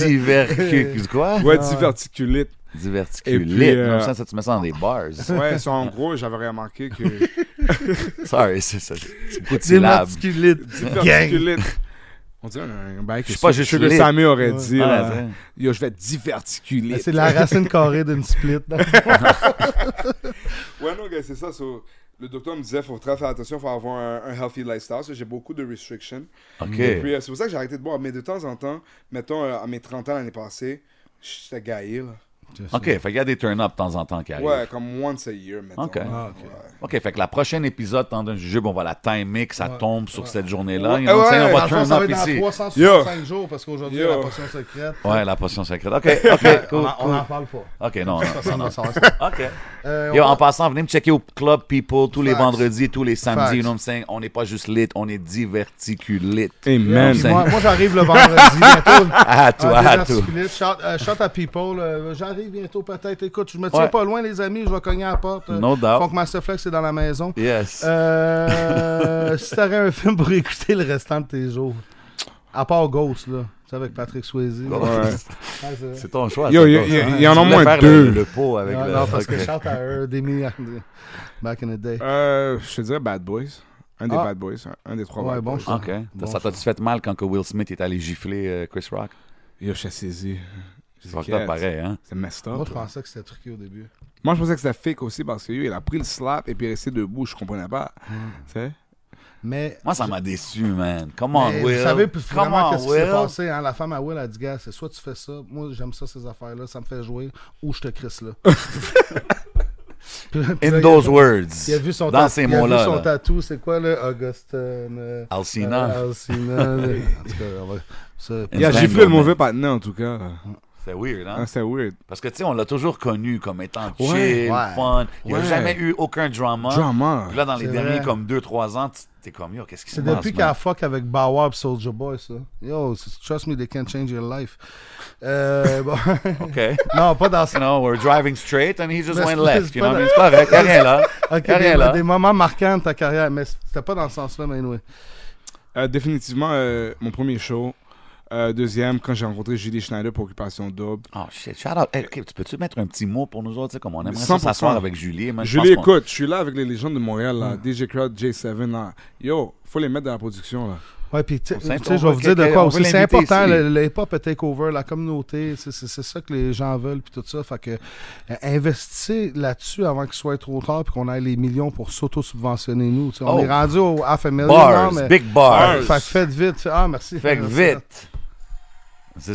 Speaker 4: [laughs] Diverticule. Quoi?
Speaker 2: Ouais, diverticulite.
Speaker 4: Diverticulite.
Speaker 2: Et puis, euh,
Speaker 4: Non, ça, ça, tu mets ça dans des bars.
Speaker 2: Ouais, so, en gros, j'avais remarqué que
Speaker 4: Sorry, c'est ça. C'est beaucoup de syllabes.
Speaker 2: diverticulite. On dirait un, un bail que
Speaker 4: Je suis
Speaker 2: Sugar-
Speaker 4: pas juste
Speaker 2: Sugar
Speaker 4: lit.
Speaker 2: Sammy aurait
Speaker 3: Ouais.
Speaker 2: dit.
Speaker 4: Ah,
Speaker 2: là.
Speaker 4: attends.
Speaker 2: Yo, je vais diverticuler.
Speaker 3: C'est la racine carrée d'une split. non?
Speaker 2: Ouais, non, gars, c'est ça. so, le docteur me disait, faut très faire attention, faut avoir un, un healthy lifestyle. so, j'ai beaucoup de restrictions.
Speaker 4: Ok.
Speaker 2: Et puis, euh, c'est pour ça que j'ai arrêté de boire. Mais de temps en temps, mettons, euh, à mes 30 ans l'année passée, j'étais gaillé, là.
Speaker 4: [laughs] OK, fait qu'il y a des turn-up de temps en temps qui arrivent.
Speaker 2: Ouais, comme once a year, mettons.
Speaker 4: Ok. Ah,
Speaker 2: ok.
Speaker 4: OK, fait que la prochaine épisode, dans un jujube, on va la timer, que ça tombe sur cette journée-là.
Speaker 2: Ouais,
Speaker 4: You know what I'm
Speaker 2: ouais,
Speaker 4: saying?
Speaker 3: Dans
Speaker 4: on va
Speaker 3: le fond,
Speaker 4: turn
Speaker 3: ça va
Speaker 4: up
Speaker 3: être dans
Speaker 4: ici.
Speaker 3: 365 jours parce qu'aujourd'hui,
Speaker 2: Yo.
Speaker 3: la potion secrète.
Speaker 4: Ouais, la potion secrète.
Speaker 3: [laughs]
Speaker 4: OK, OK,
Speaker 3: on
Speaker 4: cool.
Speaker 3: en- on n'en parle pas.
Speaker 4: OK, non, non.
Speaker 3: Ça, on en sort ça.
Speaker 4: OK.
Speaker 3: Euh, on
Speaker 4: Yo,
Speaker 3: va-
Speaker 4: en passant, venez me checker au Club People tous les
Speaker 3: Facts.
Speaker 4: vendredis, tous les
Speaker 3: Facts.
Speaker 4: samedis. You know what I'm saying? On n'est pas juste lit, on est diverticulit.
Speaker 2: Amen.
Speaker 4: Yo,
Speaker 3: Moi, moi, j'arrive le
Speaker 4: [laughs]
Speaker 3: vendredi bientôt.
Speaker 4: À toi,
Speaker 3: Ah,
Speaker 4: à
Speaker 3: des
Speaker 4: toi.
Speaker 3: articulites. Shout, euh, shout à people. euh, J'arrive bientôt peut-être. Écoute, je me tiens
Speaker 4: Ouais.
Speaker 3: pas loin, les amis. Je vais cogner à la porte. euh,
Speaker 4: No doubt.
Speaker 3: Faut que Master Flex est dans la maison.
Speaker 4: Yes. [laughs]
Speaker 3: Euh, si t'aurais un film pour écouter le restant de tes jours, à part Ghost, là, tu sais, avec Patrick Swayze. là.
Speaker 2: Ouais.
Speaker 3: Ah, c'est vrai.
Speaker 4: C'est ton choix.
Speaker 2: Yo,
Speaker 4: c'est
Speaker 2: y-
Speaker 4: ton
Speaker 2: y-
Speaker 4: choix.
Speaker 2: y en a
Speaker 4: Tu voulais
Speaker 2: moins
Speaker 4: faire
Speaker 2: deux.
Speaker 4: Le, le pot avec
Speaker 3: Ah,
Speaker 4: le.
Speaker 3: non, parce
Speaker 4: OK.
Speaker 3: que shout à eux, des milliards. Back in the day.
Speaker 2: Euh, je te dirais Bad Boys. Un des
Speaker 3: Ah.
Speaker 2: Bad Boys. un- Un des trois
Speaker 3: Ouais,
Speaker 2: Bad
Speaker 3: bon
Speaker 2: Boys.
Speaker 3: choix.
Speaker 4: OK.
Speaker 3: Bon
Speaker 4: ça t'a-tu fait mal quand que Will Smith est allé gifler euh, Chris Rock?
Speaker 2: Yo, je suis saisi. Je
Speaker 4: C'est
Speaker 2: dis,
Speaker 4: fucked up
Speaker 2: Kat,
Speaker 4: pareil, hein?
Speaker 2: C'est messed up.
Speaker 3: Moi, je
Speaker 2: là.
Speaker 3: pensais que c'était truqué au début.
Speaker 2: Moi, je pensais que c'était fake aussi parce que yo, il a pris le slap et puis il est resté debout. Je comprenais pas. Tu sais?
Speaker 3: Mais.
Speaker 4: Moi, ça m'a déçu, man. Come on,
Speaker 3: mais
Speaker 4: Will.
Speaker 3: Vous savez plus
Speaker 4: Come
Speaker 3: vraiment
Speaker 4: on,
Speaker 3: qu'est-ce qui s'est
Speaker 4: Will.
Speaker 3: passé. hein. La femme à Will a dit gars, c'est soit tu fais ça, moi j'aime ça ces affaires-là, ça me fait jouer, ou je te crisse
Speaker 4: [laughs]
Speaker 3: là. Puis là, il a-
Speaker 4: In those words.
Speaker 3: Il a vu son,
Speaker 4: Dans
Speaker 3: tat-
Speaker 4: ces
Speaker 3: il a vu
Speaker 4: mots-là.
Speaker 3: son
Speaker 4: là.
Speaker 3: tatou, c'est quoi là Augustin euh,
Speaker 4: Alcina.
Speaker 3: euh, Alcina. là. [laughs] en tout cas, on va- ça,
Speaker 2: Il a
Speaker 4: Insane,
Speaker 2: giflé le
Speaker 4: man.
Speaker 2: mauvais patinet en tout cas.
Speaker 4: C'est weird, hein?
Speaker 2: Ah, C'était weird.
Speaker 4: Parce que, tu sais, on l'a toujours connu comme étant chill,
Speaker 2: Ouais,
Speaker 3: ouais.
Speaker 4: fun. Il n'y a
Speaker 2: Ouais.
Speaker 4: jamais eu aucun drama.
Speaker 2: Ah. Drama.
Speaker 4: Puis là, dans les
Speaker 3: C'est
Speaker 4: derniers,
Speaker 3: vrai.
Speaker 4: comme 2-3 ans, tu- t'es comme, yo, qu'est-ce qui se
Speaker 3: C'est
Speaker 4: passe?
Speaker 3: depuis qu'elle
Speaker 4: man?
Speaker 3: fuck avec Bauer et Soldier Boy, ça. Yo, c'est- trust me, they can't change your life. Euh, bon. [laughs]
Speaker 4: OK.
Speaker 3: non, pas dans ça.
Speaker 4: You know, we're driving straight and he just
Speaker 3: Mais
Speaker 4: went
Speaker 3: c'est-
Speaker 4: left.
Speaker 3: c'est
Speaker 4: You know,
Speaker 3: pas-
Speaker 4: mais c'est correct. Y'a rien
Speaker 3: [laughs]
Speaker 4: là.
Speaker 3: Ok,
Speaker 4: Y'a rien
Speaker 3: des,
Speaker 4: là.
Speaker 3: des moments marquants de ta carrière, mais c'était pas dans ce sens-là, mais anyway.
Speaker 2: Euh, définitivement, euh, mon premier show. Euh, deuxième, quand j'ai rencontré Julie Schneider pour Occupation Double.
Speaker 4: Oh shit, shout out. Hey, OK, tu peux-tu mettre un petit mot pour nous autres, tu sais, comme on aimerait ça
Speaker 2: 100%.
Speaker 4: s'asseoir avec Julie. man. Je
Speaker 2: Julie,
Speaker 4: pense qu'on-
Speaker 2: écoute, je suis là avec les légendes de Montréal, là, DJ Crowd, J7. Là. Yo, faut les mettre dans la production. là.
Speaker 3: Ouais, puis tu tu sais,
Speaker 4: s'in- on
Speaker 3: je vais
Speaker 4: veut
Speaker 3: vous dire de
Speaker 4: quelqu'un-
Speaker 3: quoi
Speaker 4: on
Speaker 3: aussi.
Speaker 4: veut
Speaker 3: C'est
Speaker 4: l'inviter
Speaker 3: important,
Speaker 4: ici.
Speaker 3: le- le hip-hop est takeover, la communauté, c'est- c'est c'est ça que les gens veulent, puis tout ça. Fait que euh, investissez là-dessus avant qu'il soit trop tard, puis qu'on ait les millions pour s'auto-subventionner nous. tu sais. On
Speaker 4: Oh.
Speaker 3: est rendu au half a million.
Speaker 4: Bars,
Speaker 3: non, mais-
Speaker 4: big bars.
Speaker 3: Fait que faites vite. Fait- Ah, merci.
Speaker 4: Fait que vite. C'est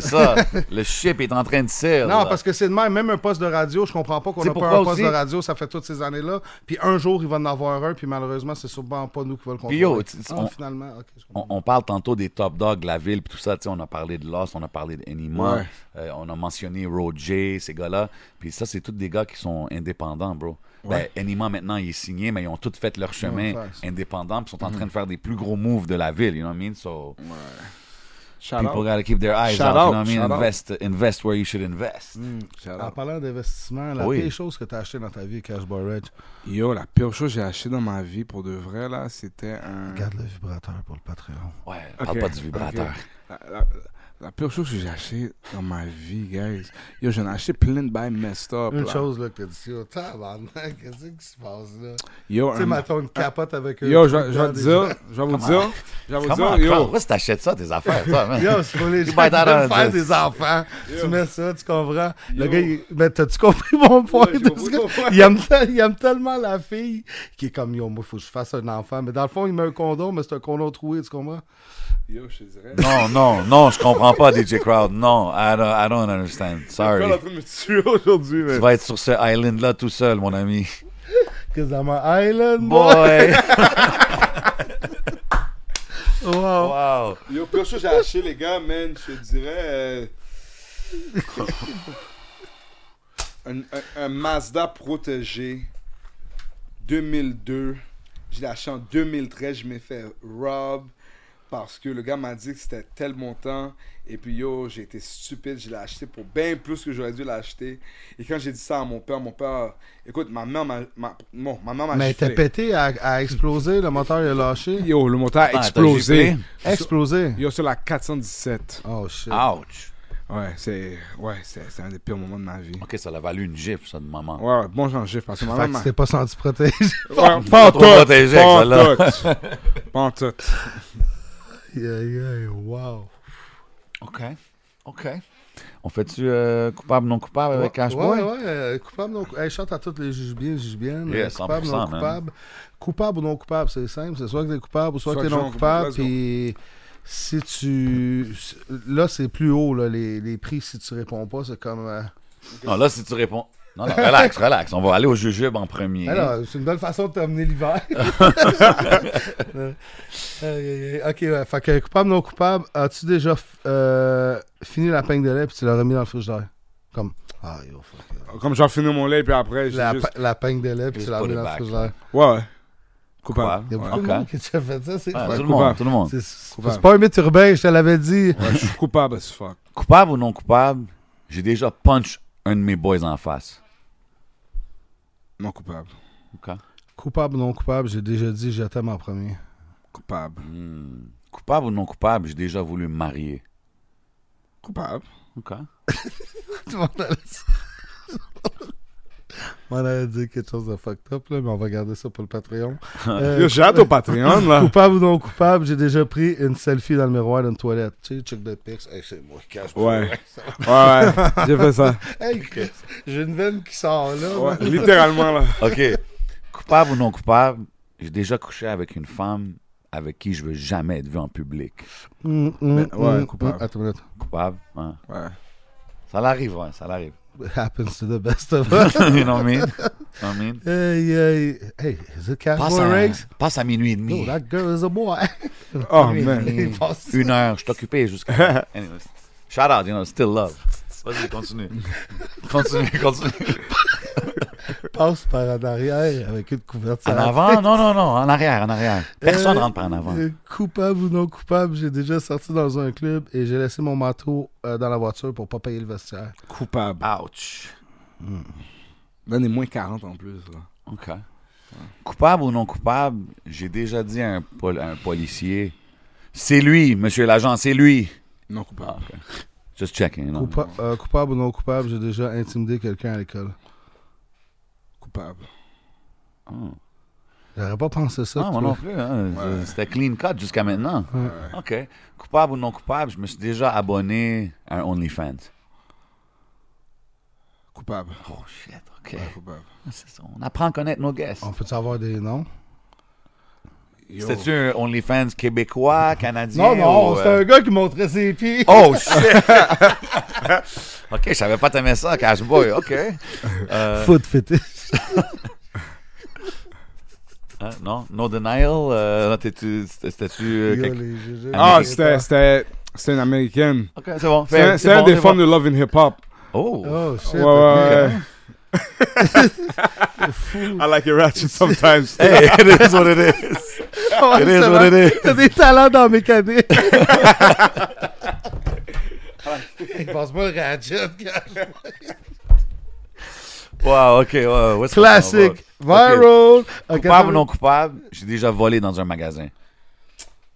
Speaker 3: [laughs]
Speaker 4: ça. le ship est en train de serre.
Speaker 3: Non, parce que c'est de même, même un poste de radio, je comprends pas qu'on
Speaker 4: C'est
Speaker 3: n'a pas
Speaker 4: pourquoi
Speaker 3: un poste
Speaker 4: aussi?
Speaker 3: de radio, ça fait toutes ces années-là. Puis un jour, il va en avoir un, puis malheureusement, c'est sûrement pas nous qui va le
Speaker 4: Puis yo,
Speaker 3: contrôler.
Speaker 4: tu- tu-
Speaker 3: Ah,
Speaker 4: on-
Speaker 3: finalement, ok, je comprends.
Speaker 4: On, on parle tantôt des top dogs de la ville, puis tout ça. tu sais, On a parlé de Lost, on a parlé d'Anima,
Speaker 2: Ouais.
Speaker 4: euh, on a mentionné Roger, ces gars-là. Puis ça, c'est tous des gars qui sont indépendants, bro. Ben, Anima, maintenant, il est signé, mais ils ont tous fait leur
Speaker 3: Ouais,
Speaker 4: chemin
Speaker 3: Mm-hmm. facts.
Speaker 4: indépendant, puis sont en train de faire des plus gros moves de la ville, you know what I mean? So,
Speaker 2: Shout
Speaker 4: people
Speaker 2: out.
Speaker 4: gotta keep their eyes
Speaker 2: Shout
Speaker 4: out,
Speaker 2: out,
Speaker 4: you know
Speaker 2: shout
Speaker 4: what I mean?
Speaker 2: out. Mm.
Speaker 4: Invest, invest where you should invest.
Speaker 2: Hmm, Shout
Speaker 3: En
Speaker 2: out.
Speaker 3: parlant d'investissement, la
Speaker 4: Oui.
Speaker 3: pire chose que tu as acheté dans ta vie, Cash Boy Reg,
Speaker 2: Yo, la pire chose que j'ai acheté dans ma vie pour de vrai, là, c'était un.
Speaker 3: garde le vibrateur pour le Patreon.
Speaker 4: Ouais, parle
Speaker 2: Ok,
Speaker 4: pas du vibrateur.
Speaker 2: ok. La, la- La pire chose que j'ai acheté dans ma vie, guys. Yo, j'en ai acheté plein de bails messed up.
Speaker 3: Une
Speaker 2: là.
Speaker 3: chose, là, que t'as dit, oh, tabarnak, qu'est-ce qui se passe, là?
Speaker 2: Yo,
Speaker 3: Tu sais,
Speaker 2: un-
Speaker 3: mettons une capote avec un.
Speaker 2: Yo,
Speaker 3: truc
Speaker 2: je vais je vais
Speaker 3: dedans,
Speaker 2: te
Speaker 3: des-
Speaker 2: dire, je vais vous dire, je vais vous
Speaker 4: Comment,
Speaker 2: dire,
Speaker 4: comment-
Speaker 2: yo,
Speaker 4: pourquoi t'achètes ça, tes affaires, toi, man?
Speaker 3: Yo, c'est pour les
Speaker 4: Tu
Speaker 3: gens
Speaker 4: vas
Speaker 3: qui
Speaker 4: être dans
Speaker 3: veulent
Speaker 4: la-
Speaker 3: faire des enfants. Tu mets ça, tu comprends? Le
Speaker 2: Yo.
Speaker 3: gars, il- mais t'as-tu compris mon point?
Speaker 2: j'ai
Speaker 3: de
Speaker 2: compris
Speaker 3: ce que-
Speaker 2: ton point.
Speaker 3: il, aime tel- il aime tellement la fille qui est comme, yo, moi, faut que je fasse un enfant. Mais dans le fond, il met un condom, mais c'est un condom troué, tu comprends?
Speaker 2: yo, je te dirais.
Speaker 4: Non, non, non, je comprends pas, DJ Crowd. Non, I don't, I don't understand.
Speaker 2: Je suis
Speaker 4: Sorry.
Speaker 2: en train de me tuer aujourd'hui,
Speaker 4: Tu
Speaker 2: man.
Speaker 4: vas être sur ce island-là tout seul, mon ami.
Speaker 3: Qu'est-ce dans ma island? boy?
Speaker 4: Boy!
Speaker 3: Wow.
Speaker 4: [laughs] Wow!
Speaker 2: Yo, pire chose que j'ai acheté, les gars, man, je te dirais. euh, un, un- un Mazda protégé 2002. Je l'ai acheté en 2013. Je m'ai fait rob parce que le gars m'a dit que c'était tel montant. Et puis yo, j'ai été stupide. Je l'ai acheté pour bien plus que j'aurais dû l'acheter. Et quand j'ai dit ça à mon père, mon père. Écoute, ma mère m'a. ma- Bon, ma mère m'a
Speaker 3: Mais t'as
Speaker 2: giflé.
Speaker 3: pété, a, a explosé, le moteur il a lâché.
Speaker 2: Yo, le montant a
Speaker 4: Ah, t'as
Speaker 2: explosé.
Speaker 4: giflé?
Speaker 3: Explosé.
Speaker 2: Yo, sur la 417.
Speaker 3: Oh shit.
Speaker 2: Ah,
Speaker 4: Ouch!
Speaker 2: Ouais, c'est ouais, c'est c'est un des pires moments de ma vie.
Speaker 4: Ok, ça l'a valu une gifle, ça, de maman.
Speaker 2: Ouais, ouais, bon j'en gifle parce que ma
Speaker 3: Fait que
Speaker 2: maman.
Speaker 3: tu t'es pas senti protégé. [laughs]
Speaker 2: Ouais,
Speaker 4: Trop protégé avec celle-là.
Speaker 2: pantoute. Pantoute.
Speaker 3: Aïe, aïe, aïe, wow.
Speaker 4: Ok. Ok. On fait-tu euh, coupable, non coupable avec
Speaker 3: Ouais,
Speaker 4: Cashboy?
Speaker 3: Ouais, ouais, euh, coupable, non coupable. chante à tous les juges bien, juges bien.
Speaker 4: Yeah,
Speaker 3: euh, coupable,
Speaker 4: 100%,
Speaker 3: non
Speaker 4: man.
Speaker 3: coupable. Coupable ou non coupable, c'est simple. C'est soit que t'es coupable ou soit,
Speaker 2: Soit
Speaker 3: que t'es
Speaker 2: que je
Speaker 3: non
Speaker 2: suis non
Speaker 3: coupable.
Speaker 2: coupable,
Speaker 3: Puis si tu. Là, c'est plus haut, là, les, les prix, si tu réponds pas, c'est comme. euh,
Speaker 4: Non, là, si tu réponds. Non, non, relax, relax. On va aller au jujube en premier.
Speaker 3: Alors, ben c'est une bonne façon de terminer l'hiver. Euh, euh, ok, ouais. Fait que coupable, non coupable, as-tu déjà f- euh, fini la peigne de lait puis tu l'as remis dans le frigidaire? Comme. Ah, yo, fuck.
Speaker 2: Comme j'ai fini mon lait puis après j'ai
Speaker 3: La,
Speaker 2: juste
Speaker 3: pe- la peigne de lait puis
Speaker 4: Juste
Speaker 3: tu l'as
Speaker 4: put
Speaker 3: remis
Speaker 4: it
Speaker 3: dans le
Speaker 4: back.
Speaker 3: frigidaire.
Speaker 2: ouais. ouais. Coupable.
Speaker 3: Il y a
Speaker 2: Ouais.
Speaker 3: beaucoup de
Speaker 4: Ok.
Speaker 3: monde qui a fait ça. C'est
Speaker 4: Ah,
Speaker 3: Ouais.
Speaker 4: tout le
Speaker 2: coupable.
Speaker 4: monde, tout le monde.
Speaker 3: C'est- c'est pas un mythe urbain, je te l'avais dit.
Speaker 2: Ouais, je suis coupable as fuck.
Speaker 4: Coupable ou non coupable, j'ai déjà punch un de mes boys en face.
Speaker 2: Non coupable.
Speaker 4: Ok.
Speaker 3: Coupable ou non coupable, j'ai déjà dit je t'aime en [laughs] premier.
Speaker 2: Coupable.
Speaker 4: Hmm. Coupable ou non coupable, j'ai déjà voulu me marier.
Speaker 2: Coupable.
Speaker 4: Ok.
Speaker 3: Tout le monde allait dire- [laughs] On allait dire quelque chose de fucked up, là, mais on va garder ça pour
Speaker 2: [laughs]
Speaker 3: le Patreon. Euh,
Speaker 2: Yo, j'ai hâte au Patreon là.
Speaker 3: [laughs] Coupable ou non coupable, j'ai déjà pris une selfie dans le miroir d'une toilette. Tu sais, check the pics. Hey, c'est moi, cache
Speaker 2: Ouais. Ouais, ouais. J'ai fait ça.
Speaker 3: Hey, Chris, j'ai une veine qui sort là.
Speaker 2: Ouais, littéralement là.
Speaker 4: Ok. coupable ou non coupable, j'ai déjà couché avec une femme avec qui je veux jamais être vu en public.
Speaker 3: Mm, mm,
Speaker 2: Mais- ouais,
Speaker 3: mm,
Speaker 2: coupable.
Speaker 3: mm. Attends une minute.
Speaker 4: Coupable, hein.
Speaker 2: Ouais.
Speaker 4: Ça l'arrive, ouais, ça l'arrive.
Speaker 3: It happens to the best of us.
Speaker 4: [laughs]
Speaker 3: [laughs]
Speaker 4: you know what I mean? You know what I mean?
Speaker 3: hey, hey, hey, is it cash
Speaker 4: Passe
Speaker 3: boy
Speaker 4: à,
Speaker 3: Riggs?
Speaker 4: passe à minuit et
Speaker 3: No,
Speaker 4: demi.
Speaker 3: that girl is a boy. [laughs]
Speaker 2: Oh man.
Speaker 3: Il [laughs] passe.
Speaker 4: Une heure, je suis occupé [laughs] jusqu'à. Anyways. Shout out, you know, still love. Vas-y, continue. Continue, continue.
Speaker 3: passe par en arrière avec une couverture.
Speaker 4: En avant? Non, non, non, en arrière, en arrière. Personne
Speaker 3: Euh,
Speaker 4: rentre par en avant.
Speaker 3: euh, Coupable ou non coupable, j'ai déjà sorti dans un club et j'ai laissé mon manteau euh, dans la voiture pour pas payer le vestiaire.
Speaker 2: Ah, Coupable.
Speaker 4: Ouch.
Speaker 2: Donnez moins 40 en plus là.
Speaker 4: OK. Coupable ou non coupable, j'ai déjà dit à un, pol- à un policier c'est lui, monsieur l'agent, c'est lui.
Speaker 2: Non coupable.
Speaker 4: Just checking, you know.
Speaker 3: Coupa- euh, coupable ou non coupable, j'ai déjà intimidé quelqu'un à l'école.
Speaker 2: Coupable.
Speaker 4: Oh.
Speaker 3: J'aurais pas pensé ça.
Speaker 4: Non, moi
Speaker 3: toi.
Speaker 4: non plus. hein.
Speaker 2: Ouais.
Speaker 4: C'était clean cut jusqu'à maintenant.
Speaker 3: Ouais.
Speaker 4: OK. Coupable ou non coupable, je me suis déjà abonné à un OnlyFans.
Speaker 2: Coupable.
Speaker 4: Oh shit, OK.
Speaker 2: Ouais, coupable.
Speaker 4: C'est ça, On apprend à connaître nos guests.
Speaker 3: On peut avoir des noms?
Speaker 2: Yo.
Speaker 4: C'était-tu un OnlyFans québécois, canadien? ou,
Speaker 3: c'est
Speaker 4: euh,
Speaker 3: gars qui montrait ses pieds.
Speaker 2: [laughs]
Speaker 4: Oh shit! OK, je savais pas t'aimer ça, Cashboy. OK. Euh,
Speaker 3: Foot fétiche.
Speaker 4: hein, euh, non, No Denial. euh, non, t'es-tu- C'était-tu. euh,
Speaker 3: Yo,
Speaker 4: quelque-
Speaker 3: les GG.
Speaker 2: Ah,
Speaker 4: Ok.
Speaker 2: c'était c'était c'était une américaine.
Speaker 4: OK, c'est bon.
Speaker 2: C'est un,
Speaker 4: fait-
Speaker 2: c'est un
Speaker 4: bon,
Speaker 2: des
Speaker 4: c'est
Speaker 2: formes
Speaker 4: bon.
Speaker 2: de Love in Hip Hop.
Speaker 4: Oh!
Speaker 3: Oh, shit.
Speaker 2: Ouais, ouais,
Speaker 3: ok.
Speaker 2: ouais.
Speaker 3: Fou.
Speaker 2: [laughs] I like it ratchet sometimes.
Speaker 4: Hey, [laughs] it is what it is.
Speaker 3: [laughs] Ouais,
Speaker 4: It is
Speaker 3: t'as-
Speaker 4: what it is.
Speaker 3: T'as des talents dans la mécanique. [laughs] Il passe pas le ratchet, gars.
Speaker 4: Wow, OK. ouais, ouais, ça,
Speaker 3: Classique.
Speaker 4: ça va.
Speaker 3: Viral.
Speaker 4: OK.
Speaker 3: Ok,
Speaker 4: Coupable ou
Speaker 3: t'as-
Speaker 4: non coupable, j'ai déjà volé dans un magasin.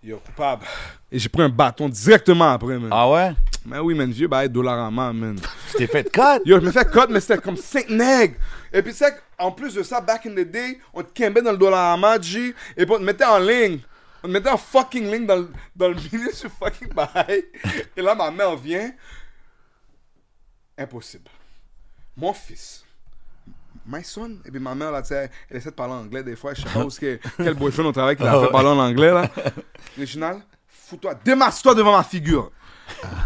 Speaker 2: Yo, coupable. Et j'ai pris un bâton directement après, man.
Speaker 4: Ah ouais?
Speaker 2: Mais oui, man, vieux, bah, Dollarama, man.
Speaker 4: Tu t'es fait cut.
Speaker 2: Yo, je me fais cut, mais c'était comme 5 nègres. Et puis, c'est en plus de ça, back in the day, on te cambait dans le Dollarama, G, et puis on te mettait en ligne. On te mettait en fucking ligne dans, le- dans le milieu du fucking bail. Et là, ma mère vient. Impossible. Mon fils. My son. Et puis ma mère, là, tu sais, elle essaie de parler anglais des fois. Je sais pas où est-ce que, quel boyfriend au travail qui l'a fait parler en anglais, là. Original, fous-toi, démasse-toi devant ma figure.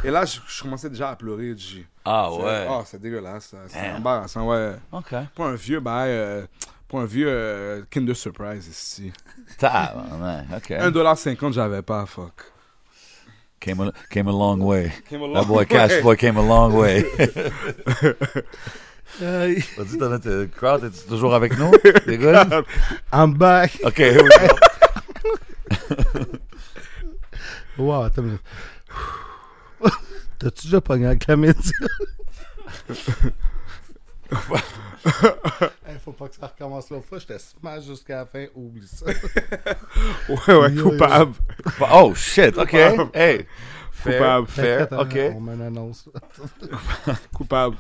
Speaker 2: Et là, je, je commençais déjà à pleurer, G.
Speaker 4: Ah
Speaker 2: C'est-
Speaker 4: ouais.
Speaker 2: Ah, c'est dégueulasse. ça. C'est
Speaker 4: Damn.
Speaker 2: embarrassant, ouais.
Speaker 4: OK.
Speaker 2: Pas un vieux bail. euh, pas un vieux euh, Kinder Surprise ici.
Speaker 4: Tabarnak, OK.
Speaker 2: Hein? 1,50$, j'avais pas, fuck.
Speaker 4: Came a, came a long way.
Speaker 2: Came a long
Speaker 4: That
Speaker 2: [laughs]
Speaker 4: boy Cash
Speaker 2: way.
Speaker 4: Boy came a long way.
Speaker 3: Euh,
Speaker 4: Vas-y, t'en as- t'es- Crowd, es toujours avec nous? Les gars? [laughs]
Speaker 3: I'm back.
Speaker 4: OK, here we go.
Speaker 3: Wow, attends une minute. [laughs] T'as-tu déjà pogné avec la média? Hey, faut pas que ça recommence l'autre fois. Je te smash jusqu'à la fin. Oublie ça.
Speaker 2: Ouais, ouais,
Speaker 3: Yo, yo.
Speaker 2: coupable.
Speaker 4: Oh, shit, OK. Hey. Fair,
Speaker 2: Coupable.
Speaker 4: fair,
Speaker 3: Attends,
Speaker 4: OK.
Speaker 3: On m'en annonce.
Speaker 2: Coupable.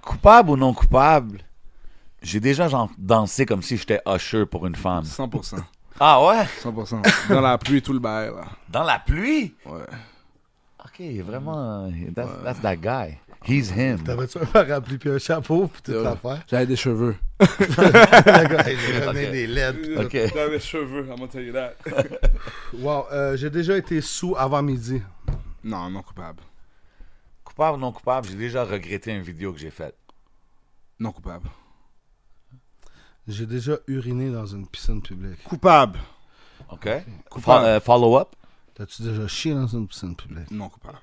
Speaker 4: Coupable ou non coupable? J'ai déjà genre, dansé comme si j'étais usher pour une femme.
Speaker 2: 100%.
Speaker 4: Ah ouais?
Speaker 2: 100%. Dans la pluie, tout le bail, là.
Speaker 4: Dans la pluie?
Speaker 2: Ouais.
Speaker 4: OK, vraiment, euh, that's, that's that guy. He's him.
Speaker 3: T'avais-tu un parapluie puis un chapeau puis toute
Speaker 2: Yo,
Speaker 3: l'affaire? [laughs]
Speaker 2: J'avais des cheveux.
Speaker 3: D'accord, hey, j'ai ramené
Speaker 4: Ok.
Speaker 3: des lettres.
Speaker 4: Ok.
Speaker 2: J'avais des cheveux, I'm gonna tell you that.
Speaker 3: Wow, euh, j'ai déjà été sous avant midi.
Speaker 2: Non, non coupable.
Speaker 4: Coupable ou non coupable? J'ai déjà regretté une vidéo que j'ai faite.
Speaker 2: Non coupable.
Speaker 3: J'ai déjà uriné dans une piscine publique.
Speaker 2: Coupable.
Speaker 4: OK? Fo- euh, Follow-up?
Speaker 3: T'as-tu déjà chié dans une piscine publique?
Speaker 2: Non coupable.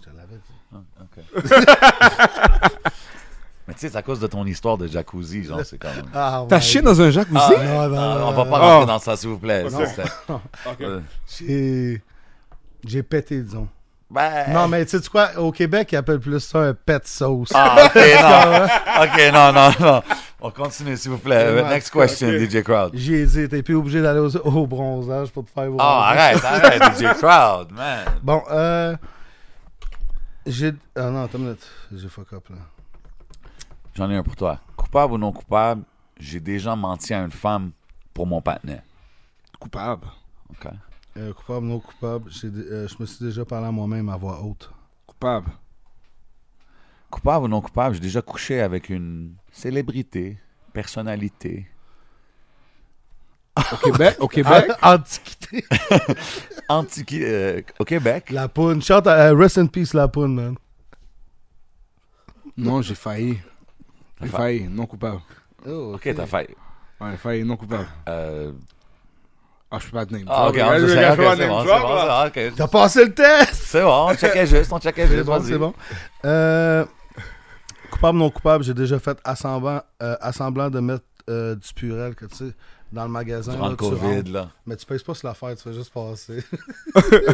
Speaker 3: Je te l'avais dit. [laughs]
Speaker 4: [laughs] Mais tu sais, c'est à cause de ton histoire de jacuzzi, genre, c'est quand même...
Speaker 3: Ah,
Speaker 2: T'as
Speaker 3: ouais.
Speaker 2: chié dans un jacuzzi?
Speaker 4: Ah,
Speaker 3: Non, non,
Speaker 4: ah,
Speaker 3: non,
Speaker 4: on va
Speaker 3: non,
Speaker 4: pas
Speaker 2: non.
Speaker 4: rentrer
Speaker 2: Oh.
Speaker 4: dans ça, s'il vous plaît. Ça, c'était-
Speaker 3: [laughs]
Speaker 4: Euh,
Speaker 3: J'ai. J'ai pété, disons.
Speaker 4: ben-
Speaker 3: Non, mais tu sais quoi, au Québec, ils appellent plus ça un pet sauce. [laughs]
Speaker 4: Ah, ok, non. ok, non, non, non. On continue, s'il vous plaît. Euh,
Speaker 3: Ouais,
Speaker 4: Next question, DJ Crowd.
Speaker 3: J'y ai dit, t'es plus obligé d'aller au, au bronzage pour te faire bronzer. [laughs]
Speaker 4: Ah, arrête, arrête, DJ Crowd, man.
Speaker 3: Bon, euh. J'ai. Ah non, attends une minute. J'ai fuck up, là.
Speaker 4: J'en ai un pour toi. Coupable ou non coupable, j'ai déjà menti à une femme pour mon partenaire.
Speaker 2: Coupable.
Speaker 4: Ok.
Speaker 3: Euh, coupable, non coupable. j'ai dé- euh, je me suis déjà parlé à moi-même à voix haute.
Speaker 2: Coupable.
Speaker 4: Coupable ou non coupable, j'ai déjà couché avec une célébrité, personnalité.
Speaker 2: Au Québec? Au
Speaker 3: [laughs]
Speaker 2: Québec?
Speaker 3: Antiquité.
Speaker 4: Antiquité euh, au Québec.
Speaker 3: La poune. Chante, à- euh, rest in peace, la poune, man.
Speaker 2: Non, j'ai failli. J'ai failli. Non coupable.
Speaker 3: Oh,
Speaker 4: Ok, t'as fait.
Speaker 2: Ouais, failli. Non coupable.
Speaker 4: euh,
Speaker 2: Ah, je peux pas te name
Speaker 4: Ah, ok,
Speaker 2: drop.
Speaker 4: on
Speaker 2: Je
Speaker 4: se
Speaker 2: vais
Speaker 4: sait,
Speaker 2: pas
Speaker 4: ok, c'est
Speaker 2: name
Speaker 4: bon, c'est
Speaker 2: drop,
Speaker 4: bon,
Speaker 2: là.
Speaker 4: ça, ok.
Speaker 3: T'as passé le test!
Speaker 4: C'est bon, on checkait juste, on checkait
Speaker 3: C'est
Speaker 4: juste,
Speaker 3: bon,
Speaker 4: vas-y.
Speaker 3: c'est bon. Euh, coupable, non coupable, j'ai déjà fait assemblant, euh, assemblant de mettre euh, du Purel que tu sais dans le magasin.
Speaker 4: Durant
Speaker 3: là,
Speaker 4: le
Speaker 3: tu
Speaker 4: COVID,
Speaker 3: rentres.
Speaker 4: là.
Speaker 3: Mais tu pèses pas sur l'affaire, tu fais juste passer. [laughs]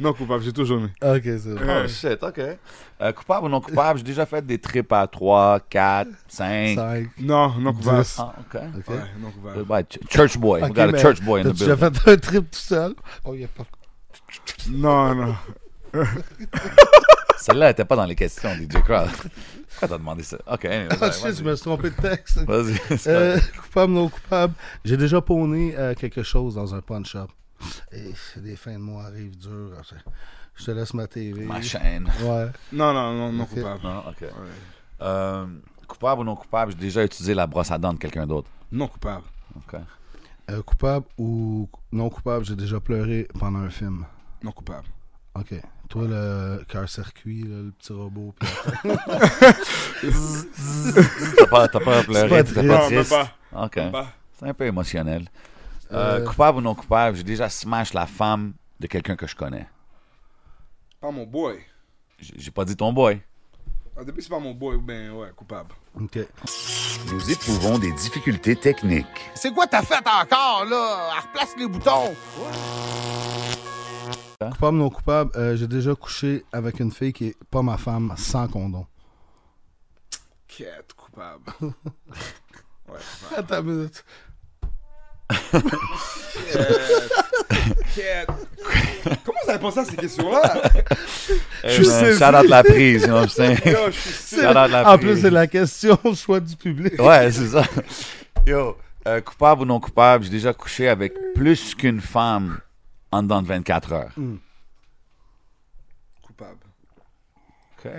Speaker 2: Non coupable, j'ai toujours mis.
Speaker 3: ok, c'est bon.
Speaker 4: Oh shit, ok. Euh, coupable ou non coupable, j'ai déjà fait des trips à 3, 4, 5.
Speaker 3: Ah, Cinq.
Speaker 2: Non, non coupable.
Speaker 3: Dix.
Speaker 4: Ah, ok.
Speaker 3: Ok.
Speaker 2: Ouais, non coupable.
Speaker 4: Goodbye, Euh, ch- church boy.
Speaker 3: Ok,
Speaker 4: We got a
Speaker 3: mais
Speaker 4: church boy in the
Speaker 3: T'as-tu déjà
Speaker 4: building.
Speaker 3: fait un trip tout seul? Oh, y a pas.
Speaker 2: Non, non.
Speaker 4: Celle-là était pas dans les questions, DJ Crowd. [laughs] Pourquoi t'as demandé ça? Ok, anyway,
Speaker 3: Ah,
Speaker 4: vas-y, [laughs]
Speaker 3: shit, je me suis trompé de texte.
Speaker 4: vas-y. Vas-y, c'est
Speaker 3: Euh,
Speaker 4: correct.
Speaker 3: coupable, non coupable, j'ai déjà pawné euh, quelque chose dans un pawn-shop. Et les fins de mois arrivent dures. Je te laisse ma TV.
Speaker 4: Ma chaîne.
Speaker 3: Ouais.
Speaker 2: Non, non, non, non
Speaker 3: Ok.
Speaker 2: coupable.
Speaker 4: Non, ok. Euh, coupable ou non coupable, j'ai déjà utilisé la brosse à dents de quelqu'un d'autre.
Speaker 2: Non coupable.
Speaker 4: Ok.
Speaker 3: Euh, coupable ou non coupable, j'ai déjà pleuré pendant un film.
Speaker 2: Non coupable.
Speaker 3: Ok. Toi, le cœur circuit, là, le petit robot. puis-
Speaker 4: T'as pas, t'as pas pleuré,
Speaker 3: pas
Speaker 4: t'es
Speaker 2: triste.
Speaker 4: pas
Speaker 2: Non,
Speaker 4: triste.
Speaker 2: même
Speaker 4: Ok.
Speaker 2: pas.
Speaker 4: C'est un peu émotionnel. Euh, Coupable ou non coupable, j'ai déjà smash la femme de quelqu'un que je connais.
Speaker 2: Pas mon boy.
Speaker 4: J- J'ai pas dit ton boy.
Speaker 2: Au début, c'est pas mon boy. Ben ouais, coupable.
Speaker 3: Ok.
Speaker 4: Nous éprouvons des difficultés techniques.
Speaker 1: C'est quoi t'as fait encore, là? Replace les boutons!
Speaker 3: Coupable, non coupable, euh, j'ai déjà couché avec une fille qui est pas ma femme sans condom.
Speaker 2: Quête, coupable. [laughs] ouais, coupable.
Speaker 3: Attends une minute.
Speaker 2: Quête. Quête. Comment vous avez pensé à ces questions-là?
Speaker 4: [laughs] Je
Speaker 3: suis saisi.
Speaker 4: Eh ben, Shout out la prise, you know what
Speaker 3: [laughs]
Speaker 4: I'm saying?
Speaker 2: Yo, Oh, je suis sûr.
Speaker 4: [laughs] Shout out la
Speaker 3: En
Speaker 4: prise.
Speaker 3: plus, c'est la question, le choix du public.
Speaker 4: [laughs] Ouais, c'est ça. Yo, euh, coupable ou non coupable, j'ai déjà couché avec plus qu'une femme en dedans de 24 heures.
Speaker 2: Coupable.
Speaker 4: OK.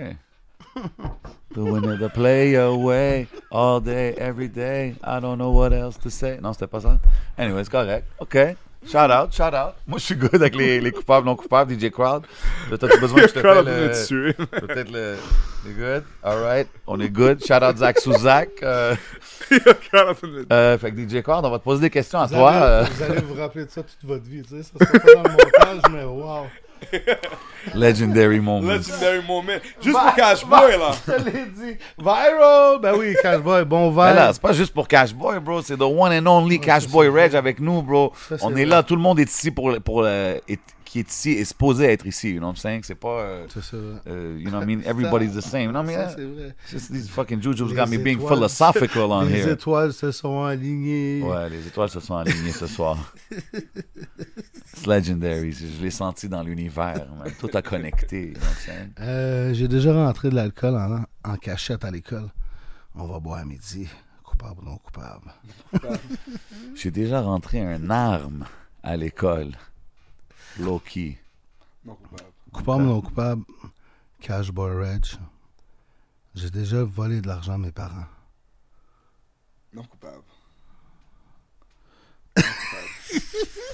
Speaker 4: Doing it the player way, all day, every day. I don't know what else to say. Non, c'était pas ça. Anyway, c'est correct. OK. Shout out, shout out. Moi, je suis good avec les, les coupables, non coupables, DJ Crowd. T'as-tu besoin que je te
Speaker 2: Crowd
Speaker 4: fasse le-
Speaker 2: me tuer. [laughs]
Speaker 4: Peut-être le. You're good? All right. On est good. Shout out Zach Souzak. Euh,
Speaker 2: Crowd me tuer.
Speaker 4: euh, fait que DJ Cord, on va te poser des questions à
Speaker 3: Vous,
Speaker 4: toi. euh,
Speaker 3: allez, vous allez vous rappeler de ça toute votre vie. Tu sais, ça sera pas dans le montage, mais wow.
Speaker 4: uh, Legendary moments.
Speaker 2: Legendary moment. Juste pour Cashboy, là.
Speaker 3: Je te l'ai dit. Viral! Ben oui, Cashboy, bon
Speaker 4: Mais là,
Speaker 3: verre.
Speaker 4: c'est pas juste pour Cashboy, bro. C'est the one and only Cashboy Reg avec nous, bro.
Speaker 3: Ça, c'est
Speaker 4: on est
Speaker 3: vrai.
Speaker 4: là. Tout le monde est ici pour. le- pour le- est- qui est ici est supposé être ici. You know what I'm saying? C'est pas. euh,
Speaker 3: C'est ça.
Speaker 4: euh, you know what
Speaker 3: [laughs]
Speaker 4: I mean? Everybody's the same. You know what I mean?
Speaker 3: Ça, c'est vrai.
Speaker 4: It's just these fucking jujubes
Speaker 3: Les
Speaker 4: got me being
Speaker 3: étoiles.
Speaker 4: philosophical on
Speaker 3: [laughs] Les
Speaker 4: here.
Speaker 3: étoiles se sont alignées.
Speaker 4: Ouais, les étoiles se sont alignées
Speaker 3: [laughs]
Speaker 4: ce soir. It's legendary. Je l'ai senti dans l'univers. man. Tout a connecté. you know what I'm saying?
Speaker 3: Euh, J'ai déjà rentré de l'alcool en, en cachette à l'école. On va boire à midi. Coupable ou non coupable.
Speaker 4: J'ai déjà rentré un arme à l'école. Loki.
Speaker 2: Non, coupable.
Speaker 3: Coupable ou non coupable. Cashboy Reg. J'ai déjà volé de l'argent à mes parents.
Speaker 2: Non, coupable. Non, coupable.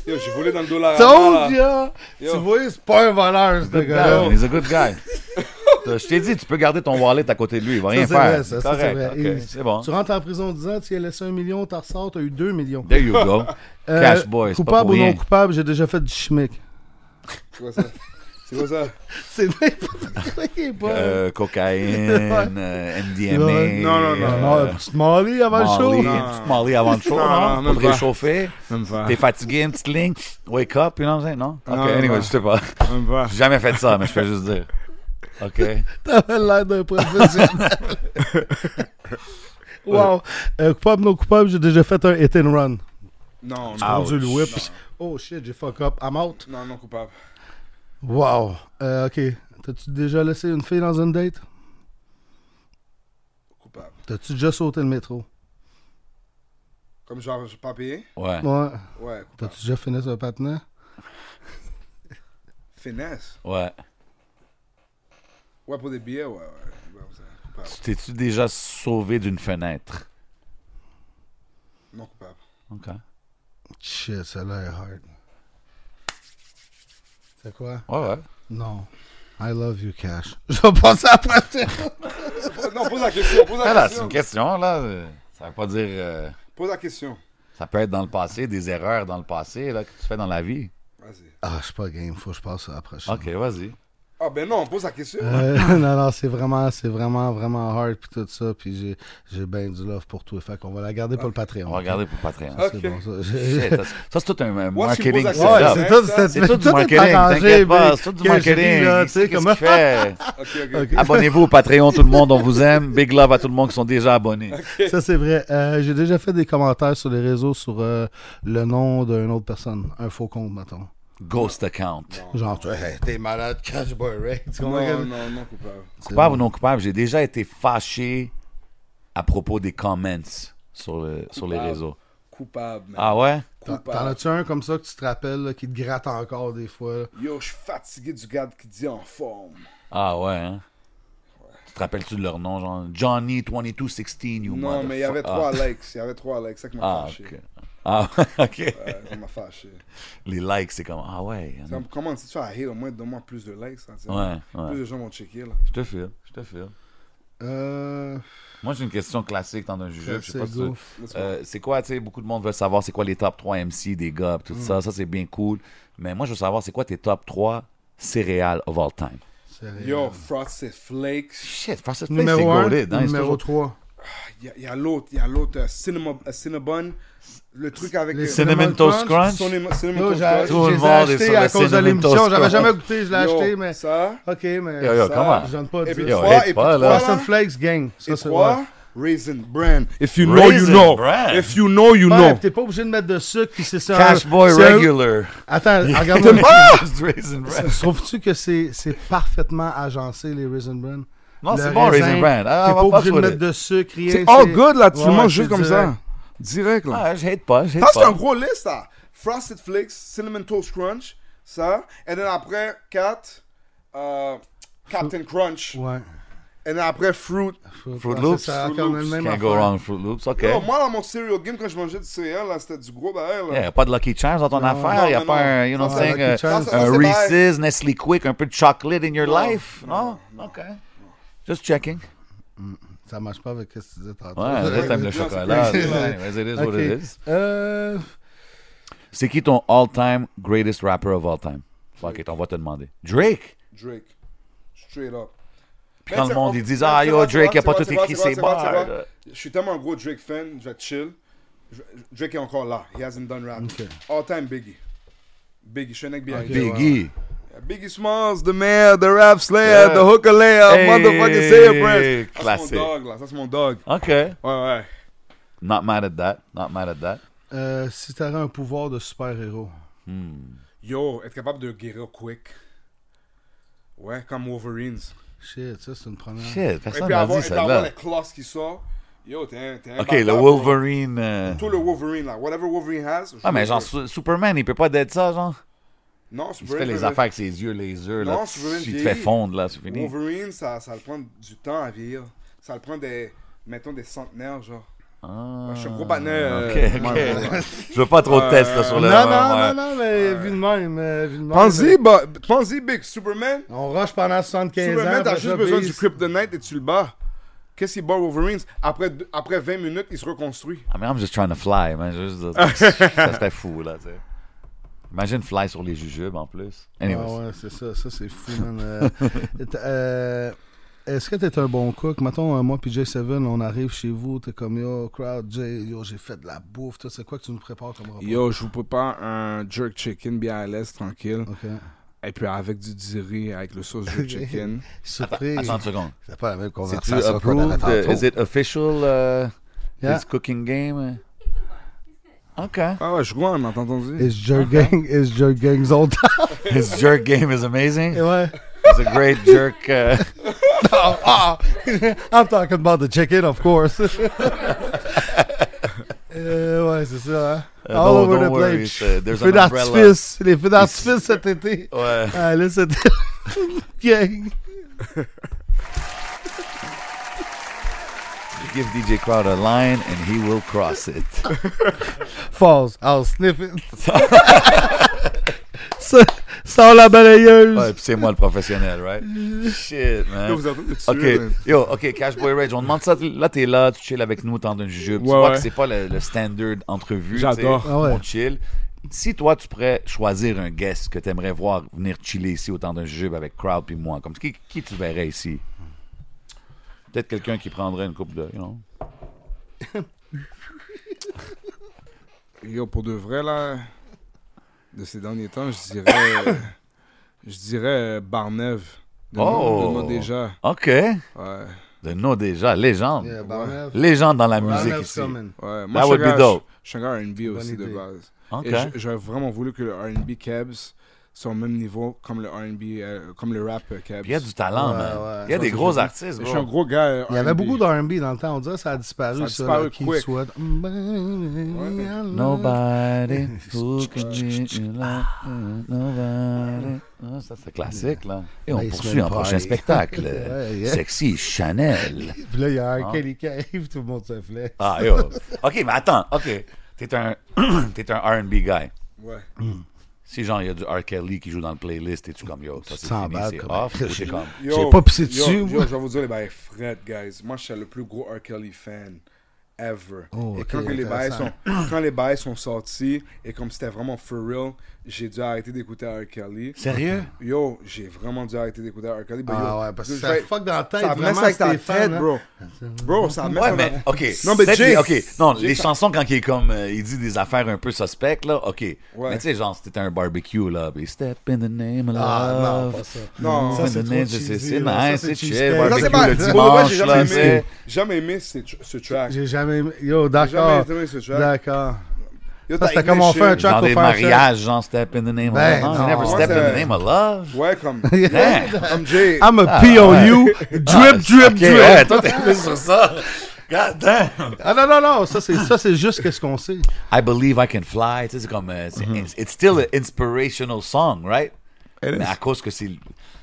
Speaker 2: Yo, j'ai volé dans le
Speaker 4: Ah,
Speaker 2: dollar.
Speaker 3: Told ya!
Speaker 2: Yo.
Speaker 3: Tu vois, c'est pas un voleur, ce gars-là.
Speaker 4: Non, he's a
Speaker 3: [laughs]
Speaker 4: good guy. Je t'ai dit, tu peux garder ton wallet à côté de lui. Il va
Speaker 3: Ça,
Speaker 4: rien
Speaker 3: c'est
Speaker 4: faire.
Speaker 3: vrai, ça, ça, c'est
Speaker 4: Correct,
Speaker 3: vrai.
Speaker 4: ok,
Speaker 3: Et
Speaker 4: C'est bon.
Speaker 3: Tu rentres en prison 10 ans, tu y as laissé un million, t'en ressors, t'as eu 2 millions.
Speaker 4: There
Speaker 3: [laughs]
Speaker 4: you go.
Speaker 3: Euh,
Speaker 4: Cash boy, c'est pas
Speaker 3: coupable
Speaker 4: pour
Speaker 3: ou non
Speaker 4: rien.
Speaker 3: coupable, j'ai déjà fait du chimique.
Speaker 2: C'est quoi ça? C'est quoi ça?
Speaker 3: [laughs] C'est n'importe quoi qui est pas.
Speaker 4: Euh, cocaïne, euh, MDMA.
Speaker 3: Ouais.
Speaker 2: Non, non, non,
Speaker 4: euh,
Speaker 3: non, un petit Molly avant le show.
Speaker 4: Molly,
Speaker 2: Non.
Speaker 4: un petit Molly avant le show,
Speaker 2: Non,
Speaker 4: non?
Speaker 2: non, même
Speaker 4: Pour te
Speaker 2: pas.
Speaker 4: réchauffer.
Speaker 2: Même pas.
Speaker 4: T'es fatigué, une petite ligne. Wake up, you know what I'm saying? Non? Ok,
Speaker 2: Non,
Speaker 4: anyway,
Speaker 2: non.
Speaker 4: je sais pas.
Speaker 2: Même pas.
Speaker 4: J'ai jamais fait ça, mais je peux juste dire.
Speaker 3: [laughs]
Speaker 4: Ok.
Speaker 3: T'avais l'air d'un professionnel. wow. Euh, coupable ou non coupable, j'ai déjà fait un hit and run.
Speaker 2: Non,
Speaker 4: Ah,
Speaker 2: non.
Speaker 3: Rendu le whip.
Speaker 2: Non.
Speaker 3: Oh shit, j'ai fuck up. I'm out.
Speaker 2: Non, non, coupable.
Speaker 3: Wow. Euh, ok. T'as-tu déjà laissé une fille dans une date?
Speaker 2: Coupable.
Speaker 3: T'as-tu déjà sauté le métro?
Speaker 2: Comme genre, je pas payé?
Speaker 3: Ouais.
Speaker 4: Ouais.
Speaker 2: Ouais, coupable.
Speaker 3: T'as-tu déjà fini sur un patin?
Speaker 2: Finesse.
Speaker 4: Ouais.
Speaker 2: Ouais, pour des billets, ouais, ouais. Ouais, vous savez, Coupable.
Speaker 4: Tu T'es-tu déjà sauvé d'une fenêtre?
Speaker 2: Non, coupable.
Speaker 4: Ok.
Speaker 3: Shit, celle-là est hard. C'est quoi?
Speaker 4: Ouais, ouais.
Speaker 3: Non. I love you, Cash. [laughs] Je vais passer à la prochaine.
Speaker 2: Non, pose la question, pose
Speaker 4: Ah,
Speaker 2: la
Speaker 4: là, c'est
Speaker 2: question.
Speaker 4: une question, là. euh, Ça veut pas dire. euh,
Speaker 2: Pose la question.
Speaker 4: ça peut être dans le passé, des erreurs dans le passé, là, que tu fais dans la vie.
Speaker 2: Vas-y.
Speaker 3: Ah, je suis pas game. Faut que je passe à la prochaine.
Speaker 4: Ok, vas-y.
Speaker 2: Ah, ben non, pose la question.
Speaker 3: Euh, [laughs] non, non, c'est vraiment, c'est vraiment, vraiment hard puis tout ça. Puis j'ai, j'ai bien du love pour tout. Fait qu'on va la garder pour le Patreon.
Speaker 4: On va regarder pour Patreon.
Speaker 3: C'est
Speaker 2: Ok.
Speaker 3: bon, ça. [laughs]
Speaker 4: Shit, ça, ça, c'est tout un euh,
Speaker 2: Moi, je suis
Speaker 4: marketing
Speaker 2: pose la
Speaker 3: Ouais,
Speaker 2: question.
Speaker 3: c'est
Speaker 4: setup.
Speaker 3: tout, c'est,
Speaker 4: C'est
Speaker 3: mais
Speaker 4: tout du marketing,
Speaker 3: est arrangé,
Speaker 4: t'inquiète pas,
Speaker 3: mais
Speaker 4: c'est tout du
Speaker 3: que je
Speaker 4: marketing.
Speaker 3: vis, là, tu sais,
Speaker 4: Qu'est-ce
Speaker 3: comment-
Speaker 4: qu'il fait?
Speaker 2: Ok, ok.
Speaker 3: [laughs] Ok.
Speaker 4: Abonnez-vous au Patreon, tout le monde, on vous aime. Big love à tout le monde qui sont déjà abonnés.
Speaker 3: [laughs] Ça, c'est vrai. Euh, j'ai déjà fait des commentaires sur les réseaux sur euh, le nom d'une autre personne. Un faux compte, mettons.
Speaker 4: Ghost account.
Speaker 3: Genre, tu- hey, t'es malade, Cash Boy Ray. Tu comprends?
Speaker 2: Non, non, non, coupable.
Speaker 3: C'est
Speaker 4: Coupable
Speaker 3: bon.
Speaker 4: ou non coupable, j'ai déjà été fâché à propos des comments sur, le- sur les
Speaker 2: Coupable.
Speaker 4: réseaux.
Speaker 2: Coupable, man.
Speaker 4: Ah ouais?
Speaker 3: T'en- T'en
Speaker 2: Coupable.
Speaker 3: as-tu un comme ça que tu te rappelles, là, qui te gratte encore des fois? là?
Speaker 2: Yo, je suis fatigué du gars qui dit en forme.
Speaker 4: Ah ouais, hein? Tu te rappelles-tu de leur nom, genre Johnny2216, you
Speaker 2: Non, mais il y avait trois likes. Il y avait trois likes. C'est ça qui m'a
Speaker 4: Ah,
Speaker 2: fâché.
Speaker 4: ok. Ah, [laughs] ok.
Speaker 2: Ouais, ça m'a fâché.
Speaker 4: Les likes, c'est comme, ah ouais. hein.
Speaker 2: Comme, comment si tu as hate, au moins donne-moi plus de likes. hein, tu sais.
Speaker 4: Ouais, ouais.
Speaker 2: Plus de gens vont checker, là.
Speaker 4: Je te file, je te file.
Speaker 3: Euh,
Speaker 4: Moi, j'ai une question classique dans un jeu. Je sais pas si
Speaker 3: go.
Speaker 4: tu-
Speaker 2: Let's go.
Speaker 4: Euh, c'est quoi, tu sais, beaucoup de monde veut savoir c'est quoi les top 3 MC des gars, pis tout ça. Ça, c'est bien cool. Mais moi, je veux savoir c'est quoi tes top 3 céréales of all time.
Speaker 3: Sérieux.
Speaker 2: Yo, Frosted Flakes.
Speaker 4: Shit, Francis Place, c'est
Speaker 3: Numéro 1,
Speaker 4: goated, hein, c'est
Speaker 3: numéro
Speaker 4: toujours-
Speaker 3: 3.
Speaker 2: Il y a- il y a, l'autre. Il y a l'autre. euh, Cinema- euh, Cinnabon. Le truc avec.
Speaker 3: Les
Speaker 2: euh,
Speaker 3: Cinnabon
Speaker 4: Cinnamon Toast Crunch.
Speaker 2: Cinnamon
Speaker 3: Yo,
Speaker 2: Cinnamon
Speaker 3: j'ai
Speaker 2: Toast
Speaker 4: Tout
Speaker 3: je les ai
Speaker 4: le monde est sur
Speaker 3: achetés
Speaker 4: le
Speaker 3: à cause de
Speaker 4: cinnamon
Speaker 3: l'émission.
Speaker 4: toast
Speaker 3: J'avais
Speaker 4: crunch.
Speaker 3: jamais goûté, je l'ai
Speaker 2: Yo,
Speaker 3: acheté, mais.
Speaker 2: Ça.
Speaker 3: Ok, mais.
Speaker 4: Yo, yo,
Speaker 3: ça,
Speaker 4: comment?
Speaker 3: Je donne pas
Speaker 2: Et puis
Speaker 3: de
Speaker 4: Yo,
Speaker 2: trois.
Speaker 4: hate
Speaker 2: Et puis
Speaker 4: pas, là.
Speaker 2: trois.
Speaker 3: Boston
Speaker 2: là.
Speaker 3: Flakes, gang.
Speaker 2: Et
Speaker 3: Ça, c'est ouais.
Speaker 2: trois. Raisin Bran. If you know, you
Speaker 4: Raisin
Speaker 2: know.
Speaker 4: Bran.
Speaker 2: If you know, you
Speaker 3: Ouais,
Speaker 2: know.
Speaker 3: pis t'es pas obligé de mettre de sucre, puis c'est ça.
Speaker 4: Cash Boy Regular. [laughs]
Speaker 3: Attends, regarde
Speaker 4: Just Raisin [laughs] Bran.
Speaker 3: [laughs] Trouves-tu que c'est c'est parfaitement agencé, les Raisin Bran?
Speaker 4: Non,
Speaker 3: Le
Speaker 4: c'est bon, Raisin Bran. Ah,
Speaker 3: T'es
Speaker 4: on va
Speaker 3: pas obligé
Speaker 4: fuck
Speaker 3: de
Speaker 4: with
Speaker 3: mettre
Speaker 4: it.
Speaker 3: de sucre, rien.
Speaker 2: C'est all good là, tu
Speaker 3: Ouais,
Speaker 2: manges
Speaker 3: c'est
Speaker 2: juste comme
Speaker 3: direct.
Speaker 2: ça. Direct là.
Speaker 4: Ah, je hate pas, je hate
Speaker 2: Ça, c'est
Speaker 4: pas.
Speaker 2: un gros liste, ça. Frosted Flakes, Cinnamon Toast Crunch, ça. Et then après, 4, Captain Crunch.
Speaker 3: Ouais.
Speaker 2: Et then après, Fruit.
Speaker 3: Faut
Speaker 4: Fruit
Speaker 3: penser
Speaker 4: Loops.
Speaker 3: Ça,
Speaker 2: Fruit
Speaker 3: quand
Speaker 2: Loops.
Speaker 3: même
Speaker 4: Can't go
Speaker 3: affaire.
Speaker 4: wrong, Fruit Loops, OK.
Speaker 2: Yo, Oh, moi, dans mon cereal game, quand je mangeais du céréal, là, c'était du gros bail.
Speaker 4: Il n'y a pas de Lucky Charms dans ton affaire. Il n'y a
Speaker 2: non,
Speaker 4: pas
Speaker 2: non.
Speaker 4: un, you know what
Speaker 2: Ça,
Speaker 4: I'm
Speaker 2: c'est
Speaker 4: saying,
Speaker 3: Lucky
Speaker 4: euh,
Speaker 3: Charms.
Speaker 2: Ça,
Speaker 4: un
Speaker 2: c'est pareil.
Speaker 4: Reese's, Nestle Quick, un peu de chocolate in your life? Non? OK. Just checking.
Speaker 3: Ça marche pas avec ce que tu disais tantôt.
Speaker 4: Ouais, là,
Speaker 3: [laughs]
Speaker 4: t'aimes le
Speaker 2: c'est
Speaker 4: chocolat.
Speaker 2: crazy,
Speaker 4: là.
Speaker 3: ouais.
Speaker 4: As it is
Speaker 3: Ok.
Speaker 4: what it is.
Speaker 3: Euh,
Speaker 4: C'est qui ton all-time greatest rapper of all time? Fuck it, on va te demander. Drake?
Speaker 2: Drake. Straight up. Ben,
Speaker 4: Puis quand le monde, ils disent, ah, yo, Drake, il a pas tout écrit ses bars. là.
Speaker 2: Je suis tellement un gros Drake fan, je vais chill. Je- Drake est encore là. He hasn't done rap.
Speaker 3: Ok.
Speaker 2: All time Biggie. Biggie, je suis un nec bien.
Speaker 4: Biggie.
Speaker 2: Biggie Smalls, the mayor, the rap slayer,
Speaker 4: Yeah.
Speaker 2: the hooker layer,
Speaker 4: Hey,
Speaker 2: motherfucking sayer press. Ça, c'est
Speaker 4: classique.
Speaker 2: mon dog, là. Ça, c'est mon dog.
Speaker 4: OK.
Speaker 2: Ouais, ouais.
Speaker 4: Not mad at that. Not mad at that.
Speaker 3: euh, si t'avais un pouvoir de super-héros.
Speaker 2: Yo, être capable de guérir quick. Ouais, comme Wolverines.
Speaker 3: Shit, ça, c'est une première.
Speaker 4: Shit,
Speaker 2: Et
Speaker 4: personne
Speaker 2: puis
Speaker 4: n'a
Speaker 2: avoir,
Speaker 4: dit
Speaker 2: et puis avoir
Speaker 4: celle-là.
Speaker 2: les classes qui sort. Yo, t'es un. t'es un
Speaker 4: OK,
Speaker 2: bâtard,
Speaker 4: le
Speaker 2: bro.
Speaker 4: Wolverine. euh,
Speaker 2: Tout le Wolverine, là. Whatever Wolverine has. je
Speaker 4: Ah, mais
Speaker 2: le
Speaker 4: genre,
Speaker 2: veux.
Speaker 4: Su- Superman, il peut pas d'être ça, genre.
Speaker 2: Non, c'est
Speaker 4: Il se fait les affaires avec ses yeux, les yeux, là.
Speaker 2: Non, Superman
Speaker 4: Il te
Speaker 2: vieillit.
Speaker 4: fait fondre, là, c'est fini.
Speaker 2: Wolverine, ça, ça le prend du temps à vieillir. Ça le prend des. Mettons des centenaires, genre.
Speaker 4: Ah.
Speaker 2: Je suis un gros banner.
Speaker 4: Ok,
Speaker 2: euh,
Speaker 4: ok.
Speaker 2: ouais, ouais, ouais.
Speaker 4: Je veux pas trop de tests, là,
Speaker 2: Euh,
Speaker 4: sur
Speaker 3: Non,
Speaker 4: le.
Speaker 3: non,
Speaker 4: ouais,
Speaker 3: non,
Speaker 4: ouais.
Speaker 3: non, mais vu de même. euh, vu de même,
Speaker 2: Pense-y,
Speaker 3: euh,
Speaker 2: bah, pense-y, Big. Superman.
Speaker 3: On rush pendant 75 ans.
Speaker 2: Superman, t'as
Speaker 3: après
Speaker 2: juste
Speaker 3: ça,
Speaker 2: besoin
Speaker 3: puis-
Speaker 2: du Kryptonite et tu le bats. Qu'est-ce qu'il bat Wolverines Après, deux- après 20 minutes, il se reconstruit.
Speaker 4: I mean, Ah, I'm just trying to fly, man.
Speaker 2: [laughs]
Speaker 4: Juste, ça, c'était fou, là, tu sais. Imagine fly sur les jujubes, en plus. Anyways.
Speaker 3: Ah ouais, c'est ça, ça c'est fou, man.
Speaker 4: [laughs]
Speaker 3: Euh, t'as- euh, Est-ce que t'es un bon cook? Mettons, euh, moi puis J7, on arrive chez vous, t'es comme yo, crowd, Jay, yo, j'ai fait de la bouffe, tout. C'est quoi que tu nous prépares comme repas?
Speaker 2: Yo, je vous prépare un jerk chicken bien à l'aise, tranquille.
Speaker 3: Ok.
Speaker 2: Et puis avec du diri, avec le sauce [laughs] jerk chicken.
Speaker 3: Surpris.
Speaker 4: Attends une seconde.
Speaker 3: C'est pas la même
Speaker 4: C'est-tu
Speaker 3: conversation qu'on avait
Speaker 4: approved?
Speaker 3: tantôt.
Speaker 4: Uh, Is it official, uh,
Speaker 3: Yeah.
Speaker 4: this cooking game? OK.
Speaker 2: Ah ouais, je crois, on a entendu. Euh,
Speaker 3: Is your gang, is your
Speaker 4: [laughs]
Speaker 3: gang's on time?
Speaker 4: His jerk game is amazing.
Speaker 3: ouais.
Speaker 4: It's a great jerk.
Speaker 2: [laughs]
Speaker 4: uh,
Speaker 3: Oh, oh. [laughs] I'm talking about the chicken, of course. [laughs] Uh, Euh, ouais, c'est ça, hein.
Speaker 4: Uh,
Speaker 3: All
Speaker 4: don't-
Speaker 3: over
Speaker 4: don't
Speaker 3: the
Speaker 4: worry,
Speaker 3: place.
Speaker 4: it's, uh, there's
Speaker 3: Feux
Speaker 4: an umbrella.
Speaker 3: d'artifice. Les feux d'artifice cet
Speaker 4: [laughs]
Speaker 3: été.
Speaker 4: Ouais.
Speaker 3: Ah, là, [laughs] c'était gang.
Speaker 4: Give DJ Crowd a line and he will cross it.
Speaker 2: [laughs]
Speaker 3: False. I'll sniff
Speaker 4: [laughs]
Speaker 3: it. Ça- Sans la balayeuse.
Speaker 4: Ouais, puis c'est moi le professionnel, right? Shit, man.
Speaker 2: Yo, vous êtes en train de me tuer,
Speaker 4: OK,
Speaker 2: man.
Speaker 4: yo, OK, Cashboy Rage, on demande ça. Là, t'es là, tu chill avec nous, t'en donnes jujube. tu
Speaker 2: Ouais,
Speaker 4: vois
Speaker 2: ouais.
Speaker 4: que c'est pas le, le standard entrevue.
Speaker 2: J'adore.
Speaker 3: Ah ouais.
Speaker 4: On chill. Si toi, tu pourrais choisir un guest que t'aimerais voir venir chiller ici au temps d'un jujube avec Crowd puis moi, comme qui, qui tu verrais ici? Peut-être quelqu'un qui prendrait une coupe de. You know.
Speaker 2: Yo, pour de vrai, là, de ces derniers temps, je dirais. euh, je dirais euh, Barnève. De
Speaker 4: Oh.
Speaker 2: nom- de nom déjà.
Speaker 4: OK.
Speaker 2: Ouais.
Speaker 4: De nous déjà, légende.
Speaker 3: Yeah, bah, Barnève.
Speaker 4: Légende dans la musique
Speaker 3: Barnève's
Speaker 4: ici.
Speaker 3: coming.
Speaker 2: Ouais,
Speaker 4: That
Speaker 2: moi, je
Speaker 4: would
Speaker 2: suis
Speaker 4: be
Speaker 2: un gars-
Speaker 4: dope.
Speaker 2: Je suis un gars R&B aussi
Speaker 3: idée.
Speaker 2: de base.
Speaker 4: OK.
Speaker 2: Et j'- j'aurais vraiment voulu que le R&B Kebs soit au même niveau comme le R&B, euh, comme le rap euh, Kebs.
Speaker 4: Puis il y a du talent,
Speaker 3: Ouais,
Speaker 4: man.
Speaker 3: ouais.
Speaker 4: Il y a des
Speaker 2: Je
Speaker 4: gros
Speaker 2: suis-
Speaker 4: artistes,
Speaker 2: Je
Speaker 4: bro.
Speaker 2: suis un gros gars. euh,
Speaker 3: Il y avait
Speaker 2: R&B.
Speaker 3: beaucoup d'R&B dans le temps. On dirait que ça a disparu.
Speaker 2: Ça a
Speaker 3: là,
Speaker 2: disparu
Speaker 3: qui
Speaker 2: quick.
Speaker 3: souhaite. [laughs]
Speaker 4: Nobody who can make you laugh,
Speaker 3: Ah.
Speaker 4: nobody. Ah, Ça, c'est classique, là. Et on
Speaker 3: Basement
Speaker 4: poursuit un
Speaker 3: Party. [laughs]
Speaker 4: prochain spectacle. euh,
Speaker 3: Ouais, yeah.
Speaker 4: Sexy Chanel.
Speaker 3: Puis là, il y a un Kelly qui arrive, tout le monde se flatte.
Speaker 4: Ah, yo. OK, mais attends. OK. T'es un, [clears throat] t'es un R&B guy.
Speaker 2: Ouais.
Speaker 4: Si, genre, il y a du R. Kelly qui joue dans le playlist, t'es-tu comme, yo, ça, c'est
Speaker 3: t'en
Speaker 4: fini,
Speaker 3: bats
Speaker 4: c'est
Speaker 3: comme un
Speaker 4: off. ou t'es comme,
Speaker 2: Yo,
Speaker 3: J'ai pas pissé
Speaker 2: yo,
Speaker 3: dessus,
Speaker 2: Yo,
Speaker 3: moi.
Speaker 2: je vais vous dire les bails Fred, guys. Moi, je suis le plus gros R. Kelly fan ever.
Speaker 3: Oh,
Speaker 2: et
Speaker 3: ok,
Speaker 2: quand, que les bails
Speaker 3: intéressant.
Speaker 2: sont, quand les bails sont sortis, et comme c'était vraiment for real, j'ai dû arrêter d'écouter R. Kelly.
Speaker 4: sérieux?
Speaker 2: Yo, j'ai vraiment dû arrêter d'écouter R. Kelly. but
Speaker 3: Ah
Speaker 2: yo,
Speaker 3: ouais, parce que
Speaker 2: je
Speaker 3: ça
Speaker 2: vais-
Speaker 3: fuck dans la tête.
Speaker 2: ça venait
Speaker 3: vraiment,
Speaker 2: ça avec ta
Speaker 3: Stéphane,
Speaker 2: tête,
Speaker 3: hein.
Speaker 2: bro. Bro, ça met
Speaker 4: Ouais,
Speaker 2: ça
Speaker 4: mais
Speaker 2: dans-
Speaker 4: OK.
Speaker 2: Non, mais
Speaker 4: Peut-être
Speaker 2: Jay-
Speaker 4: les- OK. Non,
Speaker 2: Jay-
Speaker 4: les chansons, quand il est comme. euh, il dit des affaires un peu suspectes, là, OK.
Speaker 2: Ouais.
Speaker 4: Mais tu sais, genre, c'était un barbecue, là. Puis step in the name of love.
Speaker 3: Ah, non, pas ça.
Speaker 2: Non.
Speaker 3: Ça,
Speaker 4: In
Speaker 3: c'est
Speaker 4: the
Speaker 3: trop
Speaker 4: name-
Speaker 3: cheesy,
Speaker 4: c'est c'est
Speaker 3: là. Ça,
Speaker 4: nice,
Speaker 3: c'est
Speaker 4: c'est chill.
Speaker 3: cheesy.
Speaker 2: Ça,
Speaker 4: Barbecue
Speaker 2: c'est
Speaker 4: le
Speaker 2: pas- pour de vrai,
Speaker 4: dimanche,
Speaker 2: j'ai
Speaker 4: là,
Speaker 2: jamais
Speaker 4: tu
Speaker 2: aimé,
Speaker 4: sais.
Speaker 2: j'ai jamais aimé ce, ce track.
Speaker 3: J'ai jamais. aimé- Yo,
Speaker 2: jamais
Speaker 3: d'accord.
Speaker 2: aimé ce track.
Speaker 3: D'accord.
Speaker 2: Yo,
Speaker 3: Ça,
Speaker 2: t'as
Speaker 3: c'était
Speaker 2: English
Speaker 3: comme on
Speaker 2: shit.
Speaker 3: fait un track
Speaker 4: Dans
Speaker 3: pour
Speaker 4: des
Speaker 3: faire
Speaker 4: mariages, genre, step in the name
Speaker 3: Ben,
Speaker 4: of love.
Speaker 3: non.
Speaker 4: You never
Speaker 3: Moi,
Speaker 4: step in
Speaker 2: c'est-
Speaker 4: the name of love.
Speaker 2: Ouais, [laughs] comme,
Speaker 4: Damn.
Speaker 2: comme Jay.
Speaker 3: I'm a
Speaker 4: Ah,
Speaker 3: POU. [laughs] Drip, drip,
Speaker 4: Ok,
Speaker 3: drip.
Speaker 4: ouais, toi, t'es plus sur ça. God damn.
Speaker 3: Ah non, non, non. Ça, c'est, ça, c'est juste qu'est-ce qu'on sait.
Speaker 4: I believe I can fly. Tu sais, c'est comme. euh, c'est-
Speaker 2: Mm-hmm.
Speaker 4: It's still an inspirational song, right? Mais à cause que c'est.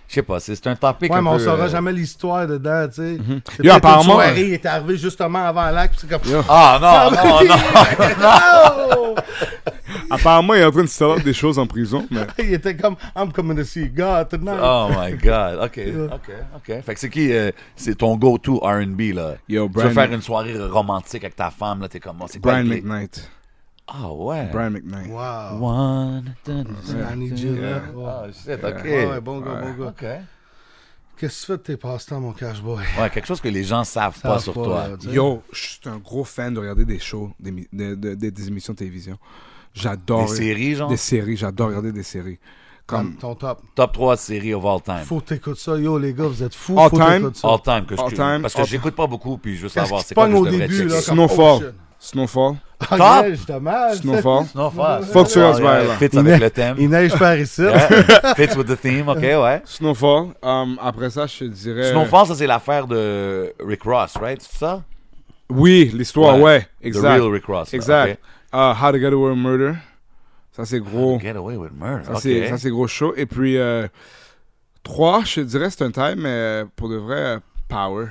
Speaker 4: Je sais pas, c'est c'est un topic.
Speaker 3: Ouais,
Speaker 4: un
Speaker 3: mais on
Speaker 4: peu,
Speaker 3: saura
Speaker 4: euh, Mhm.
Speaker 3: jamais l'histoire dedans, tu sais. C'est peut-être
Speaker 2: Yo, apparemment-
Speaker 3: une soirée, il est arrivé justement avant l'acte. puis C'est comme. [laughs]
Speaker 4: Ah non, non, non.
Speaker 3: non!
Speaker 2: Apparemment, il est en train de savoir des choses en prison, mais.
Speaker 3: il était comme, I'm coming to see God tonight.
Speaker 4: Oh my God. OK, OK, OK. Fait que c'est qui, euh, c'est ton go-to R&B, là?
Speaker 2: Yo,
Speaker 4: tu veux
Speaker 2: Brian-
Speaker 4: faire une soirée romantique avec ta femme, là, t'es comme... oh, c'est quoi
Speaker 2: Brian
Speaker 4: le-
Speaker 2: McKnight.
Speaker 4: Ah ouais.
Speaker 2: Brian McKnight.
Speaker 3: Wow.
Speaker 4: One, two,
Speaker 3: I need you, là.
Speaker 4: three. Ah, shit, OK.
Speaker 3: Ouais, ouais, bon gars, bon gars.
Speaker 4: OK.
Speaker 3: Qu'est-ce que tu fais de tes passe-temps, mon cash boy?
Speaker 4: Ouais, quelque chose que les gens savent pas
Speaker 3: Savent
Speaker 4: sur
Speaker 3: pas, euh,
Speaker 4: toi.
Speaker 3: là, tu sais.
Speaker 2: Yo, je suis un gros fan de regarder des shows, des, mi- de- de- de- des émissions de télévision. J'adore.
Speaker 4: Des séries, genre?
Speaker 2: Des séries, j'adore regarder des séries. Comme.
Speaker 3: Ton top.
Speaker 4: Top 3 séries of all time.
Speaker 3: Faut t'écouter ça. Yo, les gars, vous êtes fous.
Speaker 2: All
Speaker 3: faut
Speaker 2: time.
Speaker 3: t'écouter ça.
Speaker 4: All time. Que je-
Speaker 2: All time,
Speaker 4: parce que
Speaker 2: all
Speaker 4: j'écoute pas beaucoup, puis je veux
Speaker 3: Qu'est-ce
Speaker 4: savoir
Speaker 3: qui
Speaker 4: c'est
Speaker 3: te
Speaker 4: quoi que
Speaker 3: pogne
Speaker 4: je
Speaker 3: au
Speaker 4: devrais
Speaker 3: début, là?
Speaker 4: checker.
Speaker 3: comme, oh,
Speaker 2: Snowfall.
Speaker 3: shit.
Speaker 2: Snowfall.
Speaker 3: Ah,
Speaker 4: Top.
Speaker 3: neige, dommage.
Speaker 2: Snowfall.
Speaker 4: Snowfall.
Speaker 2: Fuck you,
Speaker 4: Ah,
Speaker 2: Asbel,
Speaker 4: yeah,
Speaker 2: là.
Speaker 4: Fits
Speaker 3: Il,
Speaker 4: avec
Speaker 3: neige-
Speaker 4: le thème. [laughs]
Speaker 3: il neige par ici.
Speaker 4: Yeah. Fits with the theme, OK, ouais.
Speaker 2: Snowfall. Euh, après ça, je te dirais.
Speaker 4: Snowfall, ça c'est l'affaire de Rick Ross, right? C'est ça?
Speaker 2: Oui, l'histoire, ouais.
Speaker 4: The
Speaker 2: Exact.
Speaker 4: real Rick Ross. là,
Speaker 2: Exact.
Speaker 4: ok.
Speaker 2: Euh, How to Get Away with Murder. Ça, c'est gros.
Speaker 4: Get away with murder.
Speaker 2: Ça,
Speaker 4: ok.
Speaker 2: c'est- ça, c'est gros show. Et puis, euh, trois, je te dirais, c'est un time, mais euh, pour de vrai, euh, power.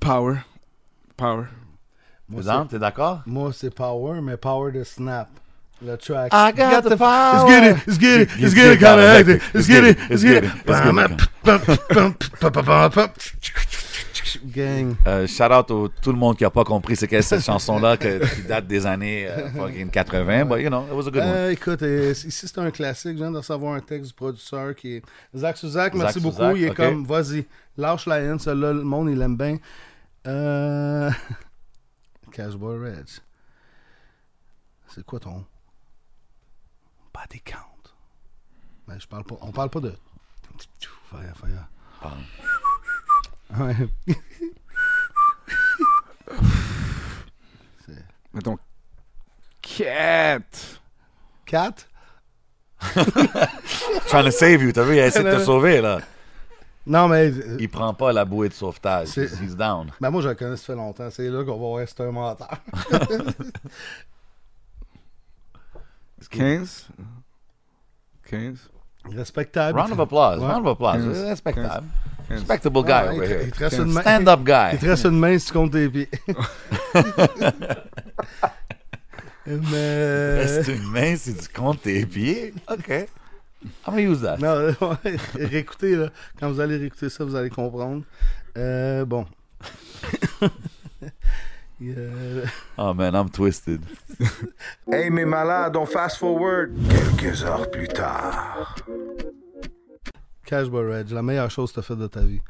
Speaker 2: Power. Power.
Speaker 4: Vous en, t'es d'accord?
Speaker 3: Moi, c'est Power, mais Power de Snap. Le track.
Speaker 4: I got the power.
Speaker 3: Let's get it, let's get it, let's get it, kind of acting. Let's get it, let's get it. Bam, bam, bam, bam, bam, bam, bam. Gang.
Speaker 4: Euh, shout out à tout le monde qui a pas compris c'est quelle cette chanson-là que- qui date des années euh, fucking 80, but you know, it was a good one.
Speaker 3: Euh, écoute, euh, ici c'est un classique. Je viens de recevoir un texte du producteur qui est Zach Suzak. Merci
Speaker 4: Zach
Speaker 3: beaucoup.
Speaker 4: Suzak,
Speaker 3: il est
Speaker 4: ok.
Speaker 3: comme, vas-y, lâche la haine. Celui-là, le monde, il l'aime bien. Euh... [laughs] Cashboy Reg. C'est quoi ton body count? Ben, je parle pas. On parle pas de. Fire, fire. Ouais. [laughs]
Speaker 2: Mettons. Quête.
Speaker 3: 4?
Speaker 4: Trying to save you, t'as vu, il a essayé de te sauver, là.
Speaker 3: Non, mais. euh,
Speaker 4: Il prend pas la bouée de sauvetage.
Speaker 3: C'est-
Speaker 4: He's down.
Speaker 3: Ben moi, je le connais, ça fait longtemps. C'est là qu'on va voir si c'est un menteur. [laughs]
Speaker 2: 15. 15.
Speaker 3: Respectable.
Speaker 4: Round of applause,
Speaker 3: Ouais.
Speaker 4: round of applause.
Speaker 2: Quinze.
Speaker 4: Respectable.
Speaker 2: Quinze.
Speaker 4: Respectable guy
Speaker 3: Ah, il
Speaker 4: over
Speaker 3: te-
Speaker 4: here.
Speaker 3: il te reste une main-
Speaker 4: Stand-up
Speaker 3: Il
Speaker 4: guy.
Speaker 3: te reste une main si tu comptes tes
Speaker 4: [laughs]
Speaker 3: pieds. Mais.
Speaker 2: uh,
Speaker 4: Reste une main si tu comptes tes pieds. OK. I'm gonna use that.
Speaker 3: Non, euh, ouais, réécoutez, là. Quand vous allez réécouter ça, vous allez comprendre. Euh, bon. [laughs] Euh,
Speaker 4: Oh man, I'm twisted.
Speaker 6: Hey mes malades, on fast forward. Quelques heures plus tard.
Speaker 3: Cash Barrage, la meilleure chose que tu as faite de ta vie.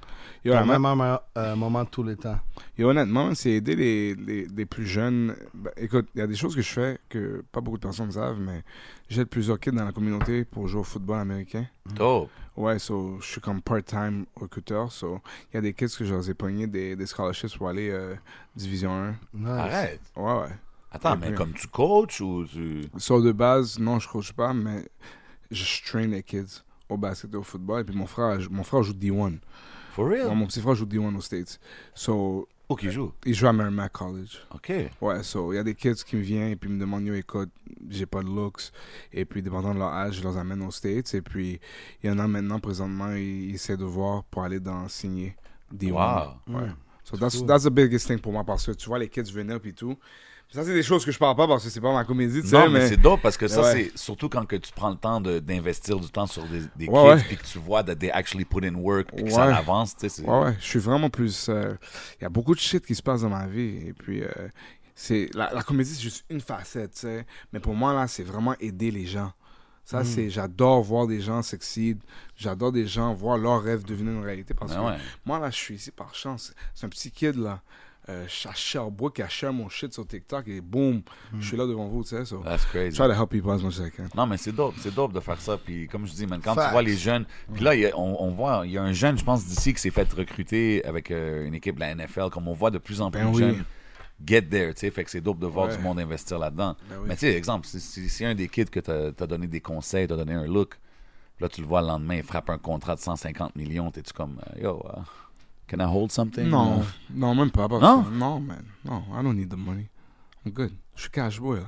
Speaker 2: Yo,
Speaker 3: Ton
Speaker 2: vraiment,
Speaker 3: meilleur meilleur, euh, moment de tous les temps.
Speaker 2: Et honnêtement, c'est aider les, les- les plus jeunes. Ben, écoute, il y a des choses que je fais que pas beaucoup de personnes savent, mais j'aide plusieurs kids dans la communauté pour jouer au football américain.
Speaker 4: Dope.
Speaker 2: Ouais, so, je suis comme part-time recruteur. So, il y a des kids que je leur ai pogné des, des scholarships pour aller euh, Division 1.
Speaker 3: Nice.
Speaker 4: Arrête.
Speaker 2: Ouais, ouais.
Speaker 4: Attends, mais
Speaker 2: Ok.
Speaker 4: comme tu coaches ou tu.
Speaker 2: So, de base, non, je coach pas, mais je je train les kids au basket et au football. Et puis, mon frère, mon frère joue D1.
Speaker 4: For real?
Speaker 2: Ouais, mon petit frère joue D1 aux States. So,
Speaker 4: Oh, qui joue.
Speaker 2: il joue à Merrimack College.
Speaker 4: OK.
Speaker 2: Ouais, so, il y a des kids qui me viennent et puis me demandent, yo, écoute, j'ai pas de looks. Et puis, dépendant de leur âge, je les amène aux States. Et puis, il y en a maintenant, présentement, ils, ils essaient de voir pour aller dans signer des
Speaker 4: Wow.
Speaker 2: Ouais. So, that's, that's the biggest thing pour moi parce que tu vois, les kids venir et tout. Puis ça, c'est des choses que je parle pas parce que c'est pas ma comédie, tu sais,
Speaker 4: Non, mais,
Speaker 2: mais.
Speaker 4: c'est dope parce que ça,
Speaker 2: ouais.
Speaker 4: c'est surtout quand que tu prends le temps de- d'investir du temps sur des, des
Speaker 2: Ouais,
Speaker 4: kids
Speaker 2: ouais.
Speaker 4: puis que tu vois that they actually put in work puis que
Speaker 2: Ouais.
Speaker 4: ça avance, tu sais. c'est-
Speaker 2: Ouais, ouais, je suis vraiment plus. euh, Il y a beaucoup de shit qui se passe dans ma vie. Et puis, euh, c'est la, la comédie, c'est juste une facette, tu sais. Mais pour moi, là, c'est vraiment aider les gens. Ça,
Speaker 4: Hmm.
Speaker 2: c'est. J'adore voir des gens s'exciter. J'adore des gens voir leurs rêves devenir une réalité. Parce
Speaker 4: Ben
Speaker 2: que
Speaker 4: ouais.
Speaker 2: moi, là, je suis ici par chance. C'est un petit kid, là. Euh, je suis à Sherbrooke, à share mon shit sur TikTok et boum,
Speaker 4: Hmm.
Speaker 2: je suis là devant vous, tu sais. So,
Speaker 4: That's crazy.
Speaker 2: try to help people as much as I can.
Speaker 4: Non, mais c'est dope, c'est dope de faire ça. Puis comme je dis, man, quand
Speaker 1: Facts.
Speaker 4: tu vois les jeunes, puis là, il y a- on, on voit, il y a un jeune, je pense, d'ici qui s'est fait recruter avec euh, une équipe de la NFL, comme on voit de plus en plus
Speaker 2: Ben
Speaker 4: de
Speaker 2: oui.
Speaker 4: jeunes. Get there, tu sais, fait que c'est dope de voir
Speaker 2: Ouais.
Speaker 4: du monde investir là-dedans.
Speaker 2: Ben oui.
Speaker 4: Mais tu sais, exemple, si, si- si un des kids que t'as as donné des conseils, t'as donné un look, là, tu le vois le lendemain, il frappe un contrat de 150 millions, t'es-tu comme, euh, yo, uh, can I hold something?
Speaker 2: Non, non, même pas. pas
Speaker 4: Non?
Speaker 2: ça. non, man. Non, I don't need the money. I'm good. Je suis cash boy. Là.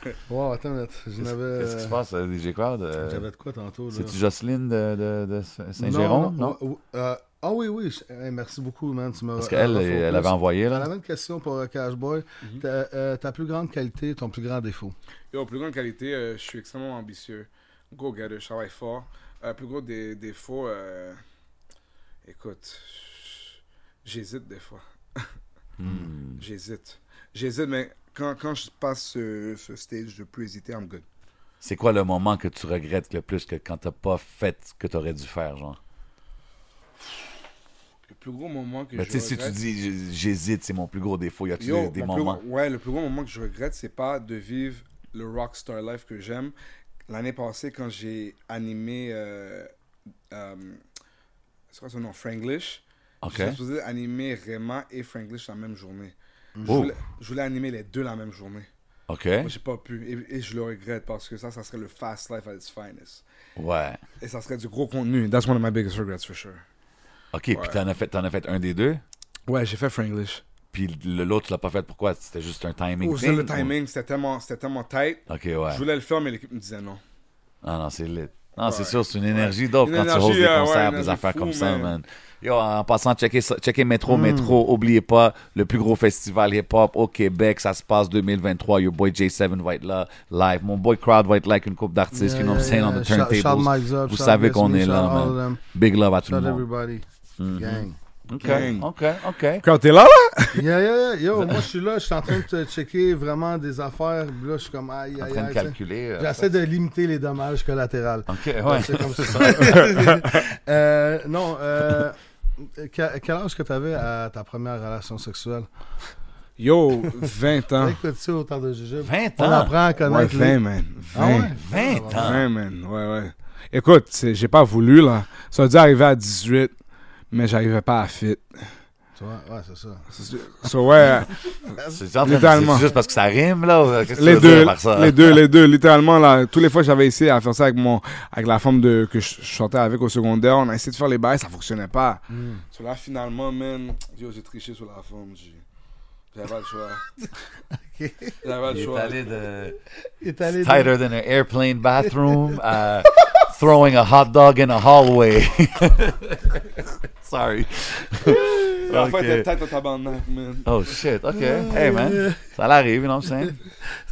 Speaker 2: Come on.
Speaker 3: Wow, attends, une minute, je n'avais-
Speaker 4: Qu'est-ce qui se passe, euh, DJ Cloud? Euh,
Speaker 3: J'avais de quoi tantôt. là?
Speaker 4: C'est-tu Jocelyne de, de- de
Speaker 3: Non,
Speaker 4: Saint-Jérôme?
Speaker 3: non,
Speaker 4: Non?
Speaker 3: ou- ou- euh, ah oui, oui. je- hey, merci beaucoup, man. Tu m'as-
Speaker 4: Parce qu'elle,
Speaker 3: euh,
Speaker 4: elle,
Speaker 3: refocus.
Speaker 4: avait envoyé,
Speaker 3: J'avais
Speaker 4: là.
Speaker 3: la même question pour euh, Cashboy. Ta, euh, ta plus grande qualité, ton plus grand défaut.
Speaker 2: [laughs] Yo, plus grande qualité, euh, je suis extrêmement ambitieux. Go getter, je travaille fort. Euh, plus gros des défauts, euh, écoute, j'hésite des fois.
Speaker 4: Hmm.
Speaker 2: J'hésite. J'hésite, mais quand, quand je passe ce, ce stage de plus hésiter, I'm good.
Speaker 4: C'est quoi le moment que tu regrettes le plus que quand t'as pas fait ce que t'aurais dû faire, genre?
Speaker 2: Le plus gros moment que
Speaker 4: Ben,
Speaker 2: je
Speaker 4: tu sais, si tu
Speaker 2: regrette-
Speaker 4: dis j- j'hésite, c'est mon plus gros défaut, y a-tu
Speaker 2: Yo,
Speaker 4: des, des
Speaker 2: mon plus
Speaker 4: moments?
Speaker 2: gros- ouais, le plus gros moment que je regrette, c'est pas de vivre le rockstar life que j'aime. L'année passée, quand j'ai animé. Euh, euh, c'est quoi son nom Franglish.
Speaker 4: Ok.
Speaker 2: J'étais supposé animer Réma et Franglish la même journée. Je,
Speaker 4: Oh.
Speaker 2: voulais, je voulais animer les deux la même journée.
Speaker 4: Ok.
Speaker 2: Moi, j'ai pas pu. Et, et je le regrette parce que ça, ça serait le fast life at its finest.
Speaker 4: Ouais.
Speaker 2: Et ça serait du gros contenu. That's one of my biggest regrets for sure.
Speaker 4: Ok, puis t'en as, fait- t'en as fait un des deux,
Speaker 2: Ouais, j'ai fait Franglish.
Speaker 4: puis le- l'autre, tu l'as pas fait. Pourquoi? C'était juste un timing
Speaker 2: Oh,
Speaker 4: thing,
Speaker 2: c'est le
Speaker 4: ou-
Speaker 2: timing, c'était tellement, c'était tellement tight.
Speaker 4: Ok, ouais.
Speaker 2: Je voulais le faire, mais l'équipe me disait non.
Speaker 4: Ah non, c'est lit. Non, c'est
Speaker 2: Ouais.
Speaker 4: sûr, c'est une énergie dope
Speaker 2: Une
Speaker 4: quand tu
Speaker 2: énergie,
Speaker 4: hostes des
Speaker 2: euh, ouais,
Speaker 4: concerts,
Speaker 2: une
Speaker 4: des
Speaker 2: énergie
Speaker 4: affaires
Speaker 2: fou,
Speaker 4: comme ça,
Speaker 2: man. Hmm.
Speaker 4: man. Yo, en passant, checker, ça- checker Métro, Métro, oubliez pas, le plus gros festival hip-hop au Québec, ça se passe 2023. Your boy J7 va être là, live. Mon boy Crowd va être là avec une couple d'artistes, you know what I'm saying, on the
Speaker 3: Shout- shout
Speaker 4: turntables.
Speaker 3: Mike's up,
Speaker 4: Vous
Speaker 3: shout
Speaker 4: savez
Speaker 3: Miss
Speaker 4: qu'on
Speaker 3: Me,
Speaker 4: est
Speaker 3: shout
Speaker 4: là,
Speaker 3: all of
Speaker 4: man.
Speaker 3: them.
Speaker 4: Big love à tout le
Speaker 3: Shout
Speaker 4: monde. Mhm.
Speaker 3: everybody. Gang.
Speaker 4: OK,
Speaker 2: Gang.
Speaker 4: OK, OK.
Speaker 2: Quand t'es là, là?
Speaker 3: Yeah, yeah, yeah. Yo, moi, je suis là, je suis en train de te checker vraiment des affaires. puis Là, je suis comme aïe,
Speaker 4: En
Speaker 3: aïe,
Speaker 4: train de
Speaker 3: aïe. tu sais.
Speaker 4: calculer. euh,
Speaker 3: J'essaie de limiter les dommages collatéraux.
Speaker 4: OK, ouais.
Speaker 3: C'est comme
Speaker 4: [laughs]
Speaker 3: ça. Euh, non, euh, que- quel âge que tu avais à ta première relation sexuelle?
Speaker 2: Yo, 20 ans.
Speaker 3: Écoute-tu autant de jujubes?
Speaker 4: 20
Speaker 3: On
Speaker 4: Ah. ans.
Speaker 3: apprend à
Speaker 2: Ouais,
Speaker 3: connaître
Speaker 2: 20,
Speaker 3: les...
Speaker 2: man. 20.
Speaker 3: Ah ouais?
Speaker 4: 20 ans.
Speaker 2: 20, man. Ouais, ouais. Écoute, c'est- j'ai pas voulu, là. Ça a dû arriver à 18, mais j'arrivais pas à fit.
Speaker 3: Tu vois, ouais, c'est ça.
Speaker 2: So, ouais,
Speaker 4: C'est c'est en train de-
Speaker 2: Littéralement.
Speaker 4: c'est juste parce que ça rime, là. euh, Qu'est-ce que tu
Speaker 2: les
Speaker 4: veux dire
Speaker 2: deux,
Speaker 4: par ça?
Speaker 2: les deux, les deux, littéralement, là. Toutes les fois, j'avais essayé à faire ça avec mon, avec la femme de, que je je chantais avec au secondaire. On a essayé de faire les bails, ça fonctionnait pas. So, là, finalement, man, yo, j'ai triché sur la femme. j'ai- J'avais pas le choix. J'avais pas
Speaker 4: Il
Speaker 2: le
Speaker 4: est
Speaker 2: choix.
Speaker 4: allé de...
Speaker 3: Il est allé...
Speaker 4: tighter than an airplane bathroom, uh, [laughs] throwing a hot dog in a hallway. [laughs]
Speaker 2: [laughs]
Speaker 4: Sorry.
Speaker 2: La fin était
Speaker 4: Okay.
Speaker 2: peut-être au tabarnak, man.
Speaker 4: Oh shit, okay. Hey man, ça l'arrive, you know what
Speaker 2: [laughs]
Speaker 4: I'm saying?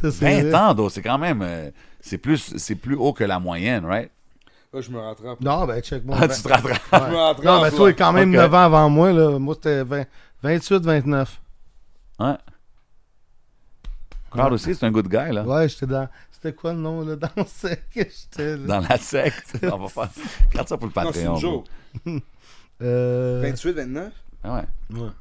Speaker 3: Euh, Ça, c'est
Speaker 4: 20
Speaker 3: vrai.
Speaker 4: ans, though, c'est quand même. euh, c'est plus, c'est plus haut que la moyenne, right?
Speaker 2: [laughs] Là, je me rattrape.
Speaker 3: Non, ben, check moi.
Speaker 4: Ah, tu te rattrapes.
Speaker 2: Je me rattrape.
Speaker 3: Non, mais toi, il
Speaker 2: là.
Speaker 3: est quand même
Speaker 4: Ok.
Speaker 3: 9 ans avant moi. Là. Moi, c'était 20 28, 29.
Speaker 4: Ouais. Crowd aussi, c'est un good guy, là.
Speaker 3: Ouais, j'étais dans... C'était quoi le nom, là, dans ce que j'étais, là?
Speaker 4: Dans
Speaker 2: [laughs]
Speaker 4: la secte. On va faire. Garde ça pour le
Speaker 2: Non, c'est
Speaker 4: Patreon.
Speaker 2: une joke.
Speaker 3: Euh...
Speaker 2: 28, 29?
Speaker 4: Ah ouais.
Speaker 3: Ben,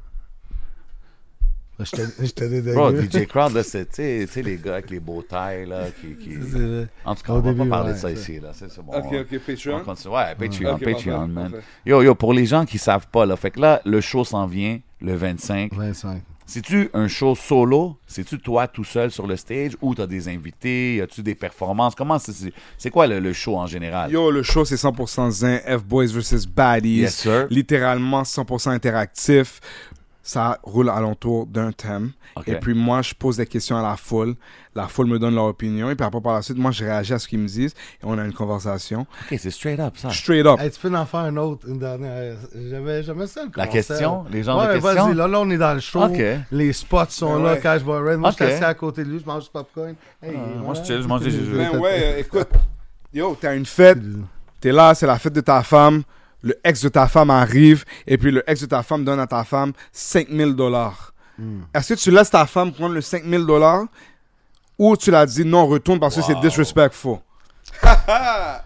Speaker 3: J'étais j'étais des
Speaker 2: [laughs]
Speaker 4: Bro,
Speaker 3: dégueux.
Speaker 4: DJ Crowd, là, c'est, tu sais- tu sais, les gars avec les beaux tailles, là, qui. qui...
Speaker 3: [laughs] C'est vrai.
Speaker 4: En tout cas,
Speaker 3: Au
Speaker 4: on va
Speaker 3: début,
Speaker 4: pas parler
Speaker 3: ouais,
Speaker 4: de ça
Speaker 3: c'est-
Speaker 4: ici, là. C'est c'est bon.
Speaker 2: Ok,
Speaker 4: on-
Speaker 2: ok,
Speaker 4: On
Speaker 2: Patreon.
Speaker 4: continue. Ouais, Patreon,
Speaker 2: Ok,
Speaker 4: Patreon,
Speaker 2: parfait,
Speaker 4: man.
Speaker 2: parfait.
Speaker 4: Yo, yo, pour les gens qui savent pas, là, fait que là, le show s'en vient le 25.
Speaker 3: 25.
Speaker 4: C'est-tu un show solo? C'est-tu toi tout seul sur le stage ou t'as des invités? Y a-tu des performances? Comment c'est- c'est c'est quoi le, le show en général?
Speaker 2: Yo, le show, c'est 100% zin. F-Boys versus Baddies.
Speaker 4: Yes, sir.
Speaker 2: Littéralement 100% interactif. Ça roule alentour d'un thème.
Speaker 4: Ok.
Speaker 2: Et puis moi, je pose des questions à la foule. La foule me donne leur opinion. Et puis après, par la suite, moi, je réagis à ce qu'ils me disent. Et on a une conversation.
Speaker 4: Ok, c'est straight up ça.
Speaker 2: Straight up.
Speaker 3: Hey, tu peux en faire un autre, une dernière. J'avais jamais ça le
Speaker 4: La
Speaker 3: concept.
Speaker 4: question? Les genres
Speaker 3: ouais,
Speaker 4: de questions?
Speaker 3: vas-y, là, là, on est dans le show.
Speaker 4: Ok.
Speaker 3: Les spots sont
Speaker 2: Ben
Speaker 3: là,
Speaker 2: ouais.
Speaker 3: Cash Boy Red. Moi, je
Speaker 4: Ok.
Speaker 3: suis assis à côté de lui, je mange du popcorn. Hey,
Speaker 4: Ah,
Speaker 3: voilà.
Speaker 4: moi, je chill, je mange des jujubes.
Speaker 2: Ben ouais, euh, écoute. Yo, t'as une fête. T'es là, c'est la fête de ta femme. Le ex de ta femme arrive. Et puis le ex de ta femme donne à ta femme 5000 dollars. Est-ce que tu laisses ta femme prendre le 5000 dollars ou tu l'as dit non, retourne parce que c'est disrespectful?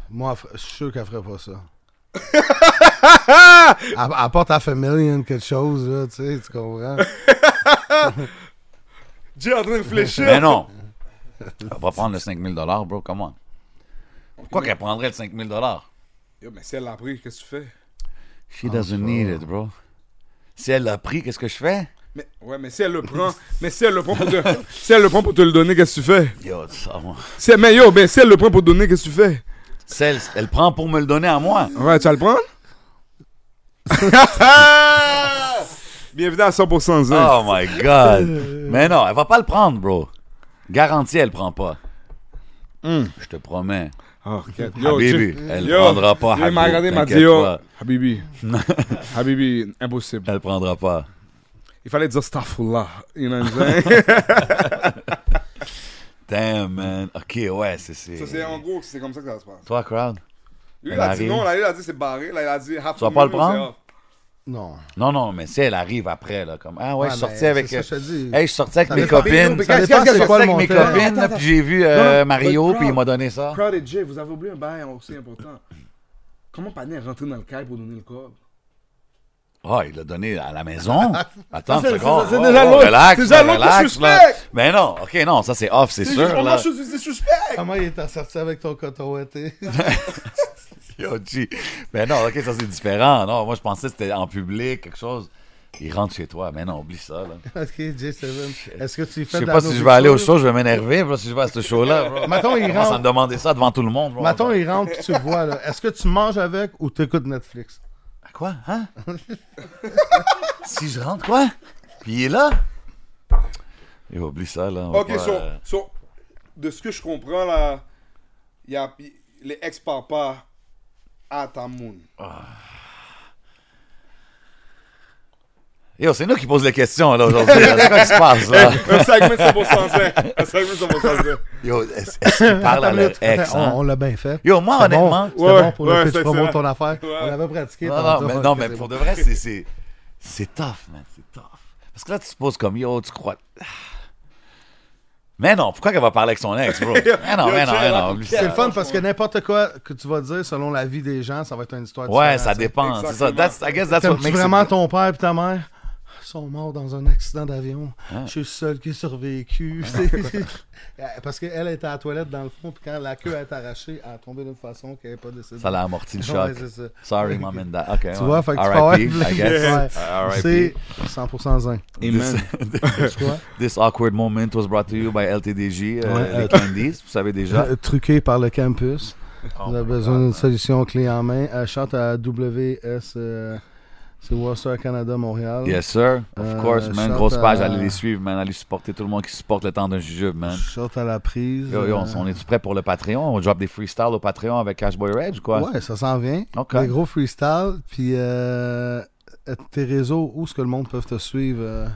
Speaker 3: Moi, elle ferait- je suis sûr qu'elle ferait pas
Speaker 4: [laughs]
Speaker 3: ça. elle, elle porte à Family quelque chose, là, tu sais, tu comprends?
Speaker 2: Dieu est en train de fléchir.
Speaker 4: Mais non. Elle va prendre le 5000 bro, comment? Pourquoi qu'elle prendrait le 5000
Speaker 2: Yo, mais si elle l'a pris, qu'est-ce que tu fais?
Speaker 4: She doesn't need it, bro. Si elle l'a pris, qu'est-ce que je fais?
Speaker 2: Mais, ouais, mais si elle le prend, mais si elle le prend pour te, si elle le prend pour te le donner, qu'est-ce que tu fais?
Speaker 4: Yo, ça va.
Speaker 2: Si, mais yo, mais si elle le prend pour te donner, qu'est-ce que tu fais?
Speaker 4: Celle, elle prend pour me le donner à moi.
Speaker 2: Ouais, tu vas le
Speaker 4: [laughs]
Speaker 2: prendre? Bienvenue à 100% Zen.
Speaker 4: Oh my god. Mais non, elle va pas le prendre, bro. Garantie, elle prend pas. Je te promets.
Speaker 2: Oh, okay.
Speaker 4: Habibi,
Speaker 2: tu-
Speaker 4: Ah, elle prendra pas,
Speaker 2: Yo, il m'a
Speaker 4: Habib,
Speaker 2: regardé, il m'a dit,
Speaker 4: t'inquiète
Speaker 2: yo,
Speaker 4: pas. [laughs]
Speaker 2: Habibi, Habibi, impossible.
Speaker 4: Elle prendra pas.
Speaker 2: Il fallait dire Stafoullah, you know what
Speaker 4: [laughs]
Speaker 2: I'm saying?
Speaker 4: Damn, man. Ok, ouais, c'est.
Speaker 2: Ça, c'est en gros, c'est comme ça que ça se passe.
Speaker 4: Toi, crowd?
Speaker 2: Lui,
Speaker 4: Elle
Speaker 2: il a dit
Speaker 4: arrive.
Speaker 2: non, là, il a dit c'est barré, là, il a dit half
Speaker 4: Tu vas pas le
Speaker 2: million, c'est
Speaker 4: prendre?
Speaker 2: off.
Speaker 3: Non.
Speaker 4: Non, non, mais si elle arrive après, là, comme. Ah ouais,
Speaker 3: Ouais,
Speaker 4: je suis
Speaker 3: mais
Speaker 4: sorti avec.
Speaker 3: c'est ça, je te dis.
Speaker 4: Hey, je suis sorti avec
Speaker 3: Ça
Speaker 4: mes
Speaker 3: dépend-
Speaker 4: copines.
Speaker 3: Ça dépend
Speaker 4: Je suis
Speaker 3: c'est
Speaker 4: sorti
Speaker 3: quoi le
Speaker 4: avec mes
Speaker 3: montant.
Speaker 4: copines,
Speaker 2: Attends,
Speaker 4: là,
Speaker 2: attends,
Speaker 4: puis j'ai vu euh,
Speaker 2: Non,
Speaker 4: Mario,
Speaker 2: but
Speaker 4: puis il
Speaker 2: crowd.
Speaker 4: m'a donné ça.
Speaker 2: Crowd et Jay, vous avez oublié un bail aussi important. Comment Panet est rentré dans le caille pour donner le corps?
Speaker 4: Ah, il l'a donné à la maison.
Speaker 3: [laughs]
Speaker 4: Attends,
Speaker 3: Ça,
Speaker 4: une
Speaker 3: c'est-
Speaker 4: seconde.
Speaker 3: ça, c'est
Speaker 4: Oh,
Speaker 3: déjà
Speaker 4: oh,
Speaker 3: l'autre-
Speaker 4: relax,
Speaker 2: c'est déjà
Speaker 4: là,
Speaker 2: l'autre
Speaker 4: relax,
Speaker 2: suspect.
Speaker 4: là. Mais non, ok, non, ça c'est off, c'est sûr.
Speaker 2: On
Speaker 4: là.
Speaker 2: a chose, c'est suspect!
Speaker 3: Comment il est sorti avec ton coton ouaté? [laughs]
Speaker 4: Yo, G. Mais non, ok, ça c'est différent. Non, moi je pensais que c'était en public, quelque chose. Il rentre chez toi. Mais non, oublie ça, là.
Speaker 3: ok, J7. Est-ce que tu
Speaker 4: Je
Speaker 3: fais
Speaker 4: sais
Speaker 3: de la
Speaker 4: pas si je vais aller au
Speaker 3: nourriture?
Speaker 4: show, je vais m'énerver, bro, si je vais à ce show-là.
Speaker 3: [laughs]
Speaker 4: bro.
Speaker 3: Mettons,
Speaker 4: [laughs]
Speaker 3: il
Speaker 4: Commence à
Speaker 3: rentre.
Speaker 4: me demander ça devant tout le monde, bro.
Speaker 3: Mettons, il rentre puis tu le vois, là. Est-ce que tu manges avec ou t'écoutes Netflix?
Speaker 4: À Quoi, hein? [laughs] si je rentre, quoi? Puis il est là? Yo, oublie ça, là. on va
Speaker 2: Ok,
Speaker 4: pas,
Speaker 2: so,
Speaker 4: euh,
Speaker 2: so, de ce que je comprends là, y a, y- les ex-papas à
Speaker 4: [laughs]
Speaker 2: Tamoun.
Speaker 4: Yo, c'est nous qui posons les questions, là, aujourd'hui. C'est quoi qui se
Speaker 3: [laughs]
Speaker 4: passe, là?
Speaker 2: Un segment 100% sain. Un segment 100% sain.
Speaker 4: Yo, est-ce est-ce
Speaker 3: [laughs]
Speaker 4: qu'il parle à
Speaker 3: Attends,
Speaker 4: leur
Speaker 3: minute,
Speaker 4: ex,
Speaker 3: on-
Speaker 4: hein?
Speaker 3: On l'a bien fait.
Speaker 4: Yo, moi,
Speaker 3: C'était bon,
Speaker 4: honnêtement-
Speaker 3: C'était
Speaker 2: Ouais,
Speaker 3: bon pour le
Speaker 2: ouais,
Speaker 3: pitch
Speaker 2: c'est
Speaker 3: promo de
Speaker 2: excellent.
Speaker 3: ton affaire.
Speaker 2: Ouais.
Speaker 3: On l'avait pratiqué.
Speaker 4: Non,
Speaker 3: t'as
Speaker 4: non,
Speaker 3: dit,
Speaker 4: mais,
Speaker 3: ouais,
Speaker 4: non,
Speaker 3: ok,
Speaker 4: mais
Speaker 3: c'est
Speaker 4: pour
Speaker 3: bon.
Speaker 4: de vrai, c'est- c'est c'est tough, man. C'est tough. Parce que là, tu te poses comme, yo, tu crois... Mais non, pourquoi qu'elle va parler avec son
Speaker 3: [laughs]
Speaker 4: ex, bro? Mais non,
Speaker 2: Yo,
Speaker 4: mais non,
Speaker 2: chill,
Speaker 4: mais non.
Speaker 2: raconte-
Speaker 4: oublie
Speaker 3: C'est le
Speaker 4: ça.
Speaker 3: fun parce que n'importe quoi que tu vas dire selon la vie des gens, ça va être une histoire
Speaker 4: Ouais,
Speaker 3: différente,
Speaker 4: ça
Speaker 3: tu sais.
Speaker 4: dépend, c'est ça.
Speaker 2: Exactement.
Speaker 4: That's, I guess that's what
Speaker 3: T'aimes-tu
Speaker 4: makes
Speaker 3: vraiment
Speaker 4: it...
Speaker 3: ton père et ta mère? Ils sont morts dans un accident d'avion.
Speaker 4: Ah.
Speaker 3: Je suis le seul qui a [laughs] survécu. Parce qu'elle était à la toilette dans le fond, puis quand la queue est arrachée, elle est tombée d'une façon qu'elle n'est pas décédée.
Speaker 4: Ça l'a amorti le
Speaker 3: Ouais,
Speaker 4: choc.
Speaker 3: c'est ça. [laughs]
Speaker 4: Sorry, mom and dad. Okay,
Speaker 3: Tu
Speaker 4: ouais.
Speaker 3: vois, fait que tu peux avoir
Speaker 4: R.I.P., I guess.
Speaker 3: [laughs] Ouais.
Speaker 4: R.I.P.
Speaker 3: C'est 100% zinc.
Speaker 2: Amen.
Speaker 4: This,
Speaker 3: Tu vois?
Speaker 4: this awkward moment was brought to you by LTDJ, euh,
Speaker 3: Ouais,
Speaker 4: les
Speaker 3: euh,
Speaker 4: Candies, vous savez déjà.
Speaker 3: Euh, truqué par le campus.
Speaker 4: Oh
Speaker 3: Vous avez besoin d'une solution clé en main. Euh, chante à WS, euh, c'est Worcester Canada Montréal.
Speaker 4: Yes, sir. Of
Speaker 3: Euh,
Speaker 4: course, man.
Speaker 3: shout
Speaker 4: Grosse page,
Speaker 3: à-
Speaker 4: allez les suivre, man. Allez supporter tout le monde qui supporte le temps d'un jujube, man.
Speaker 3: Chante à la prise.
Speaker 4: Yo, yo,
Speaker 3: euh,
Speaker 4: on, on est-tu prêt pour le Patreon? On drop des freestyles au Patreon avec Cashboy Reg ou quoi?
Speaker 3: ouais, ça s'en vient.
Speaker 4: Ok.
Speaker 3: Des gros freestyles. Puis euh, tes réseaux, où est-ce que le monde peut te suivre euh,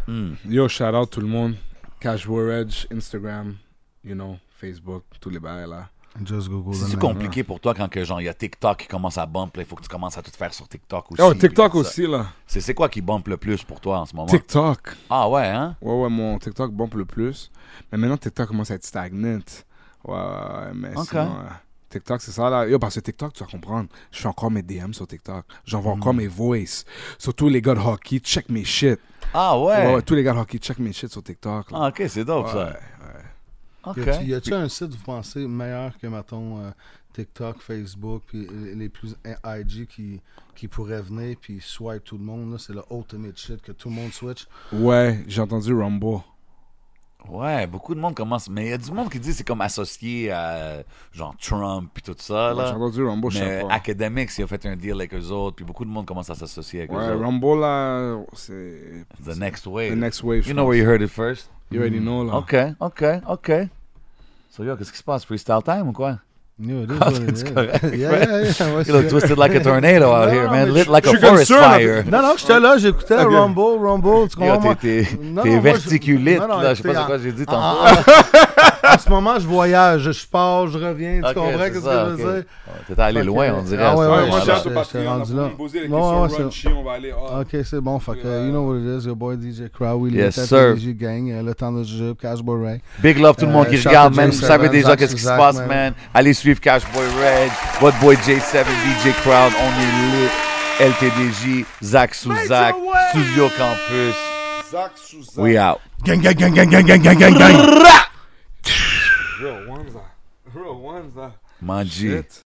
Speaker 2: Yo, shout out tout le monde. Casual Edge, Instagram, you know, Facebook, tous les bails là.
Speaker 3: Just Google.
Speaker 4: C'est-tu
Speaker 3: the name.
Speaker 4: compliqué pour toi quand que, genre, il y a TikTok qui commence à bump, là, il faut que tu commences à tout faire sur TikTok aussi.
Speaker 2: Oh, TikTok
Speaker 4: puis tout ça.
Speaker 2: aussi là.
Speaker 4: C'est c'est quoi qui bump le plus pour toi en ce moment?
Speaker 2: TikTok.
Speaker 4: Ah ouais, hein?
Speaker 2: Ouais, ouais, mon TikTok bombe le plus. Mais maintenant, TikTok commence à être stagnant. Ouais, ouais, ouais, mais
Speaker 4: Ok.
Speaker 2: sinon, euh, TikTok, c'est ça, là. Yo, parce que TikTok, tu vas comprendre, je fais encore mes DM sur TikTok. J'envoie
Speaker 4: Mhm.
Speaker 2: encore mes voices. Surtout les gars de hockey, check mes shit.
Speaker 4: Ah ouais?
Speaker 2: Ouais, ouais, tous les gars de hockey, check mes shit sur TikTok. là.
Speaker 4: Ah, ok, c'est dope
Speaker 2: Ouais,
Speaker 4: ça.
Speaker 2: ouais.
Speaker 4: Ok.
Speaker 3: Y a-tu- Y a-tu un site, vous pensez, meilleur que, mettons, euh, TikTok, Facebook, puis les les plus IG qui, qui pourraient venir, puis swipe tout le monde? là? C'est le ultimate shit que tout le monde switch.
Speaker 4: Ah.
Speaker 2: Ouais, j'ai entendu Rumble.
Speaker 4: Ouais, beaucoup de monde commence. Mais il y a du monde qui dit que c'est comme associé à genre Trump et tout ça.
Speaker 2: Ouais,
Speaker 4: Là.
Speaker 2: j'ai entendu Rumble, je sais
Speaker 4: mais
Speaker 2: pas.
Speaker 4: Academics, il a fait un deal avec eux autres. Puis beaucoup de monde commence à s'associer avec
Speaker 2: Ouais,
Speaker 4: eux autres.
Speaker 2: Rumble, là, c'est.
Speaker 4: The next wave.
Speaker 2: The next wave.
Speaker 4: You know where you heard it first.
Speaker 2: You already know,
Speaker 3: Ah.
Speaker 2: là.
Speaker 4: Ok, ok, ok. So yo, qu'est-ce qui se passe? Freestyle time ou quoi?
Speaker 3: Yeah, it is
Speaker 4: Ah,
Speaker 3: what it
Speaker 4: c'est
Speaker 3: is.
Speaker 4: correct,
Speaker 3: [laughs] Yeah, yeah, yeah, ouais,
Speaker 4: You look
Speaker 3: c'est-
Speaker 4: twisted like a tornado
Speaker 3: [laughs]
Speaker 4: out
Speaker 3: Non,
Speaker 4: here,
Speaker 3: non,
Speaker 4: man.
Speaker 3: mais
Speaker 4: Lit
Speaker 3: je-
Speaker 4: like
Speaker 2: je
Speaker 4: a
Speaker 2: suis comme
Speaker 4: forest
Speaker 2: sûr, là,
Speaker 4: fire.
Speaker 3: Non, non, j'étais là, j'écoutais
Speaker 2: Ok.
Speaker 3: Rumble, Rumble, tu comprends?
Speaker 4: Yo,
Speaker 3: moi?
Speaker 4: t'es- t'es
Speaker 3: Non, non,
Speaker 4: t'es
Speaker 3: moi, je-
Speaker 4: verticulite.
Speaker 3: Non, non,
Speaker 4: là, je
Speaker 3: t'es
Speaker 4: sais
Speaker 3: ah,
Speaker 4: pas c'est
Speaker 3: en-
Speaker 4: quoi j'ai dit
Speaker 3: en-
Speaker 4: tantôt.
Speaker 3: en- en ce moment, je voyage, je pars, je reviens. Tu
Speaker 4: Ok,
Speaker 3: comprends
Speaker 4: c'est
Speaker 3: ce que
Speaker 4: ça,
Speaker 3: je veux dire?
Speaker 4: ok. Ouais, T'étais allé
Speaker 3: Fait que-
Speaker 4: loin, on dirait.
Speaker 3: Ah ouais,
Speaker 4: ça,
Speaker 3: ouais, moi,
Speaker 4: alors.
Speaker 2: shout out
Speaker 3: j'étais-
Speaker 2: au
Speaker 3: j'étais
Speaker 2: Patreon, on a
Speaker 3: rendu
Speaker 2: voulu
Speaker 3: là.
Speaker 2: me poser les
Speaker 3: Ouais,
Speaker 2: questions
Speaker 3: ouais, c'est-
Speaker 2: raunchy, on va aller. ah,
Speaker 3: Ok, c'est bon. Fait que,
Speaker 2: Euh,
Speaker 3: you know what it is, your boy DJ Crowley,
Speaker 4: Yes,
Speaker 3: le
Speaker 4: sir.
Speaker 3: TPDG Gang, euh, le temps de jeu, Cashboy Ray.
Speaker 4: Big love tout le
Speaker 3: Euh,
Speaker 4: monde qui
Speaker 3: shout
Speaker 4: regarde,
Speaker 3: out
Speaker 4: man.
Speaker 3: J7,
Speaker 4: Vous savez déjà
Speaker 3: Zach,
Speaker 4: qu'est-ce qui se
Speaker 3: Zach,
Speaker 4: passe,
Speaker 3: man.
Speaker 4: man. Allez suivre Cashboy Red, votre boy J7, DJ Crowd. On est lit. LTDJ, Zach sous Zach, Studio Campus.
Speaker 2: Zach Souza.
Speaker 4: We out.
Speaker 1: Gang, gang, gang, gang, gang, gang, gang, gang, gang.
Speaker 2: Real ones, ah. Real ones, ah.
Speaker 4: Manji.
Speaker 2: Shit.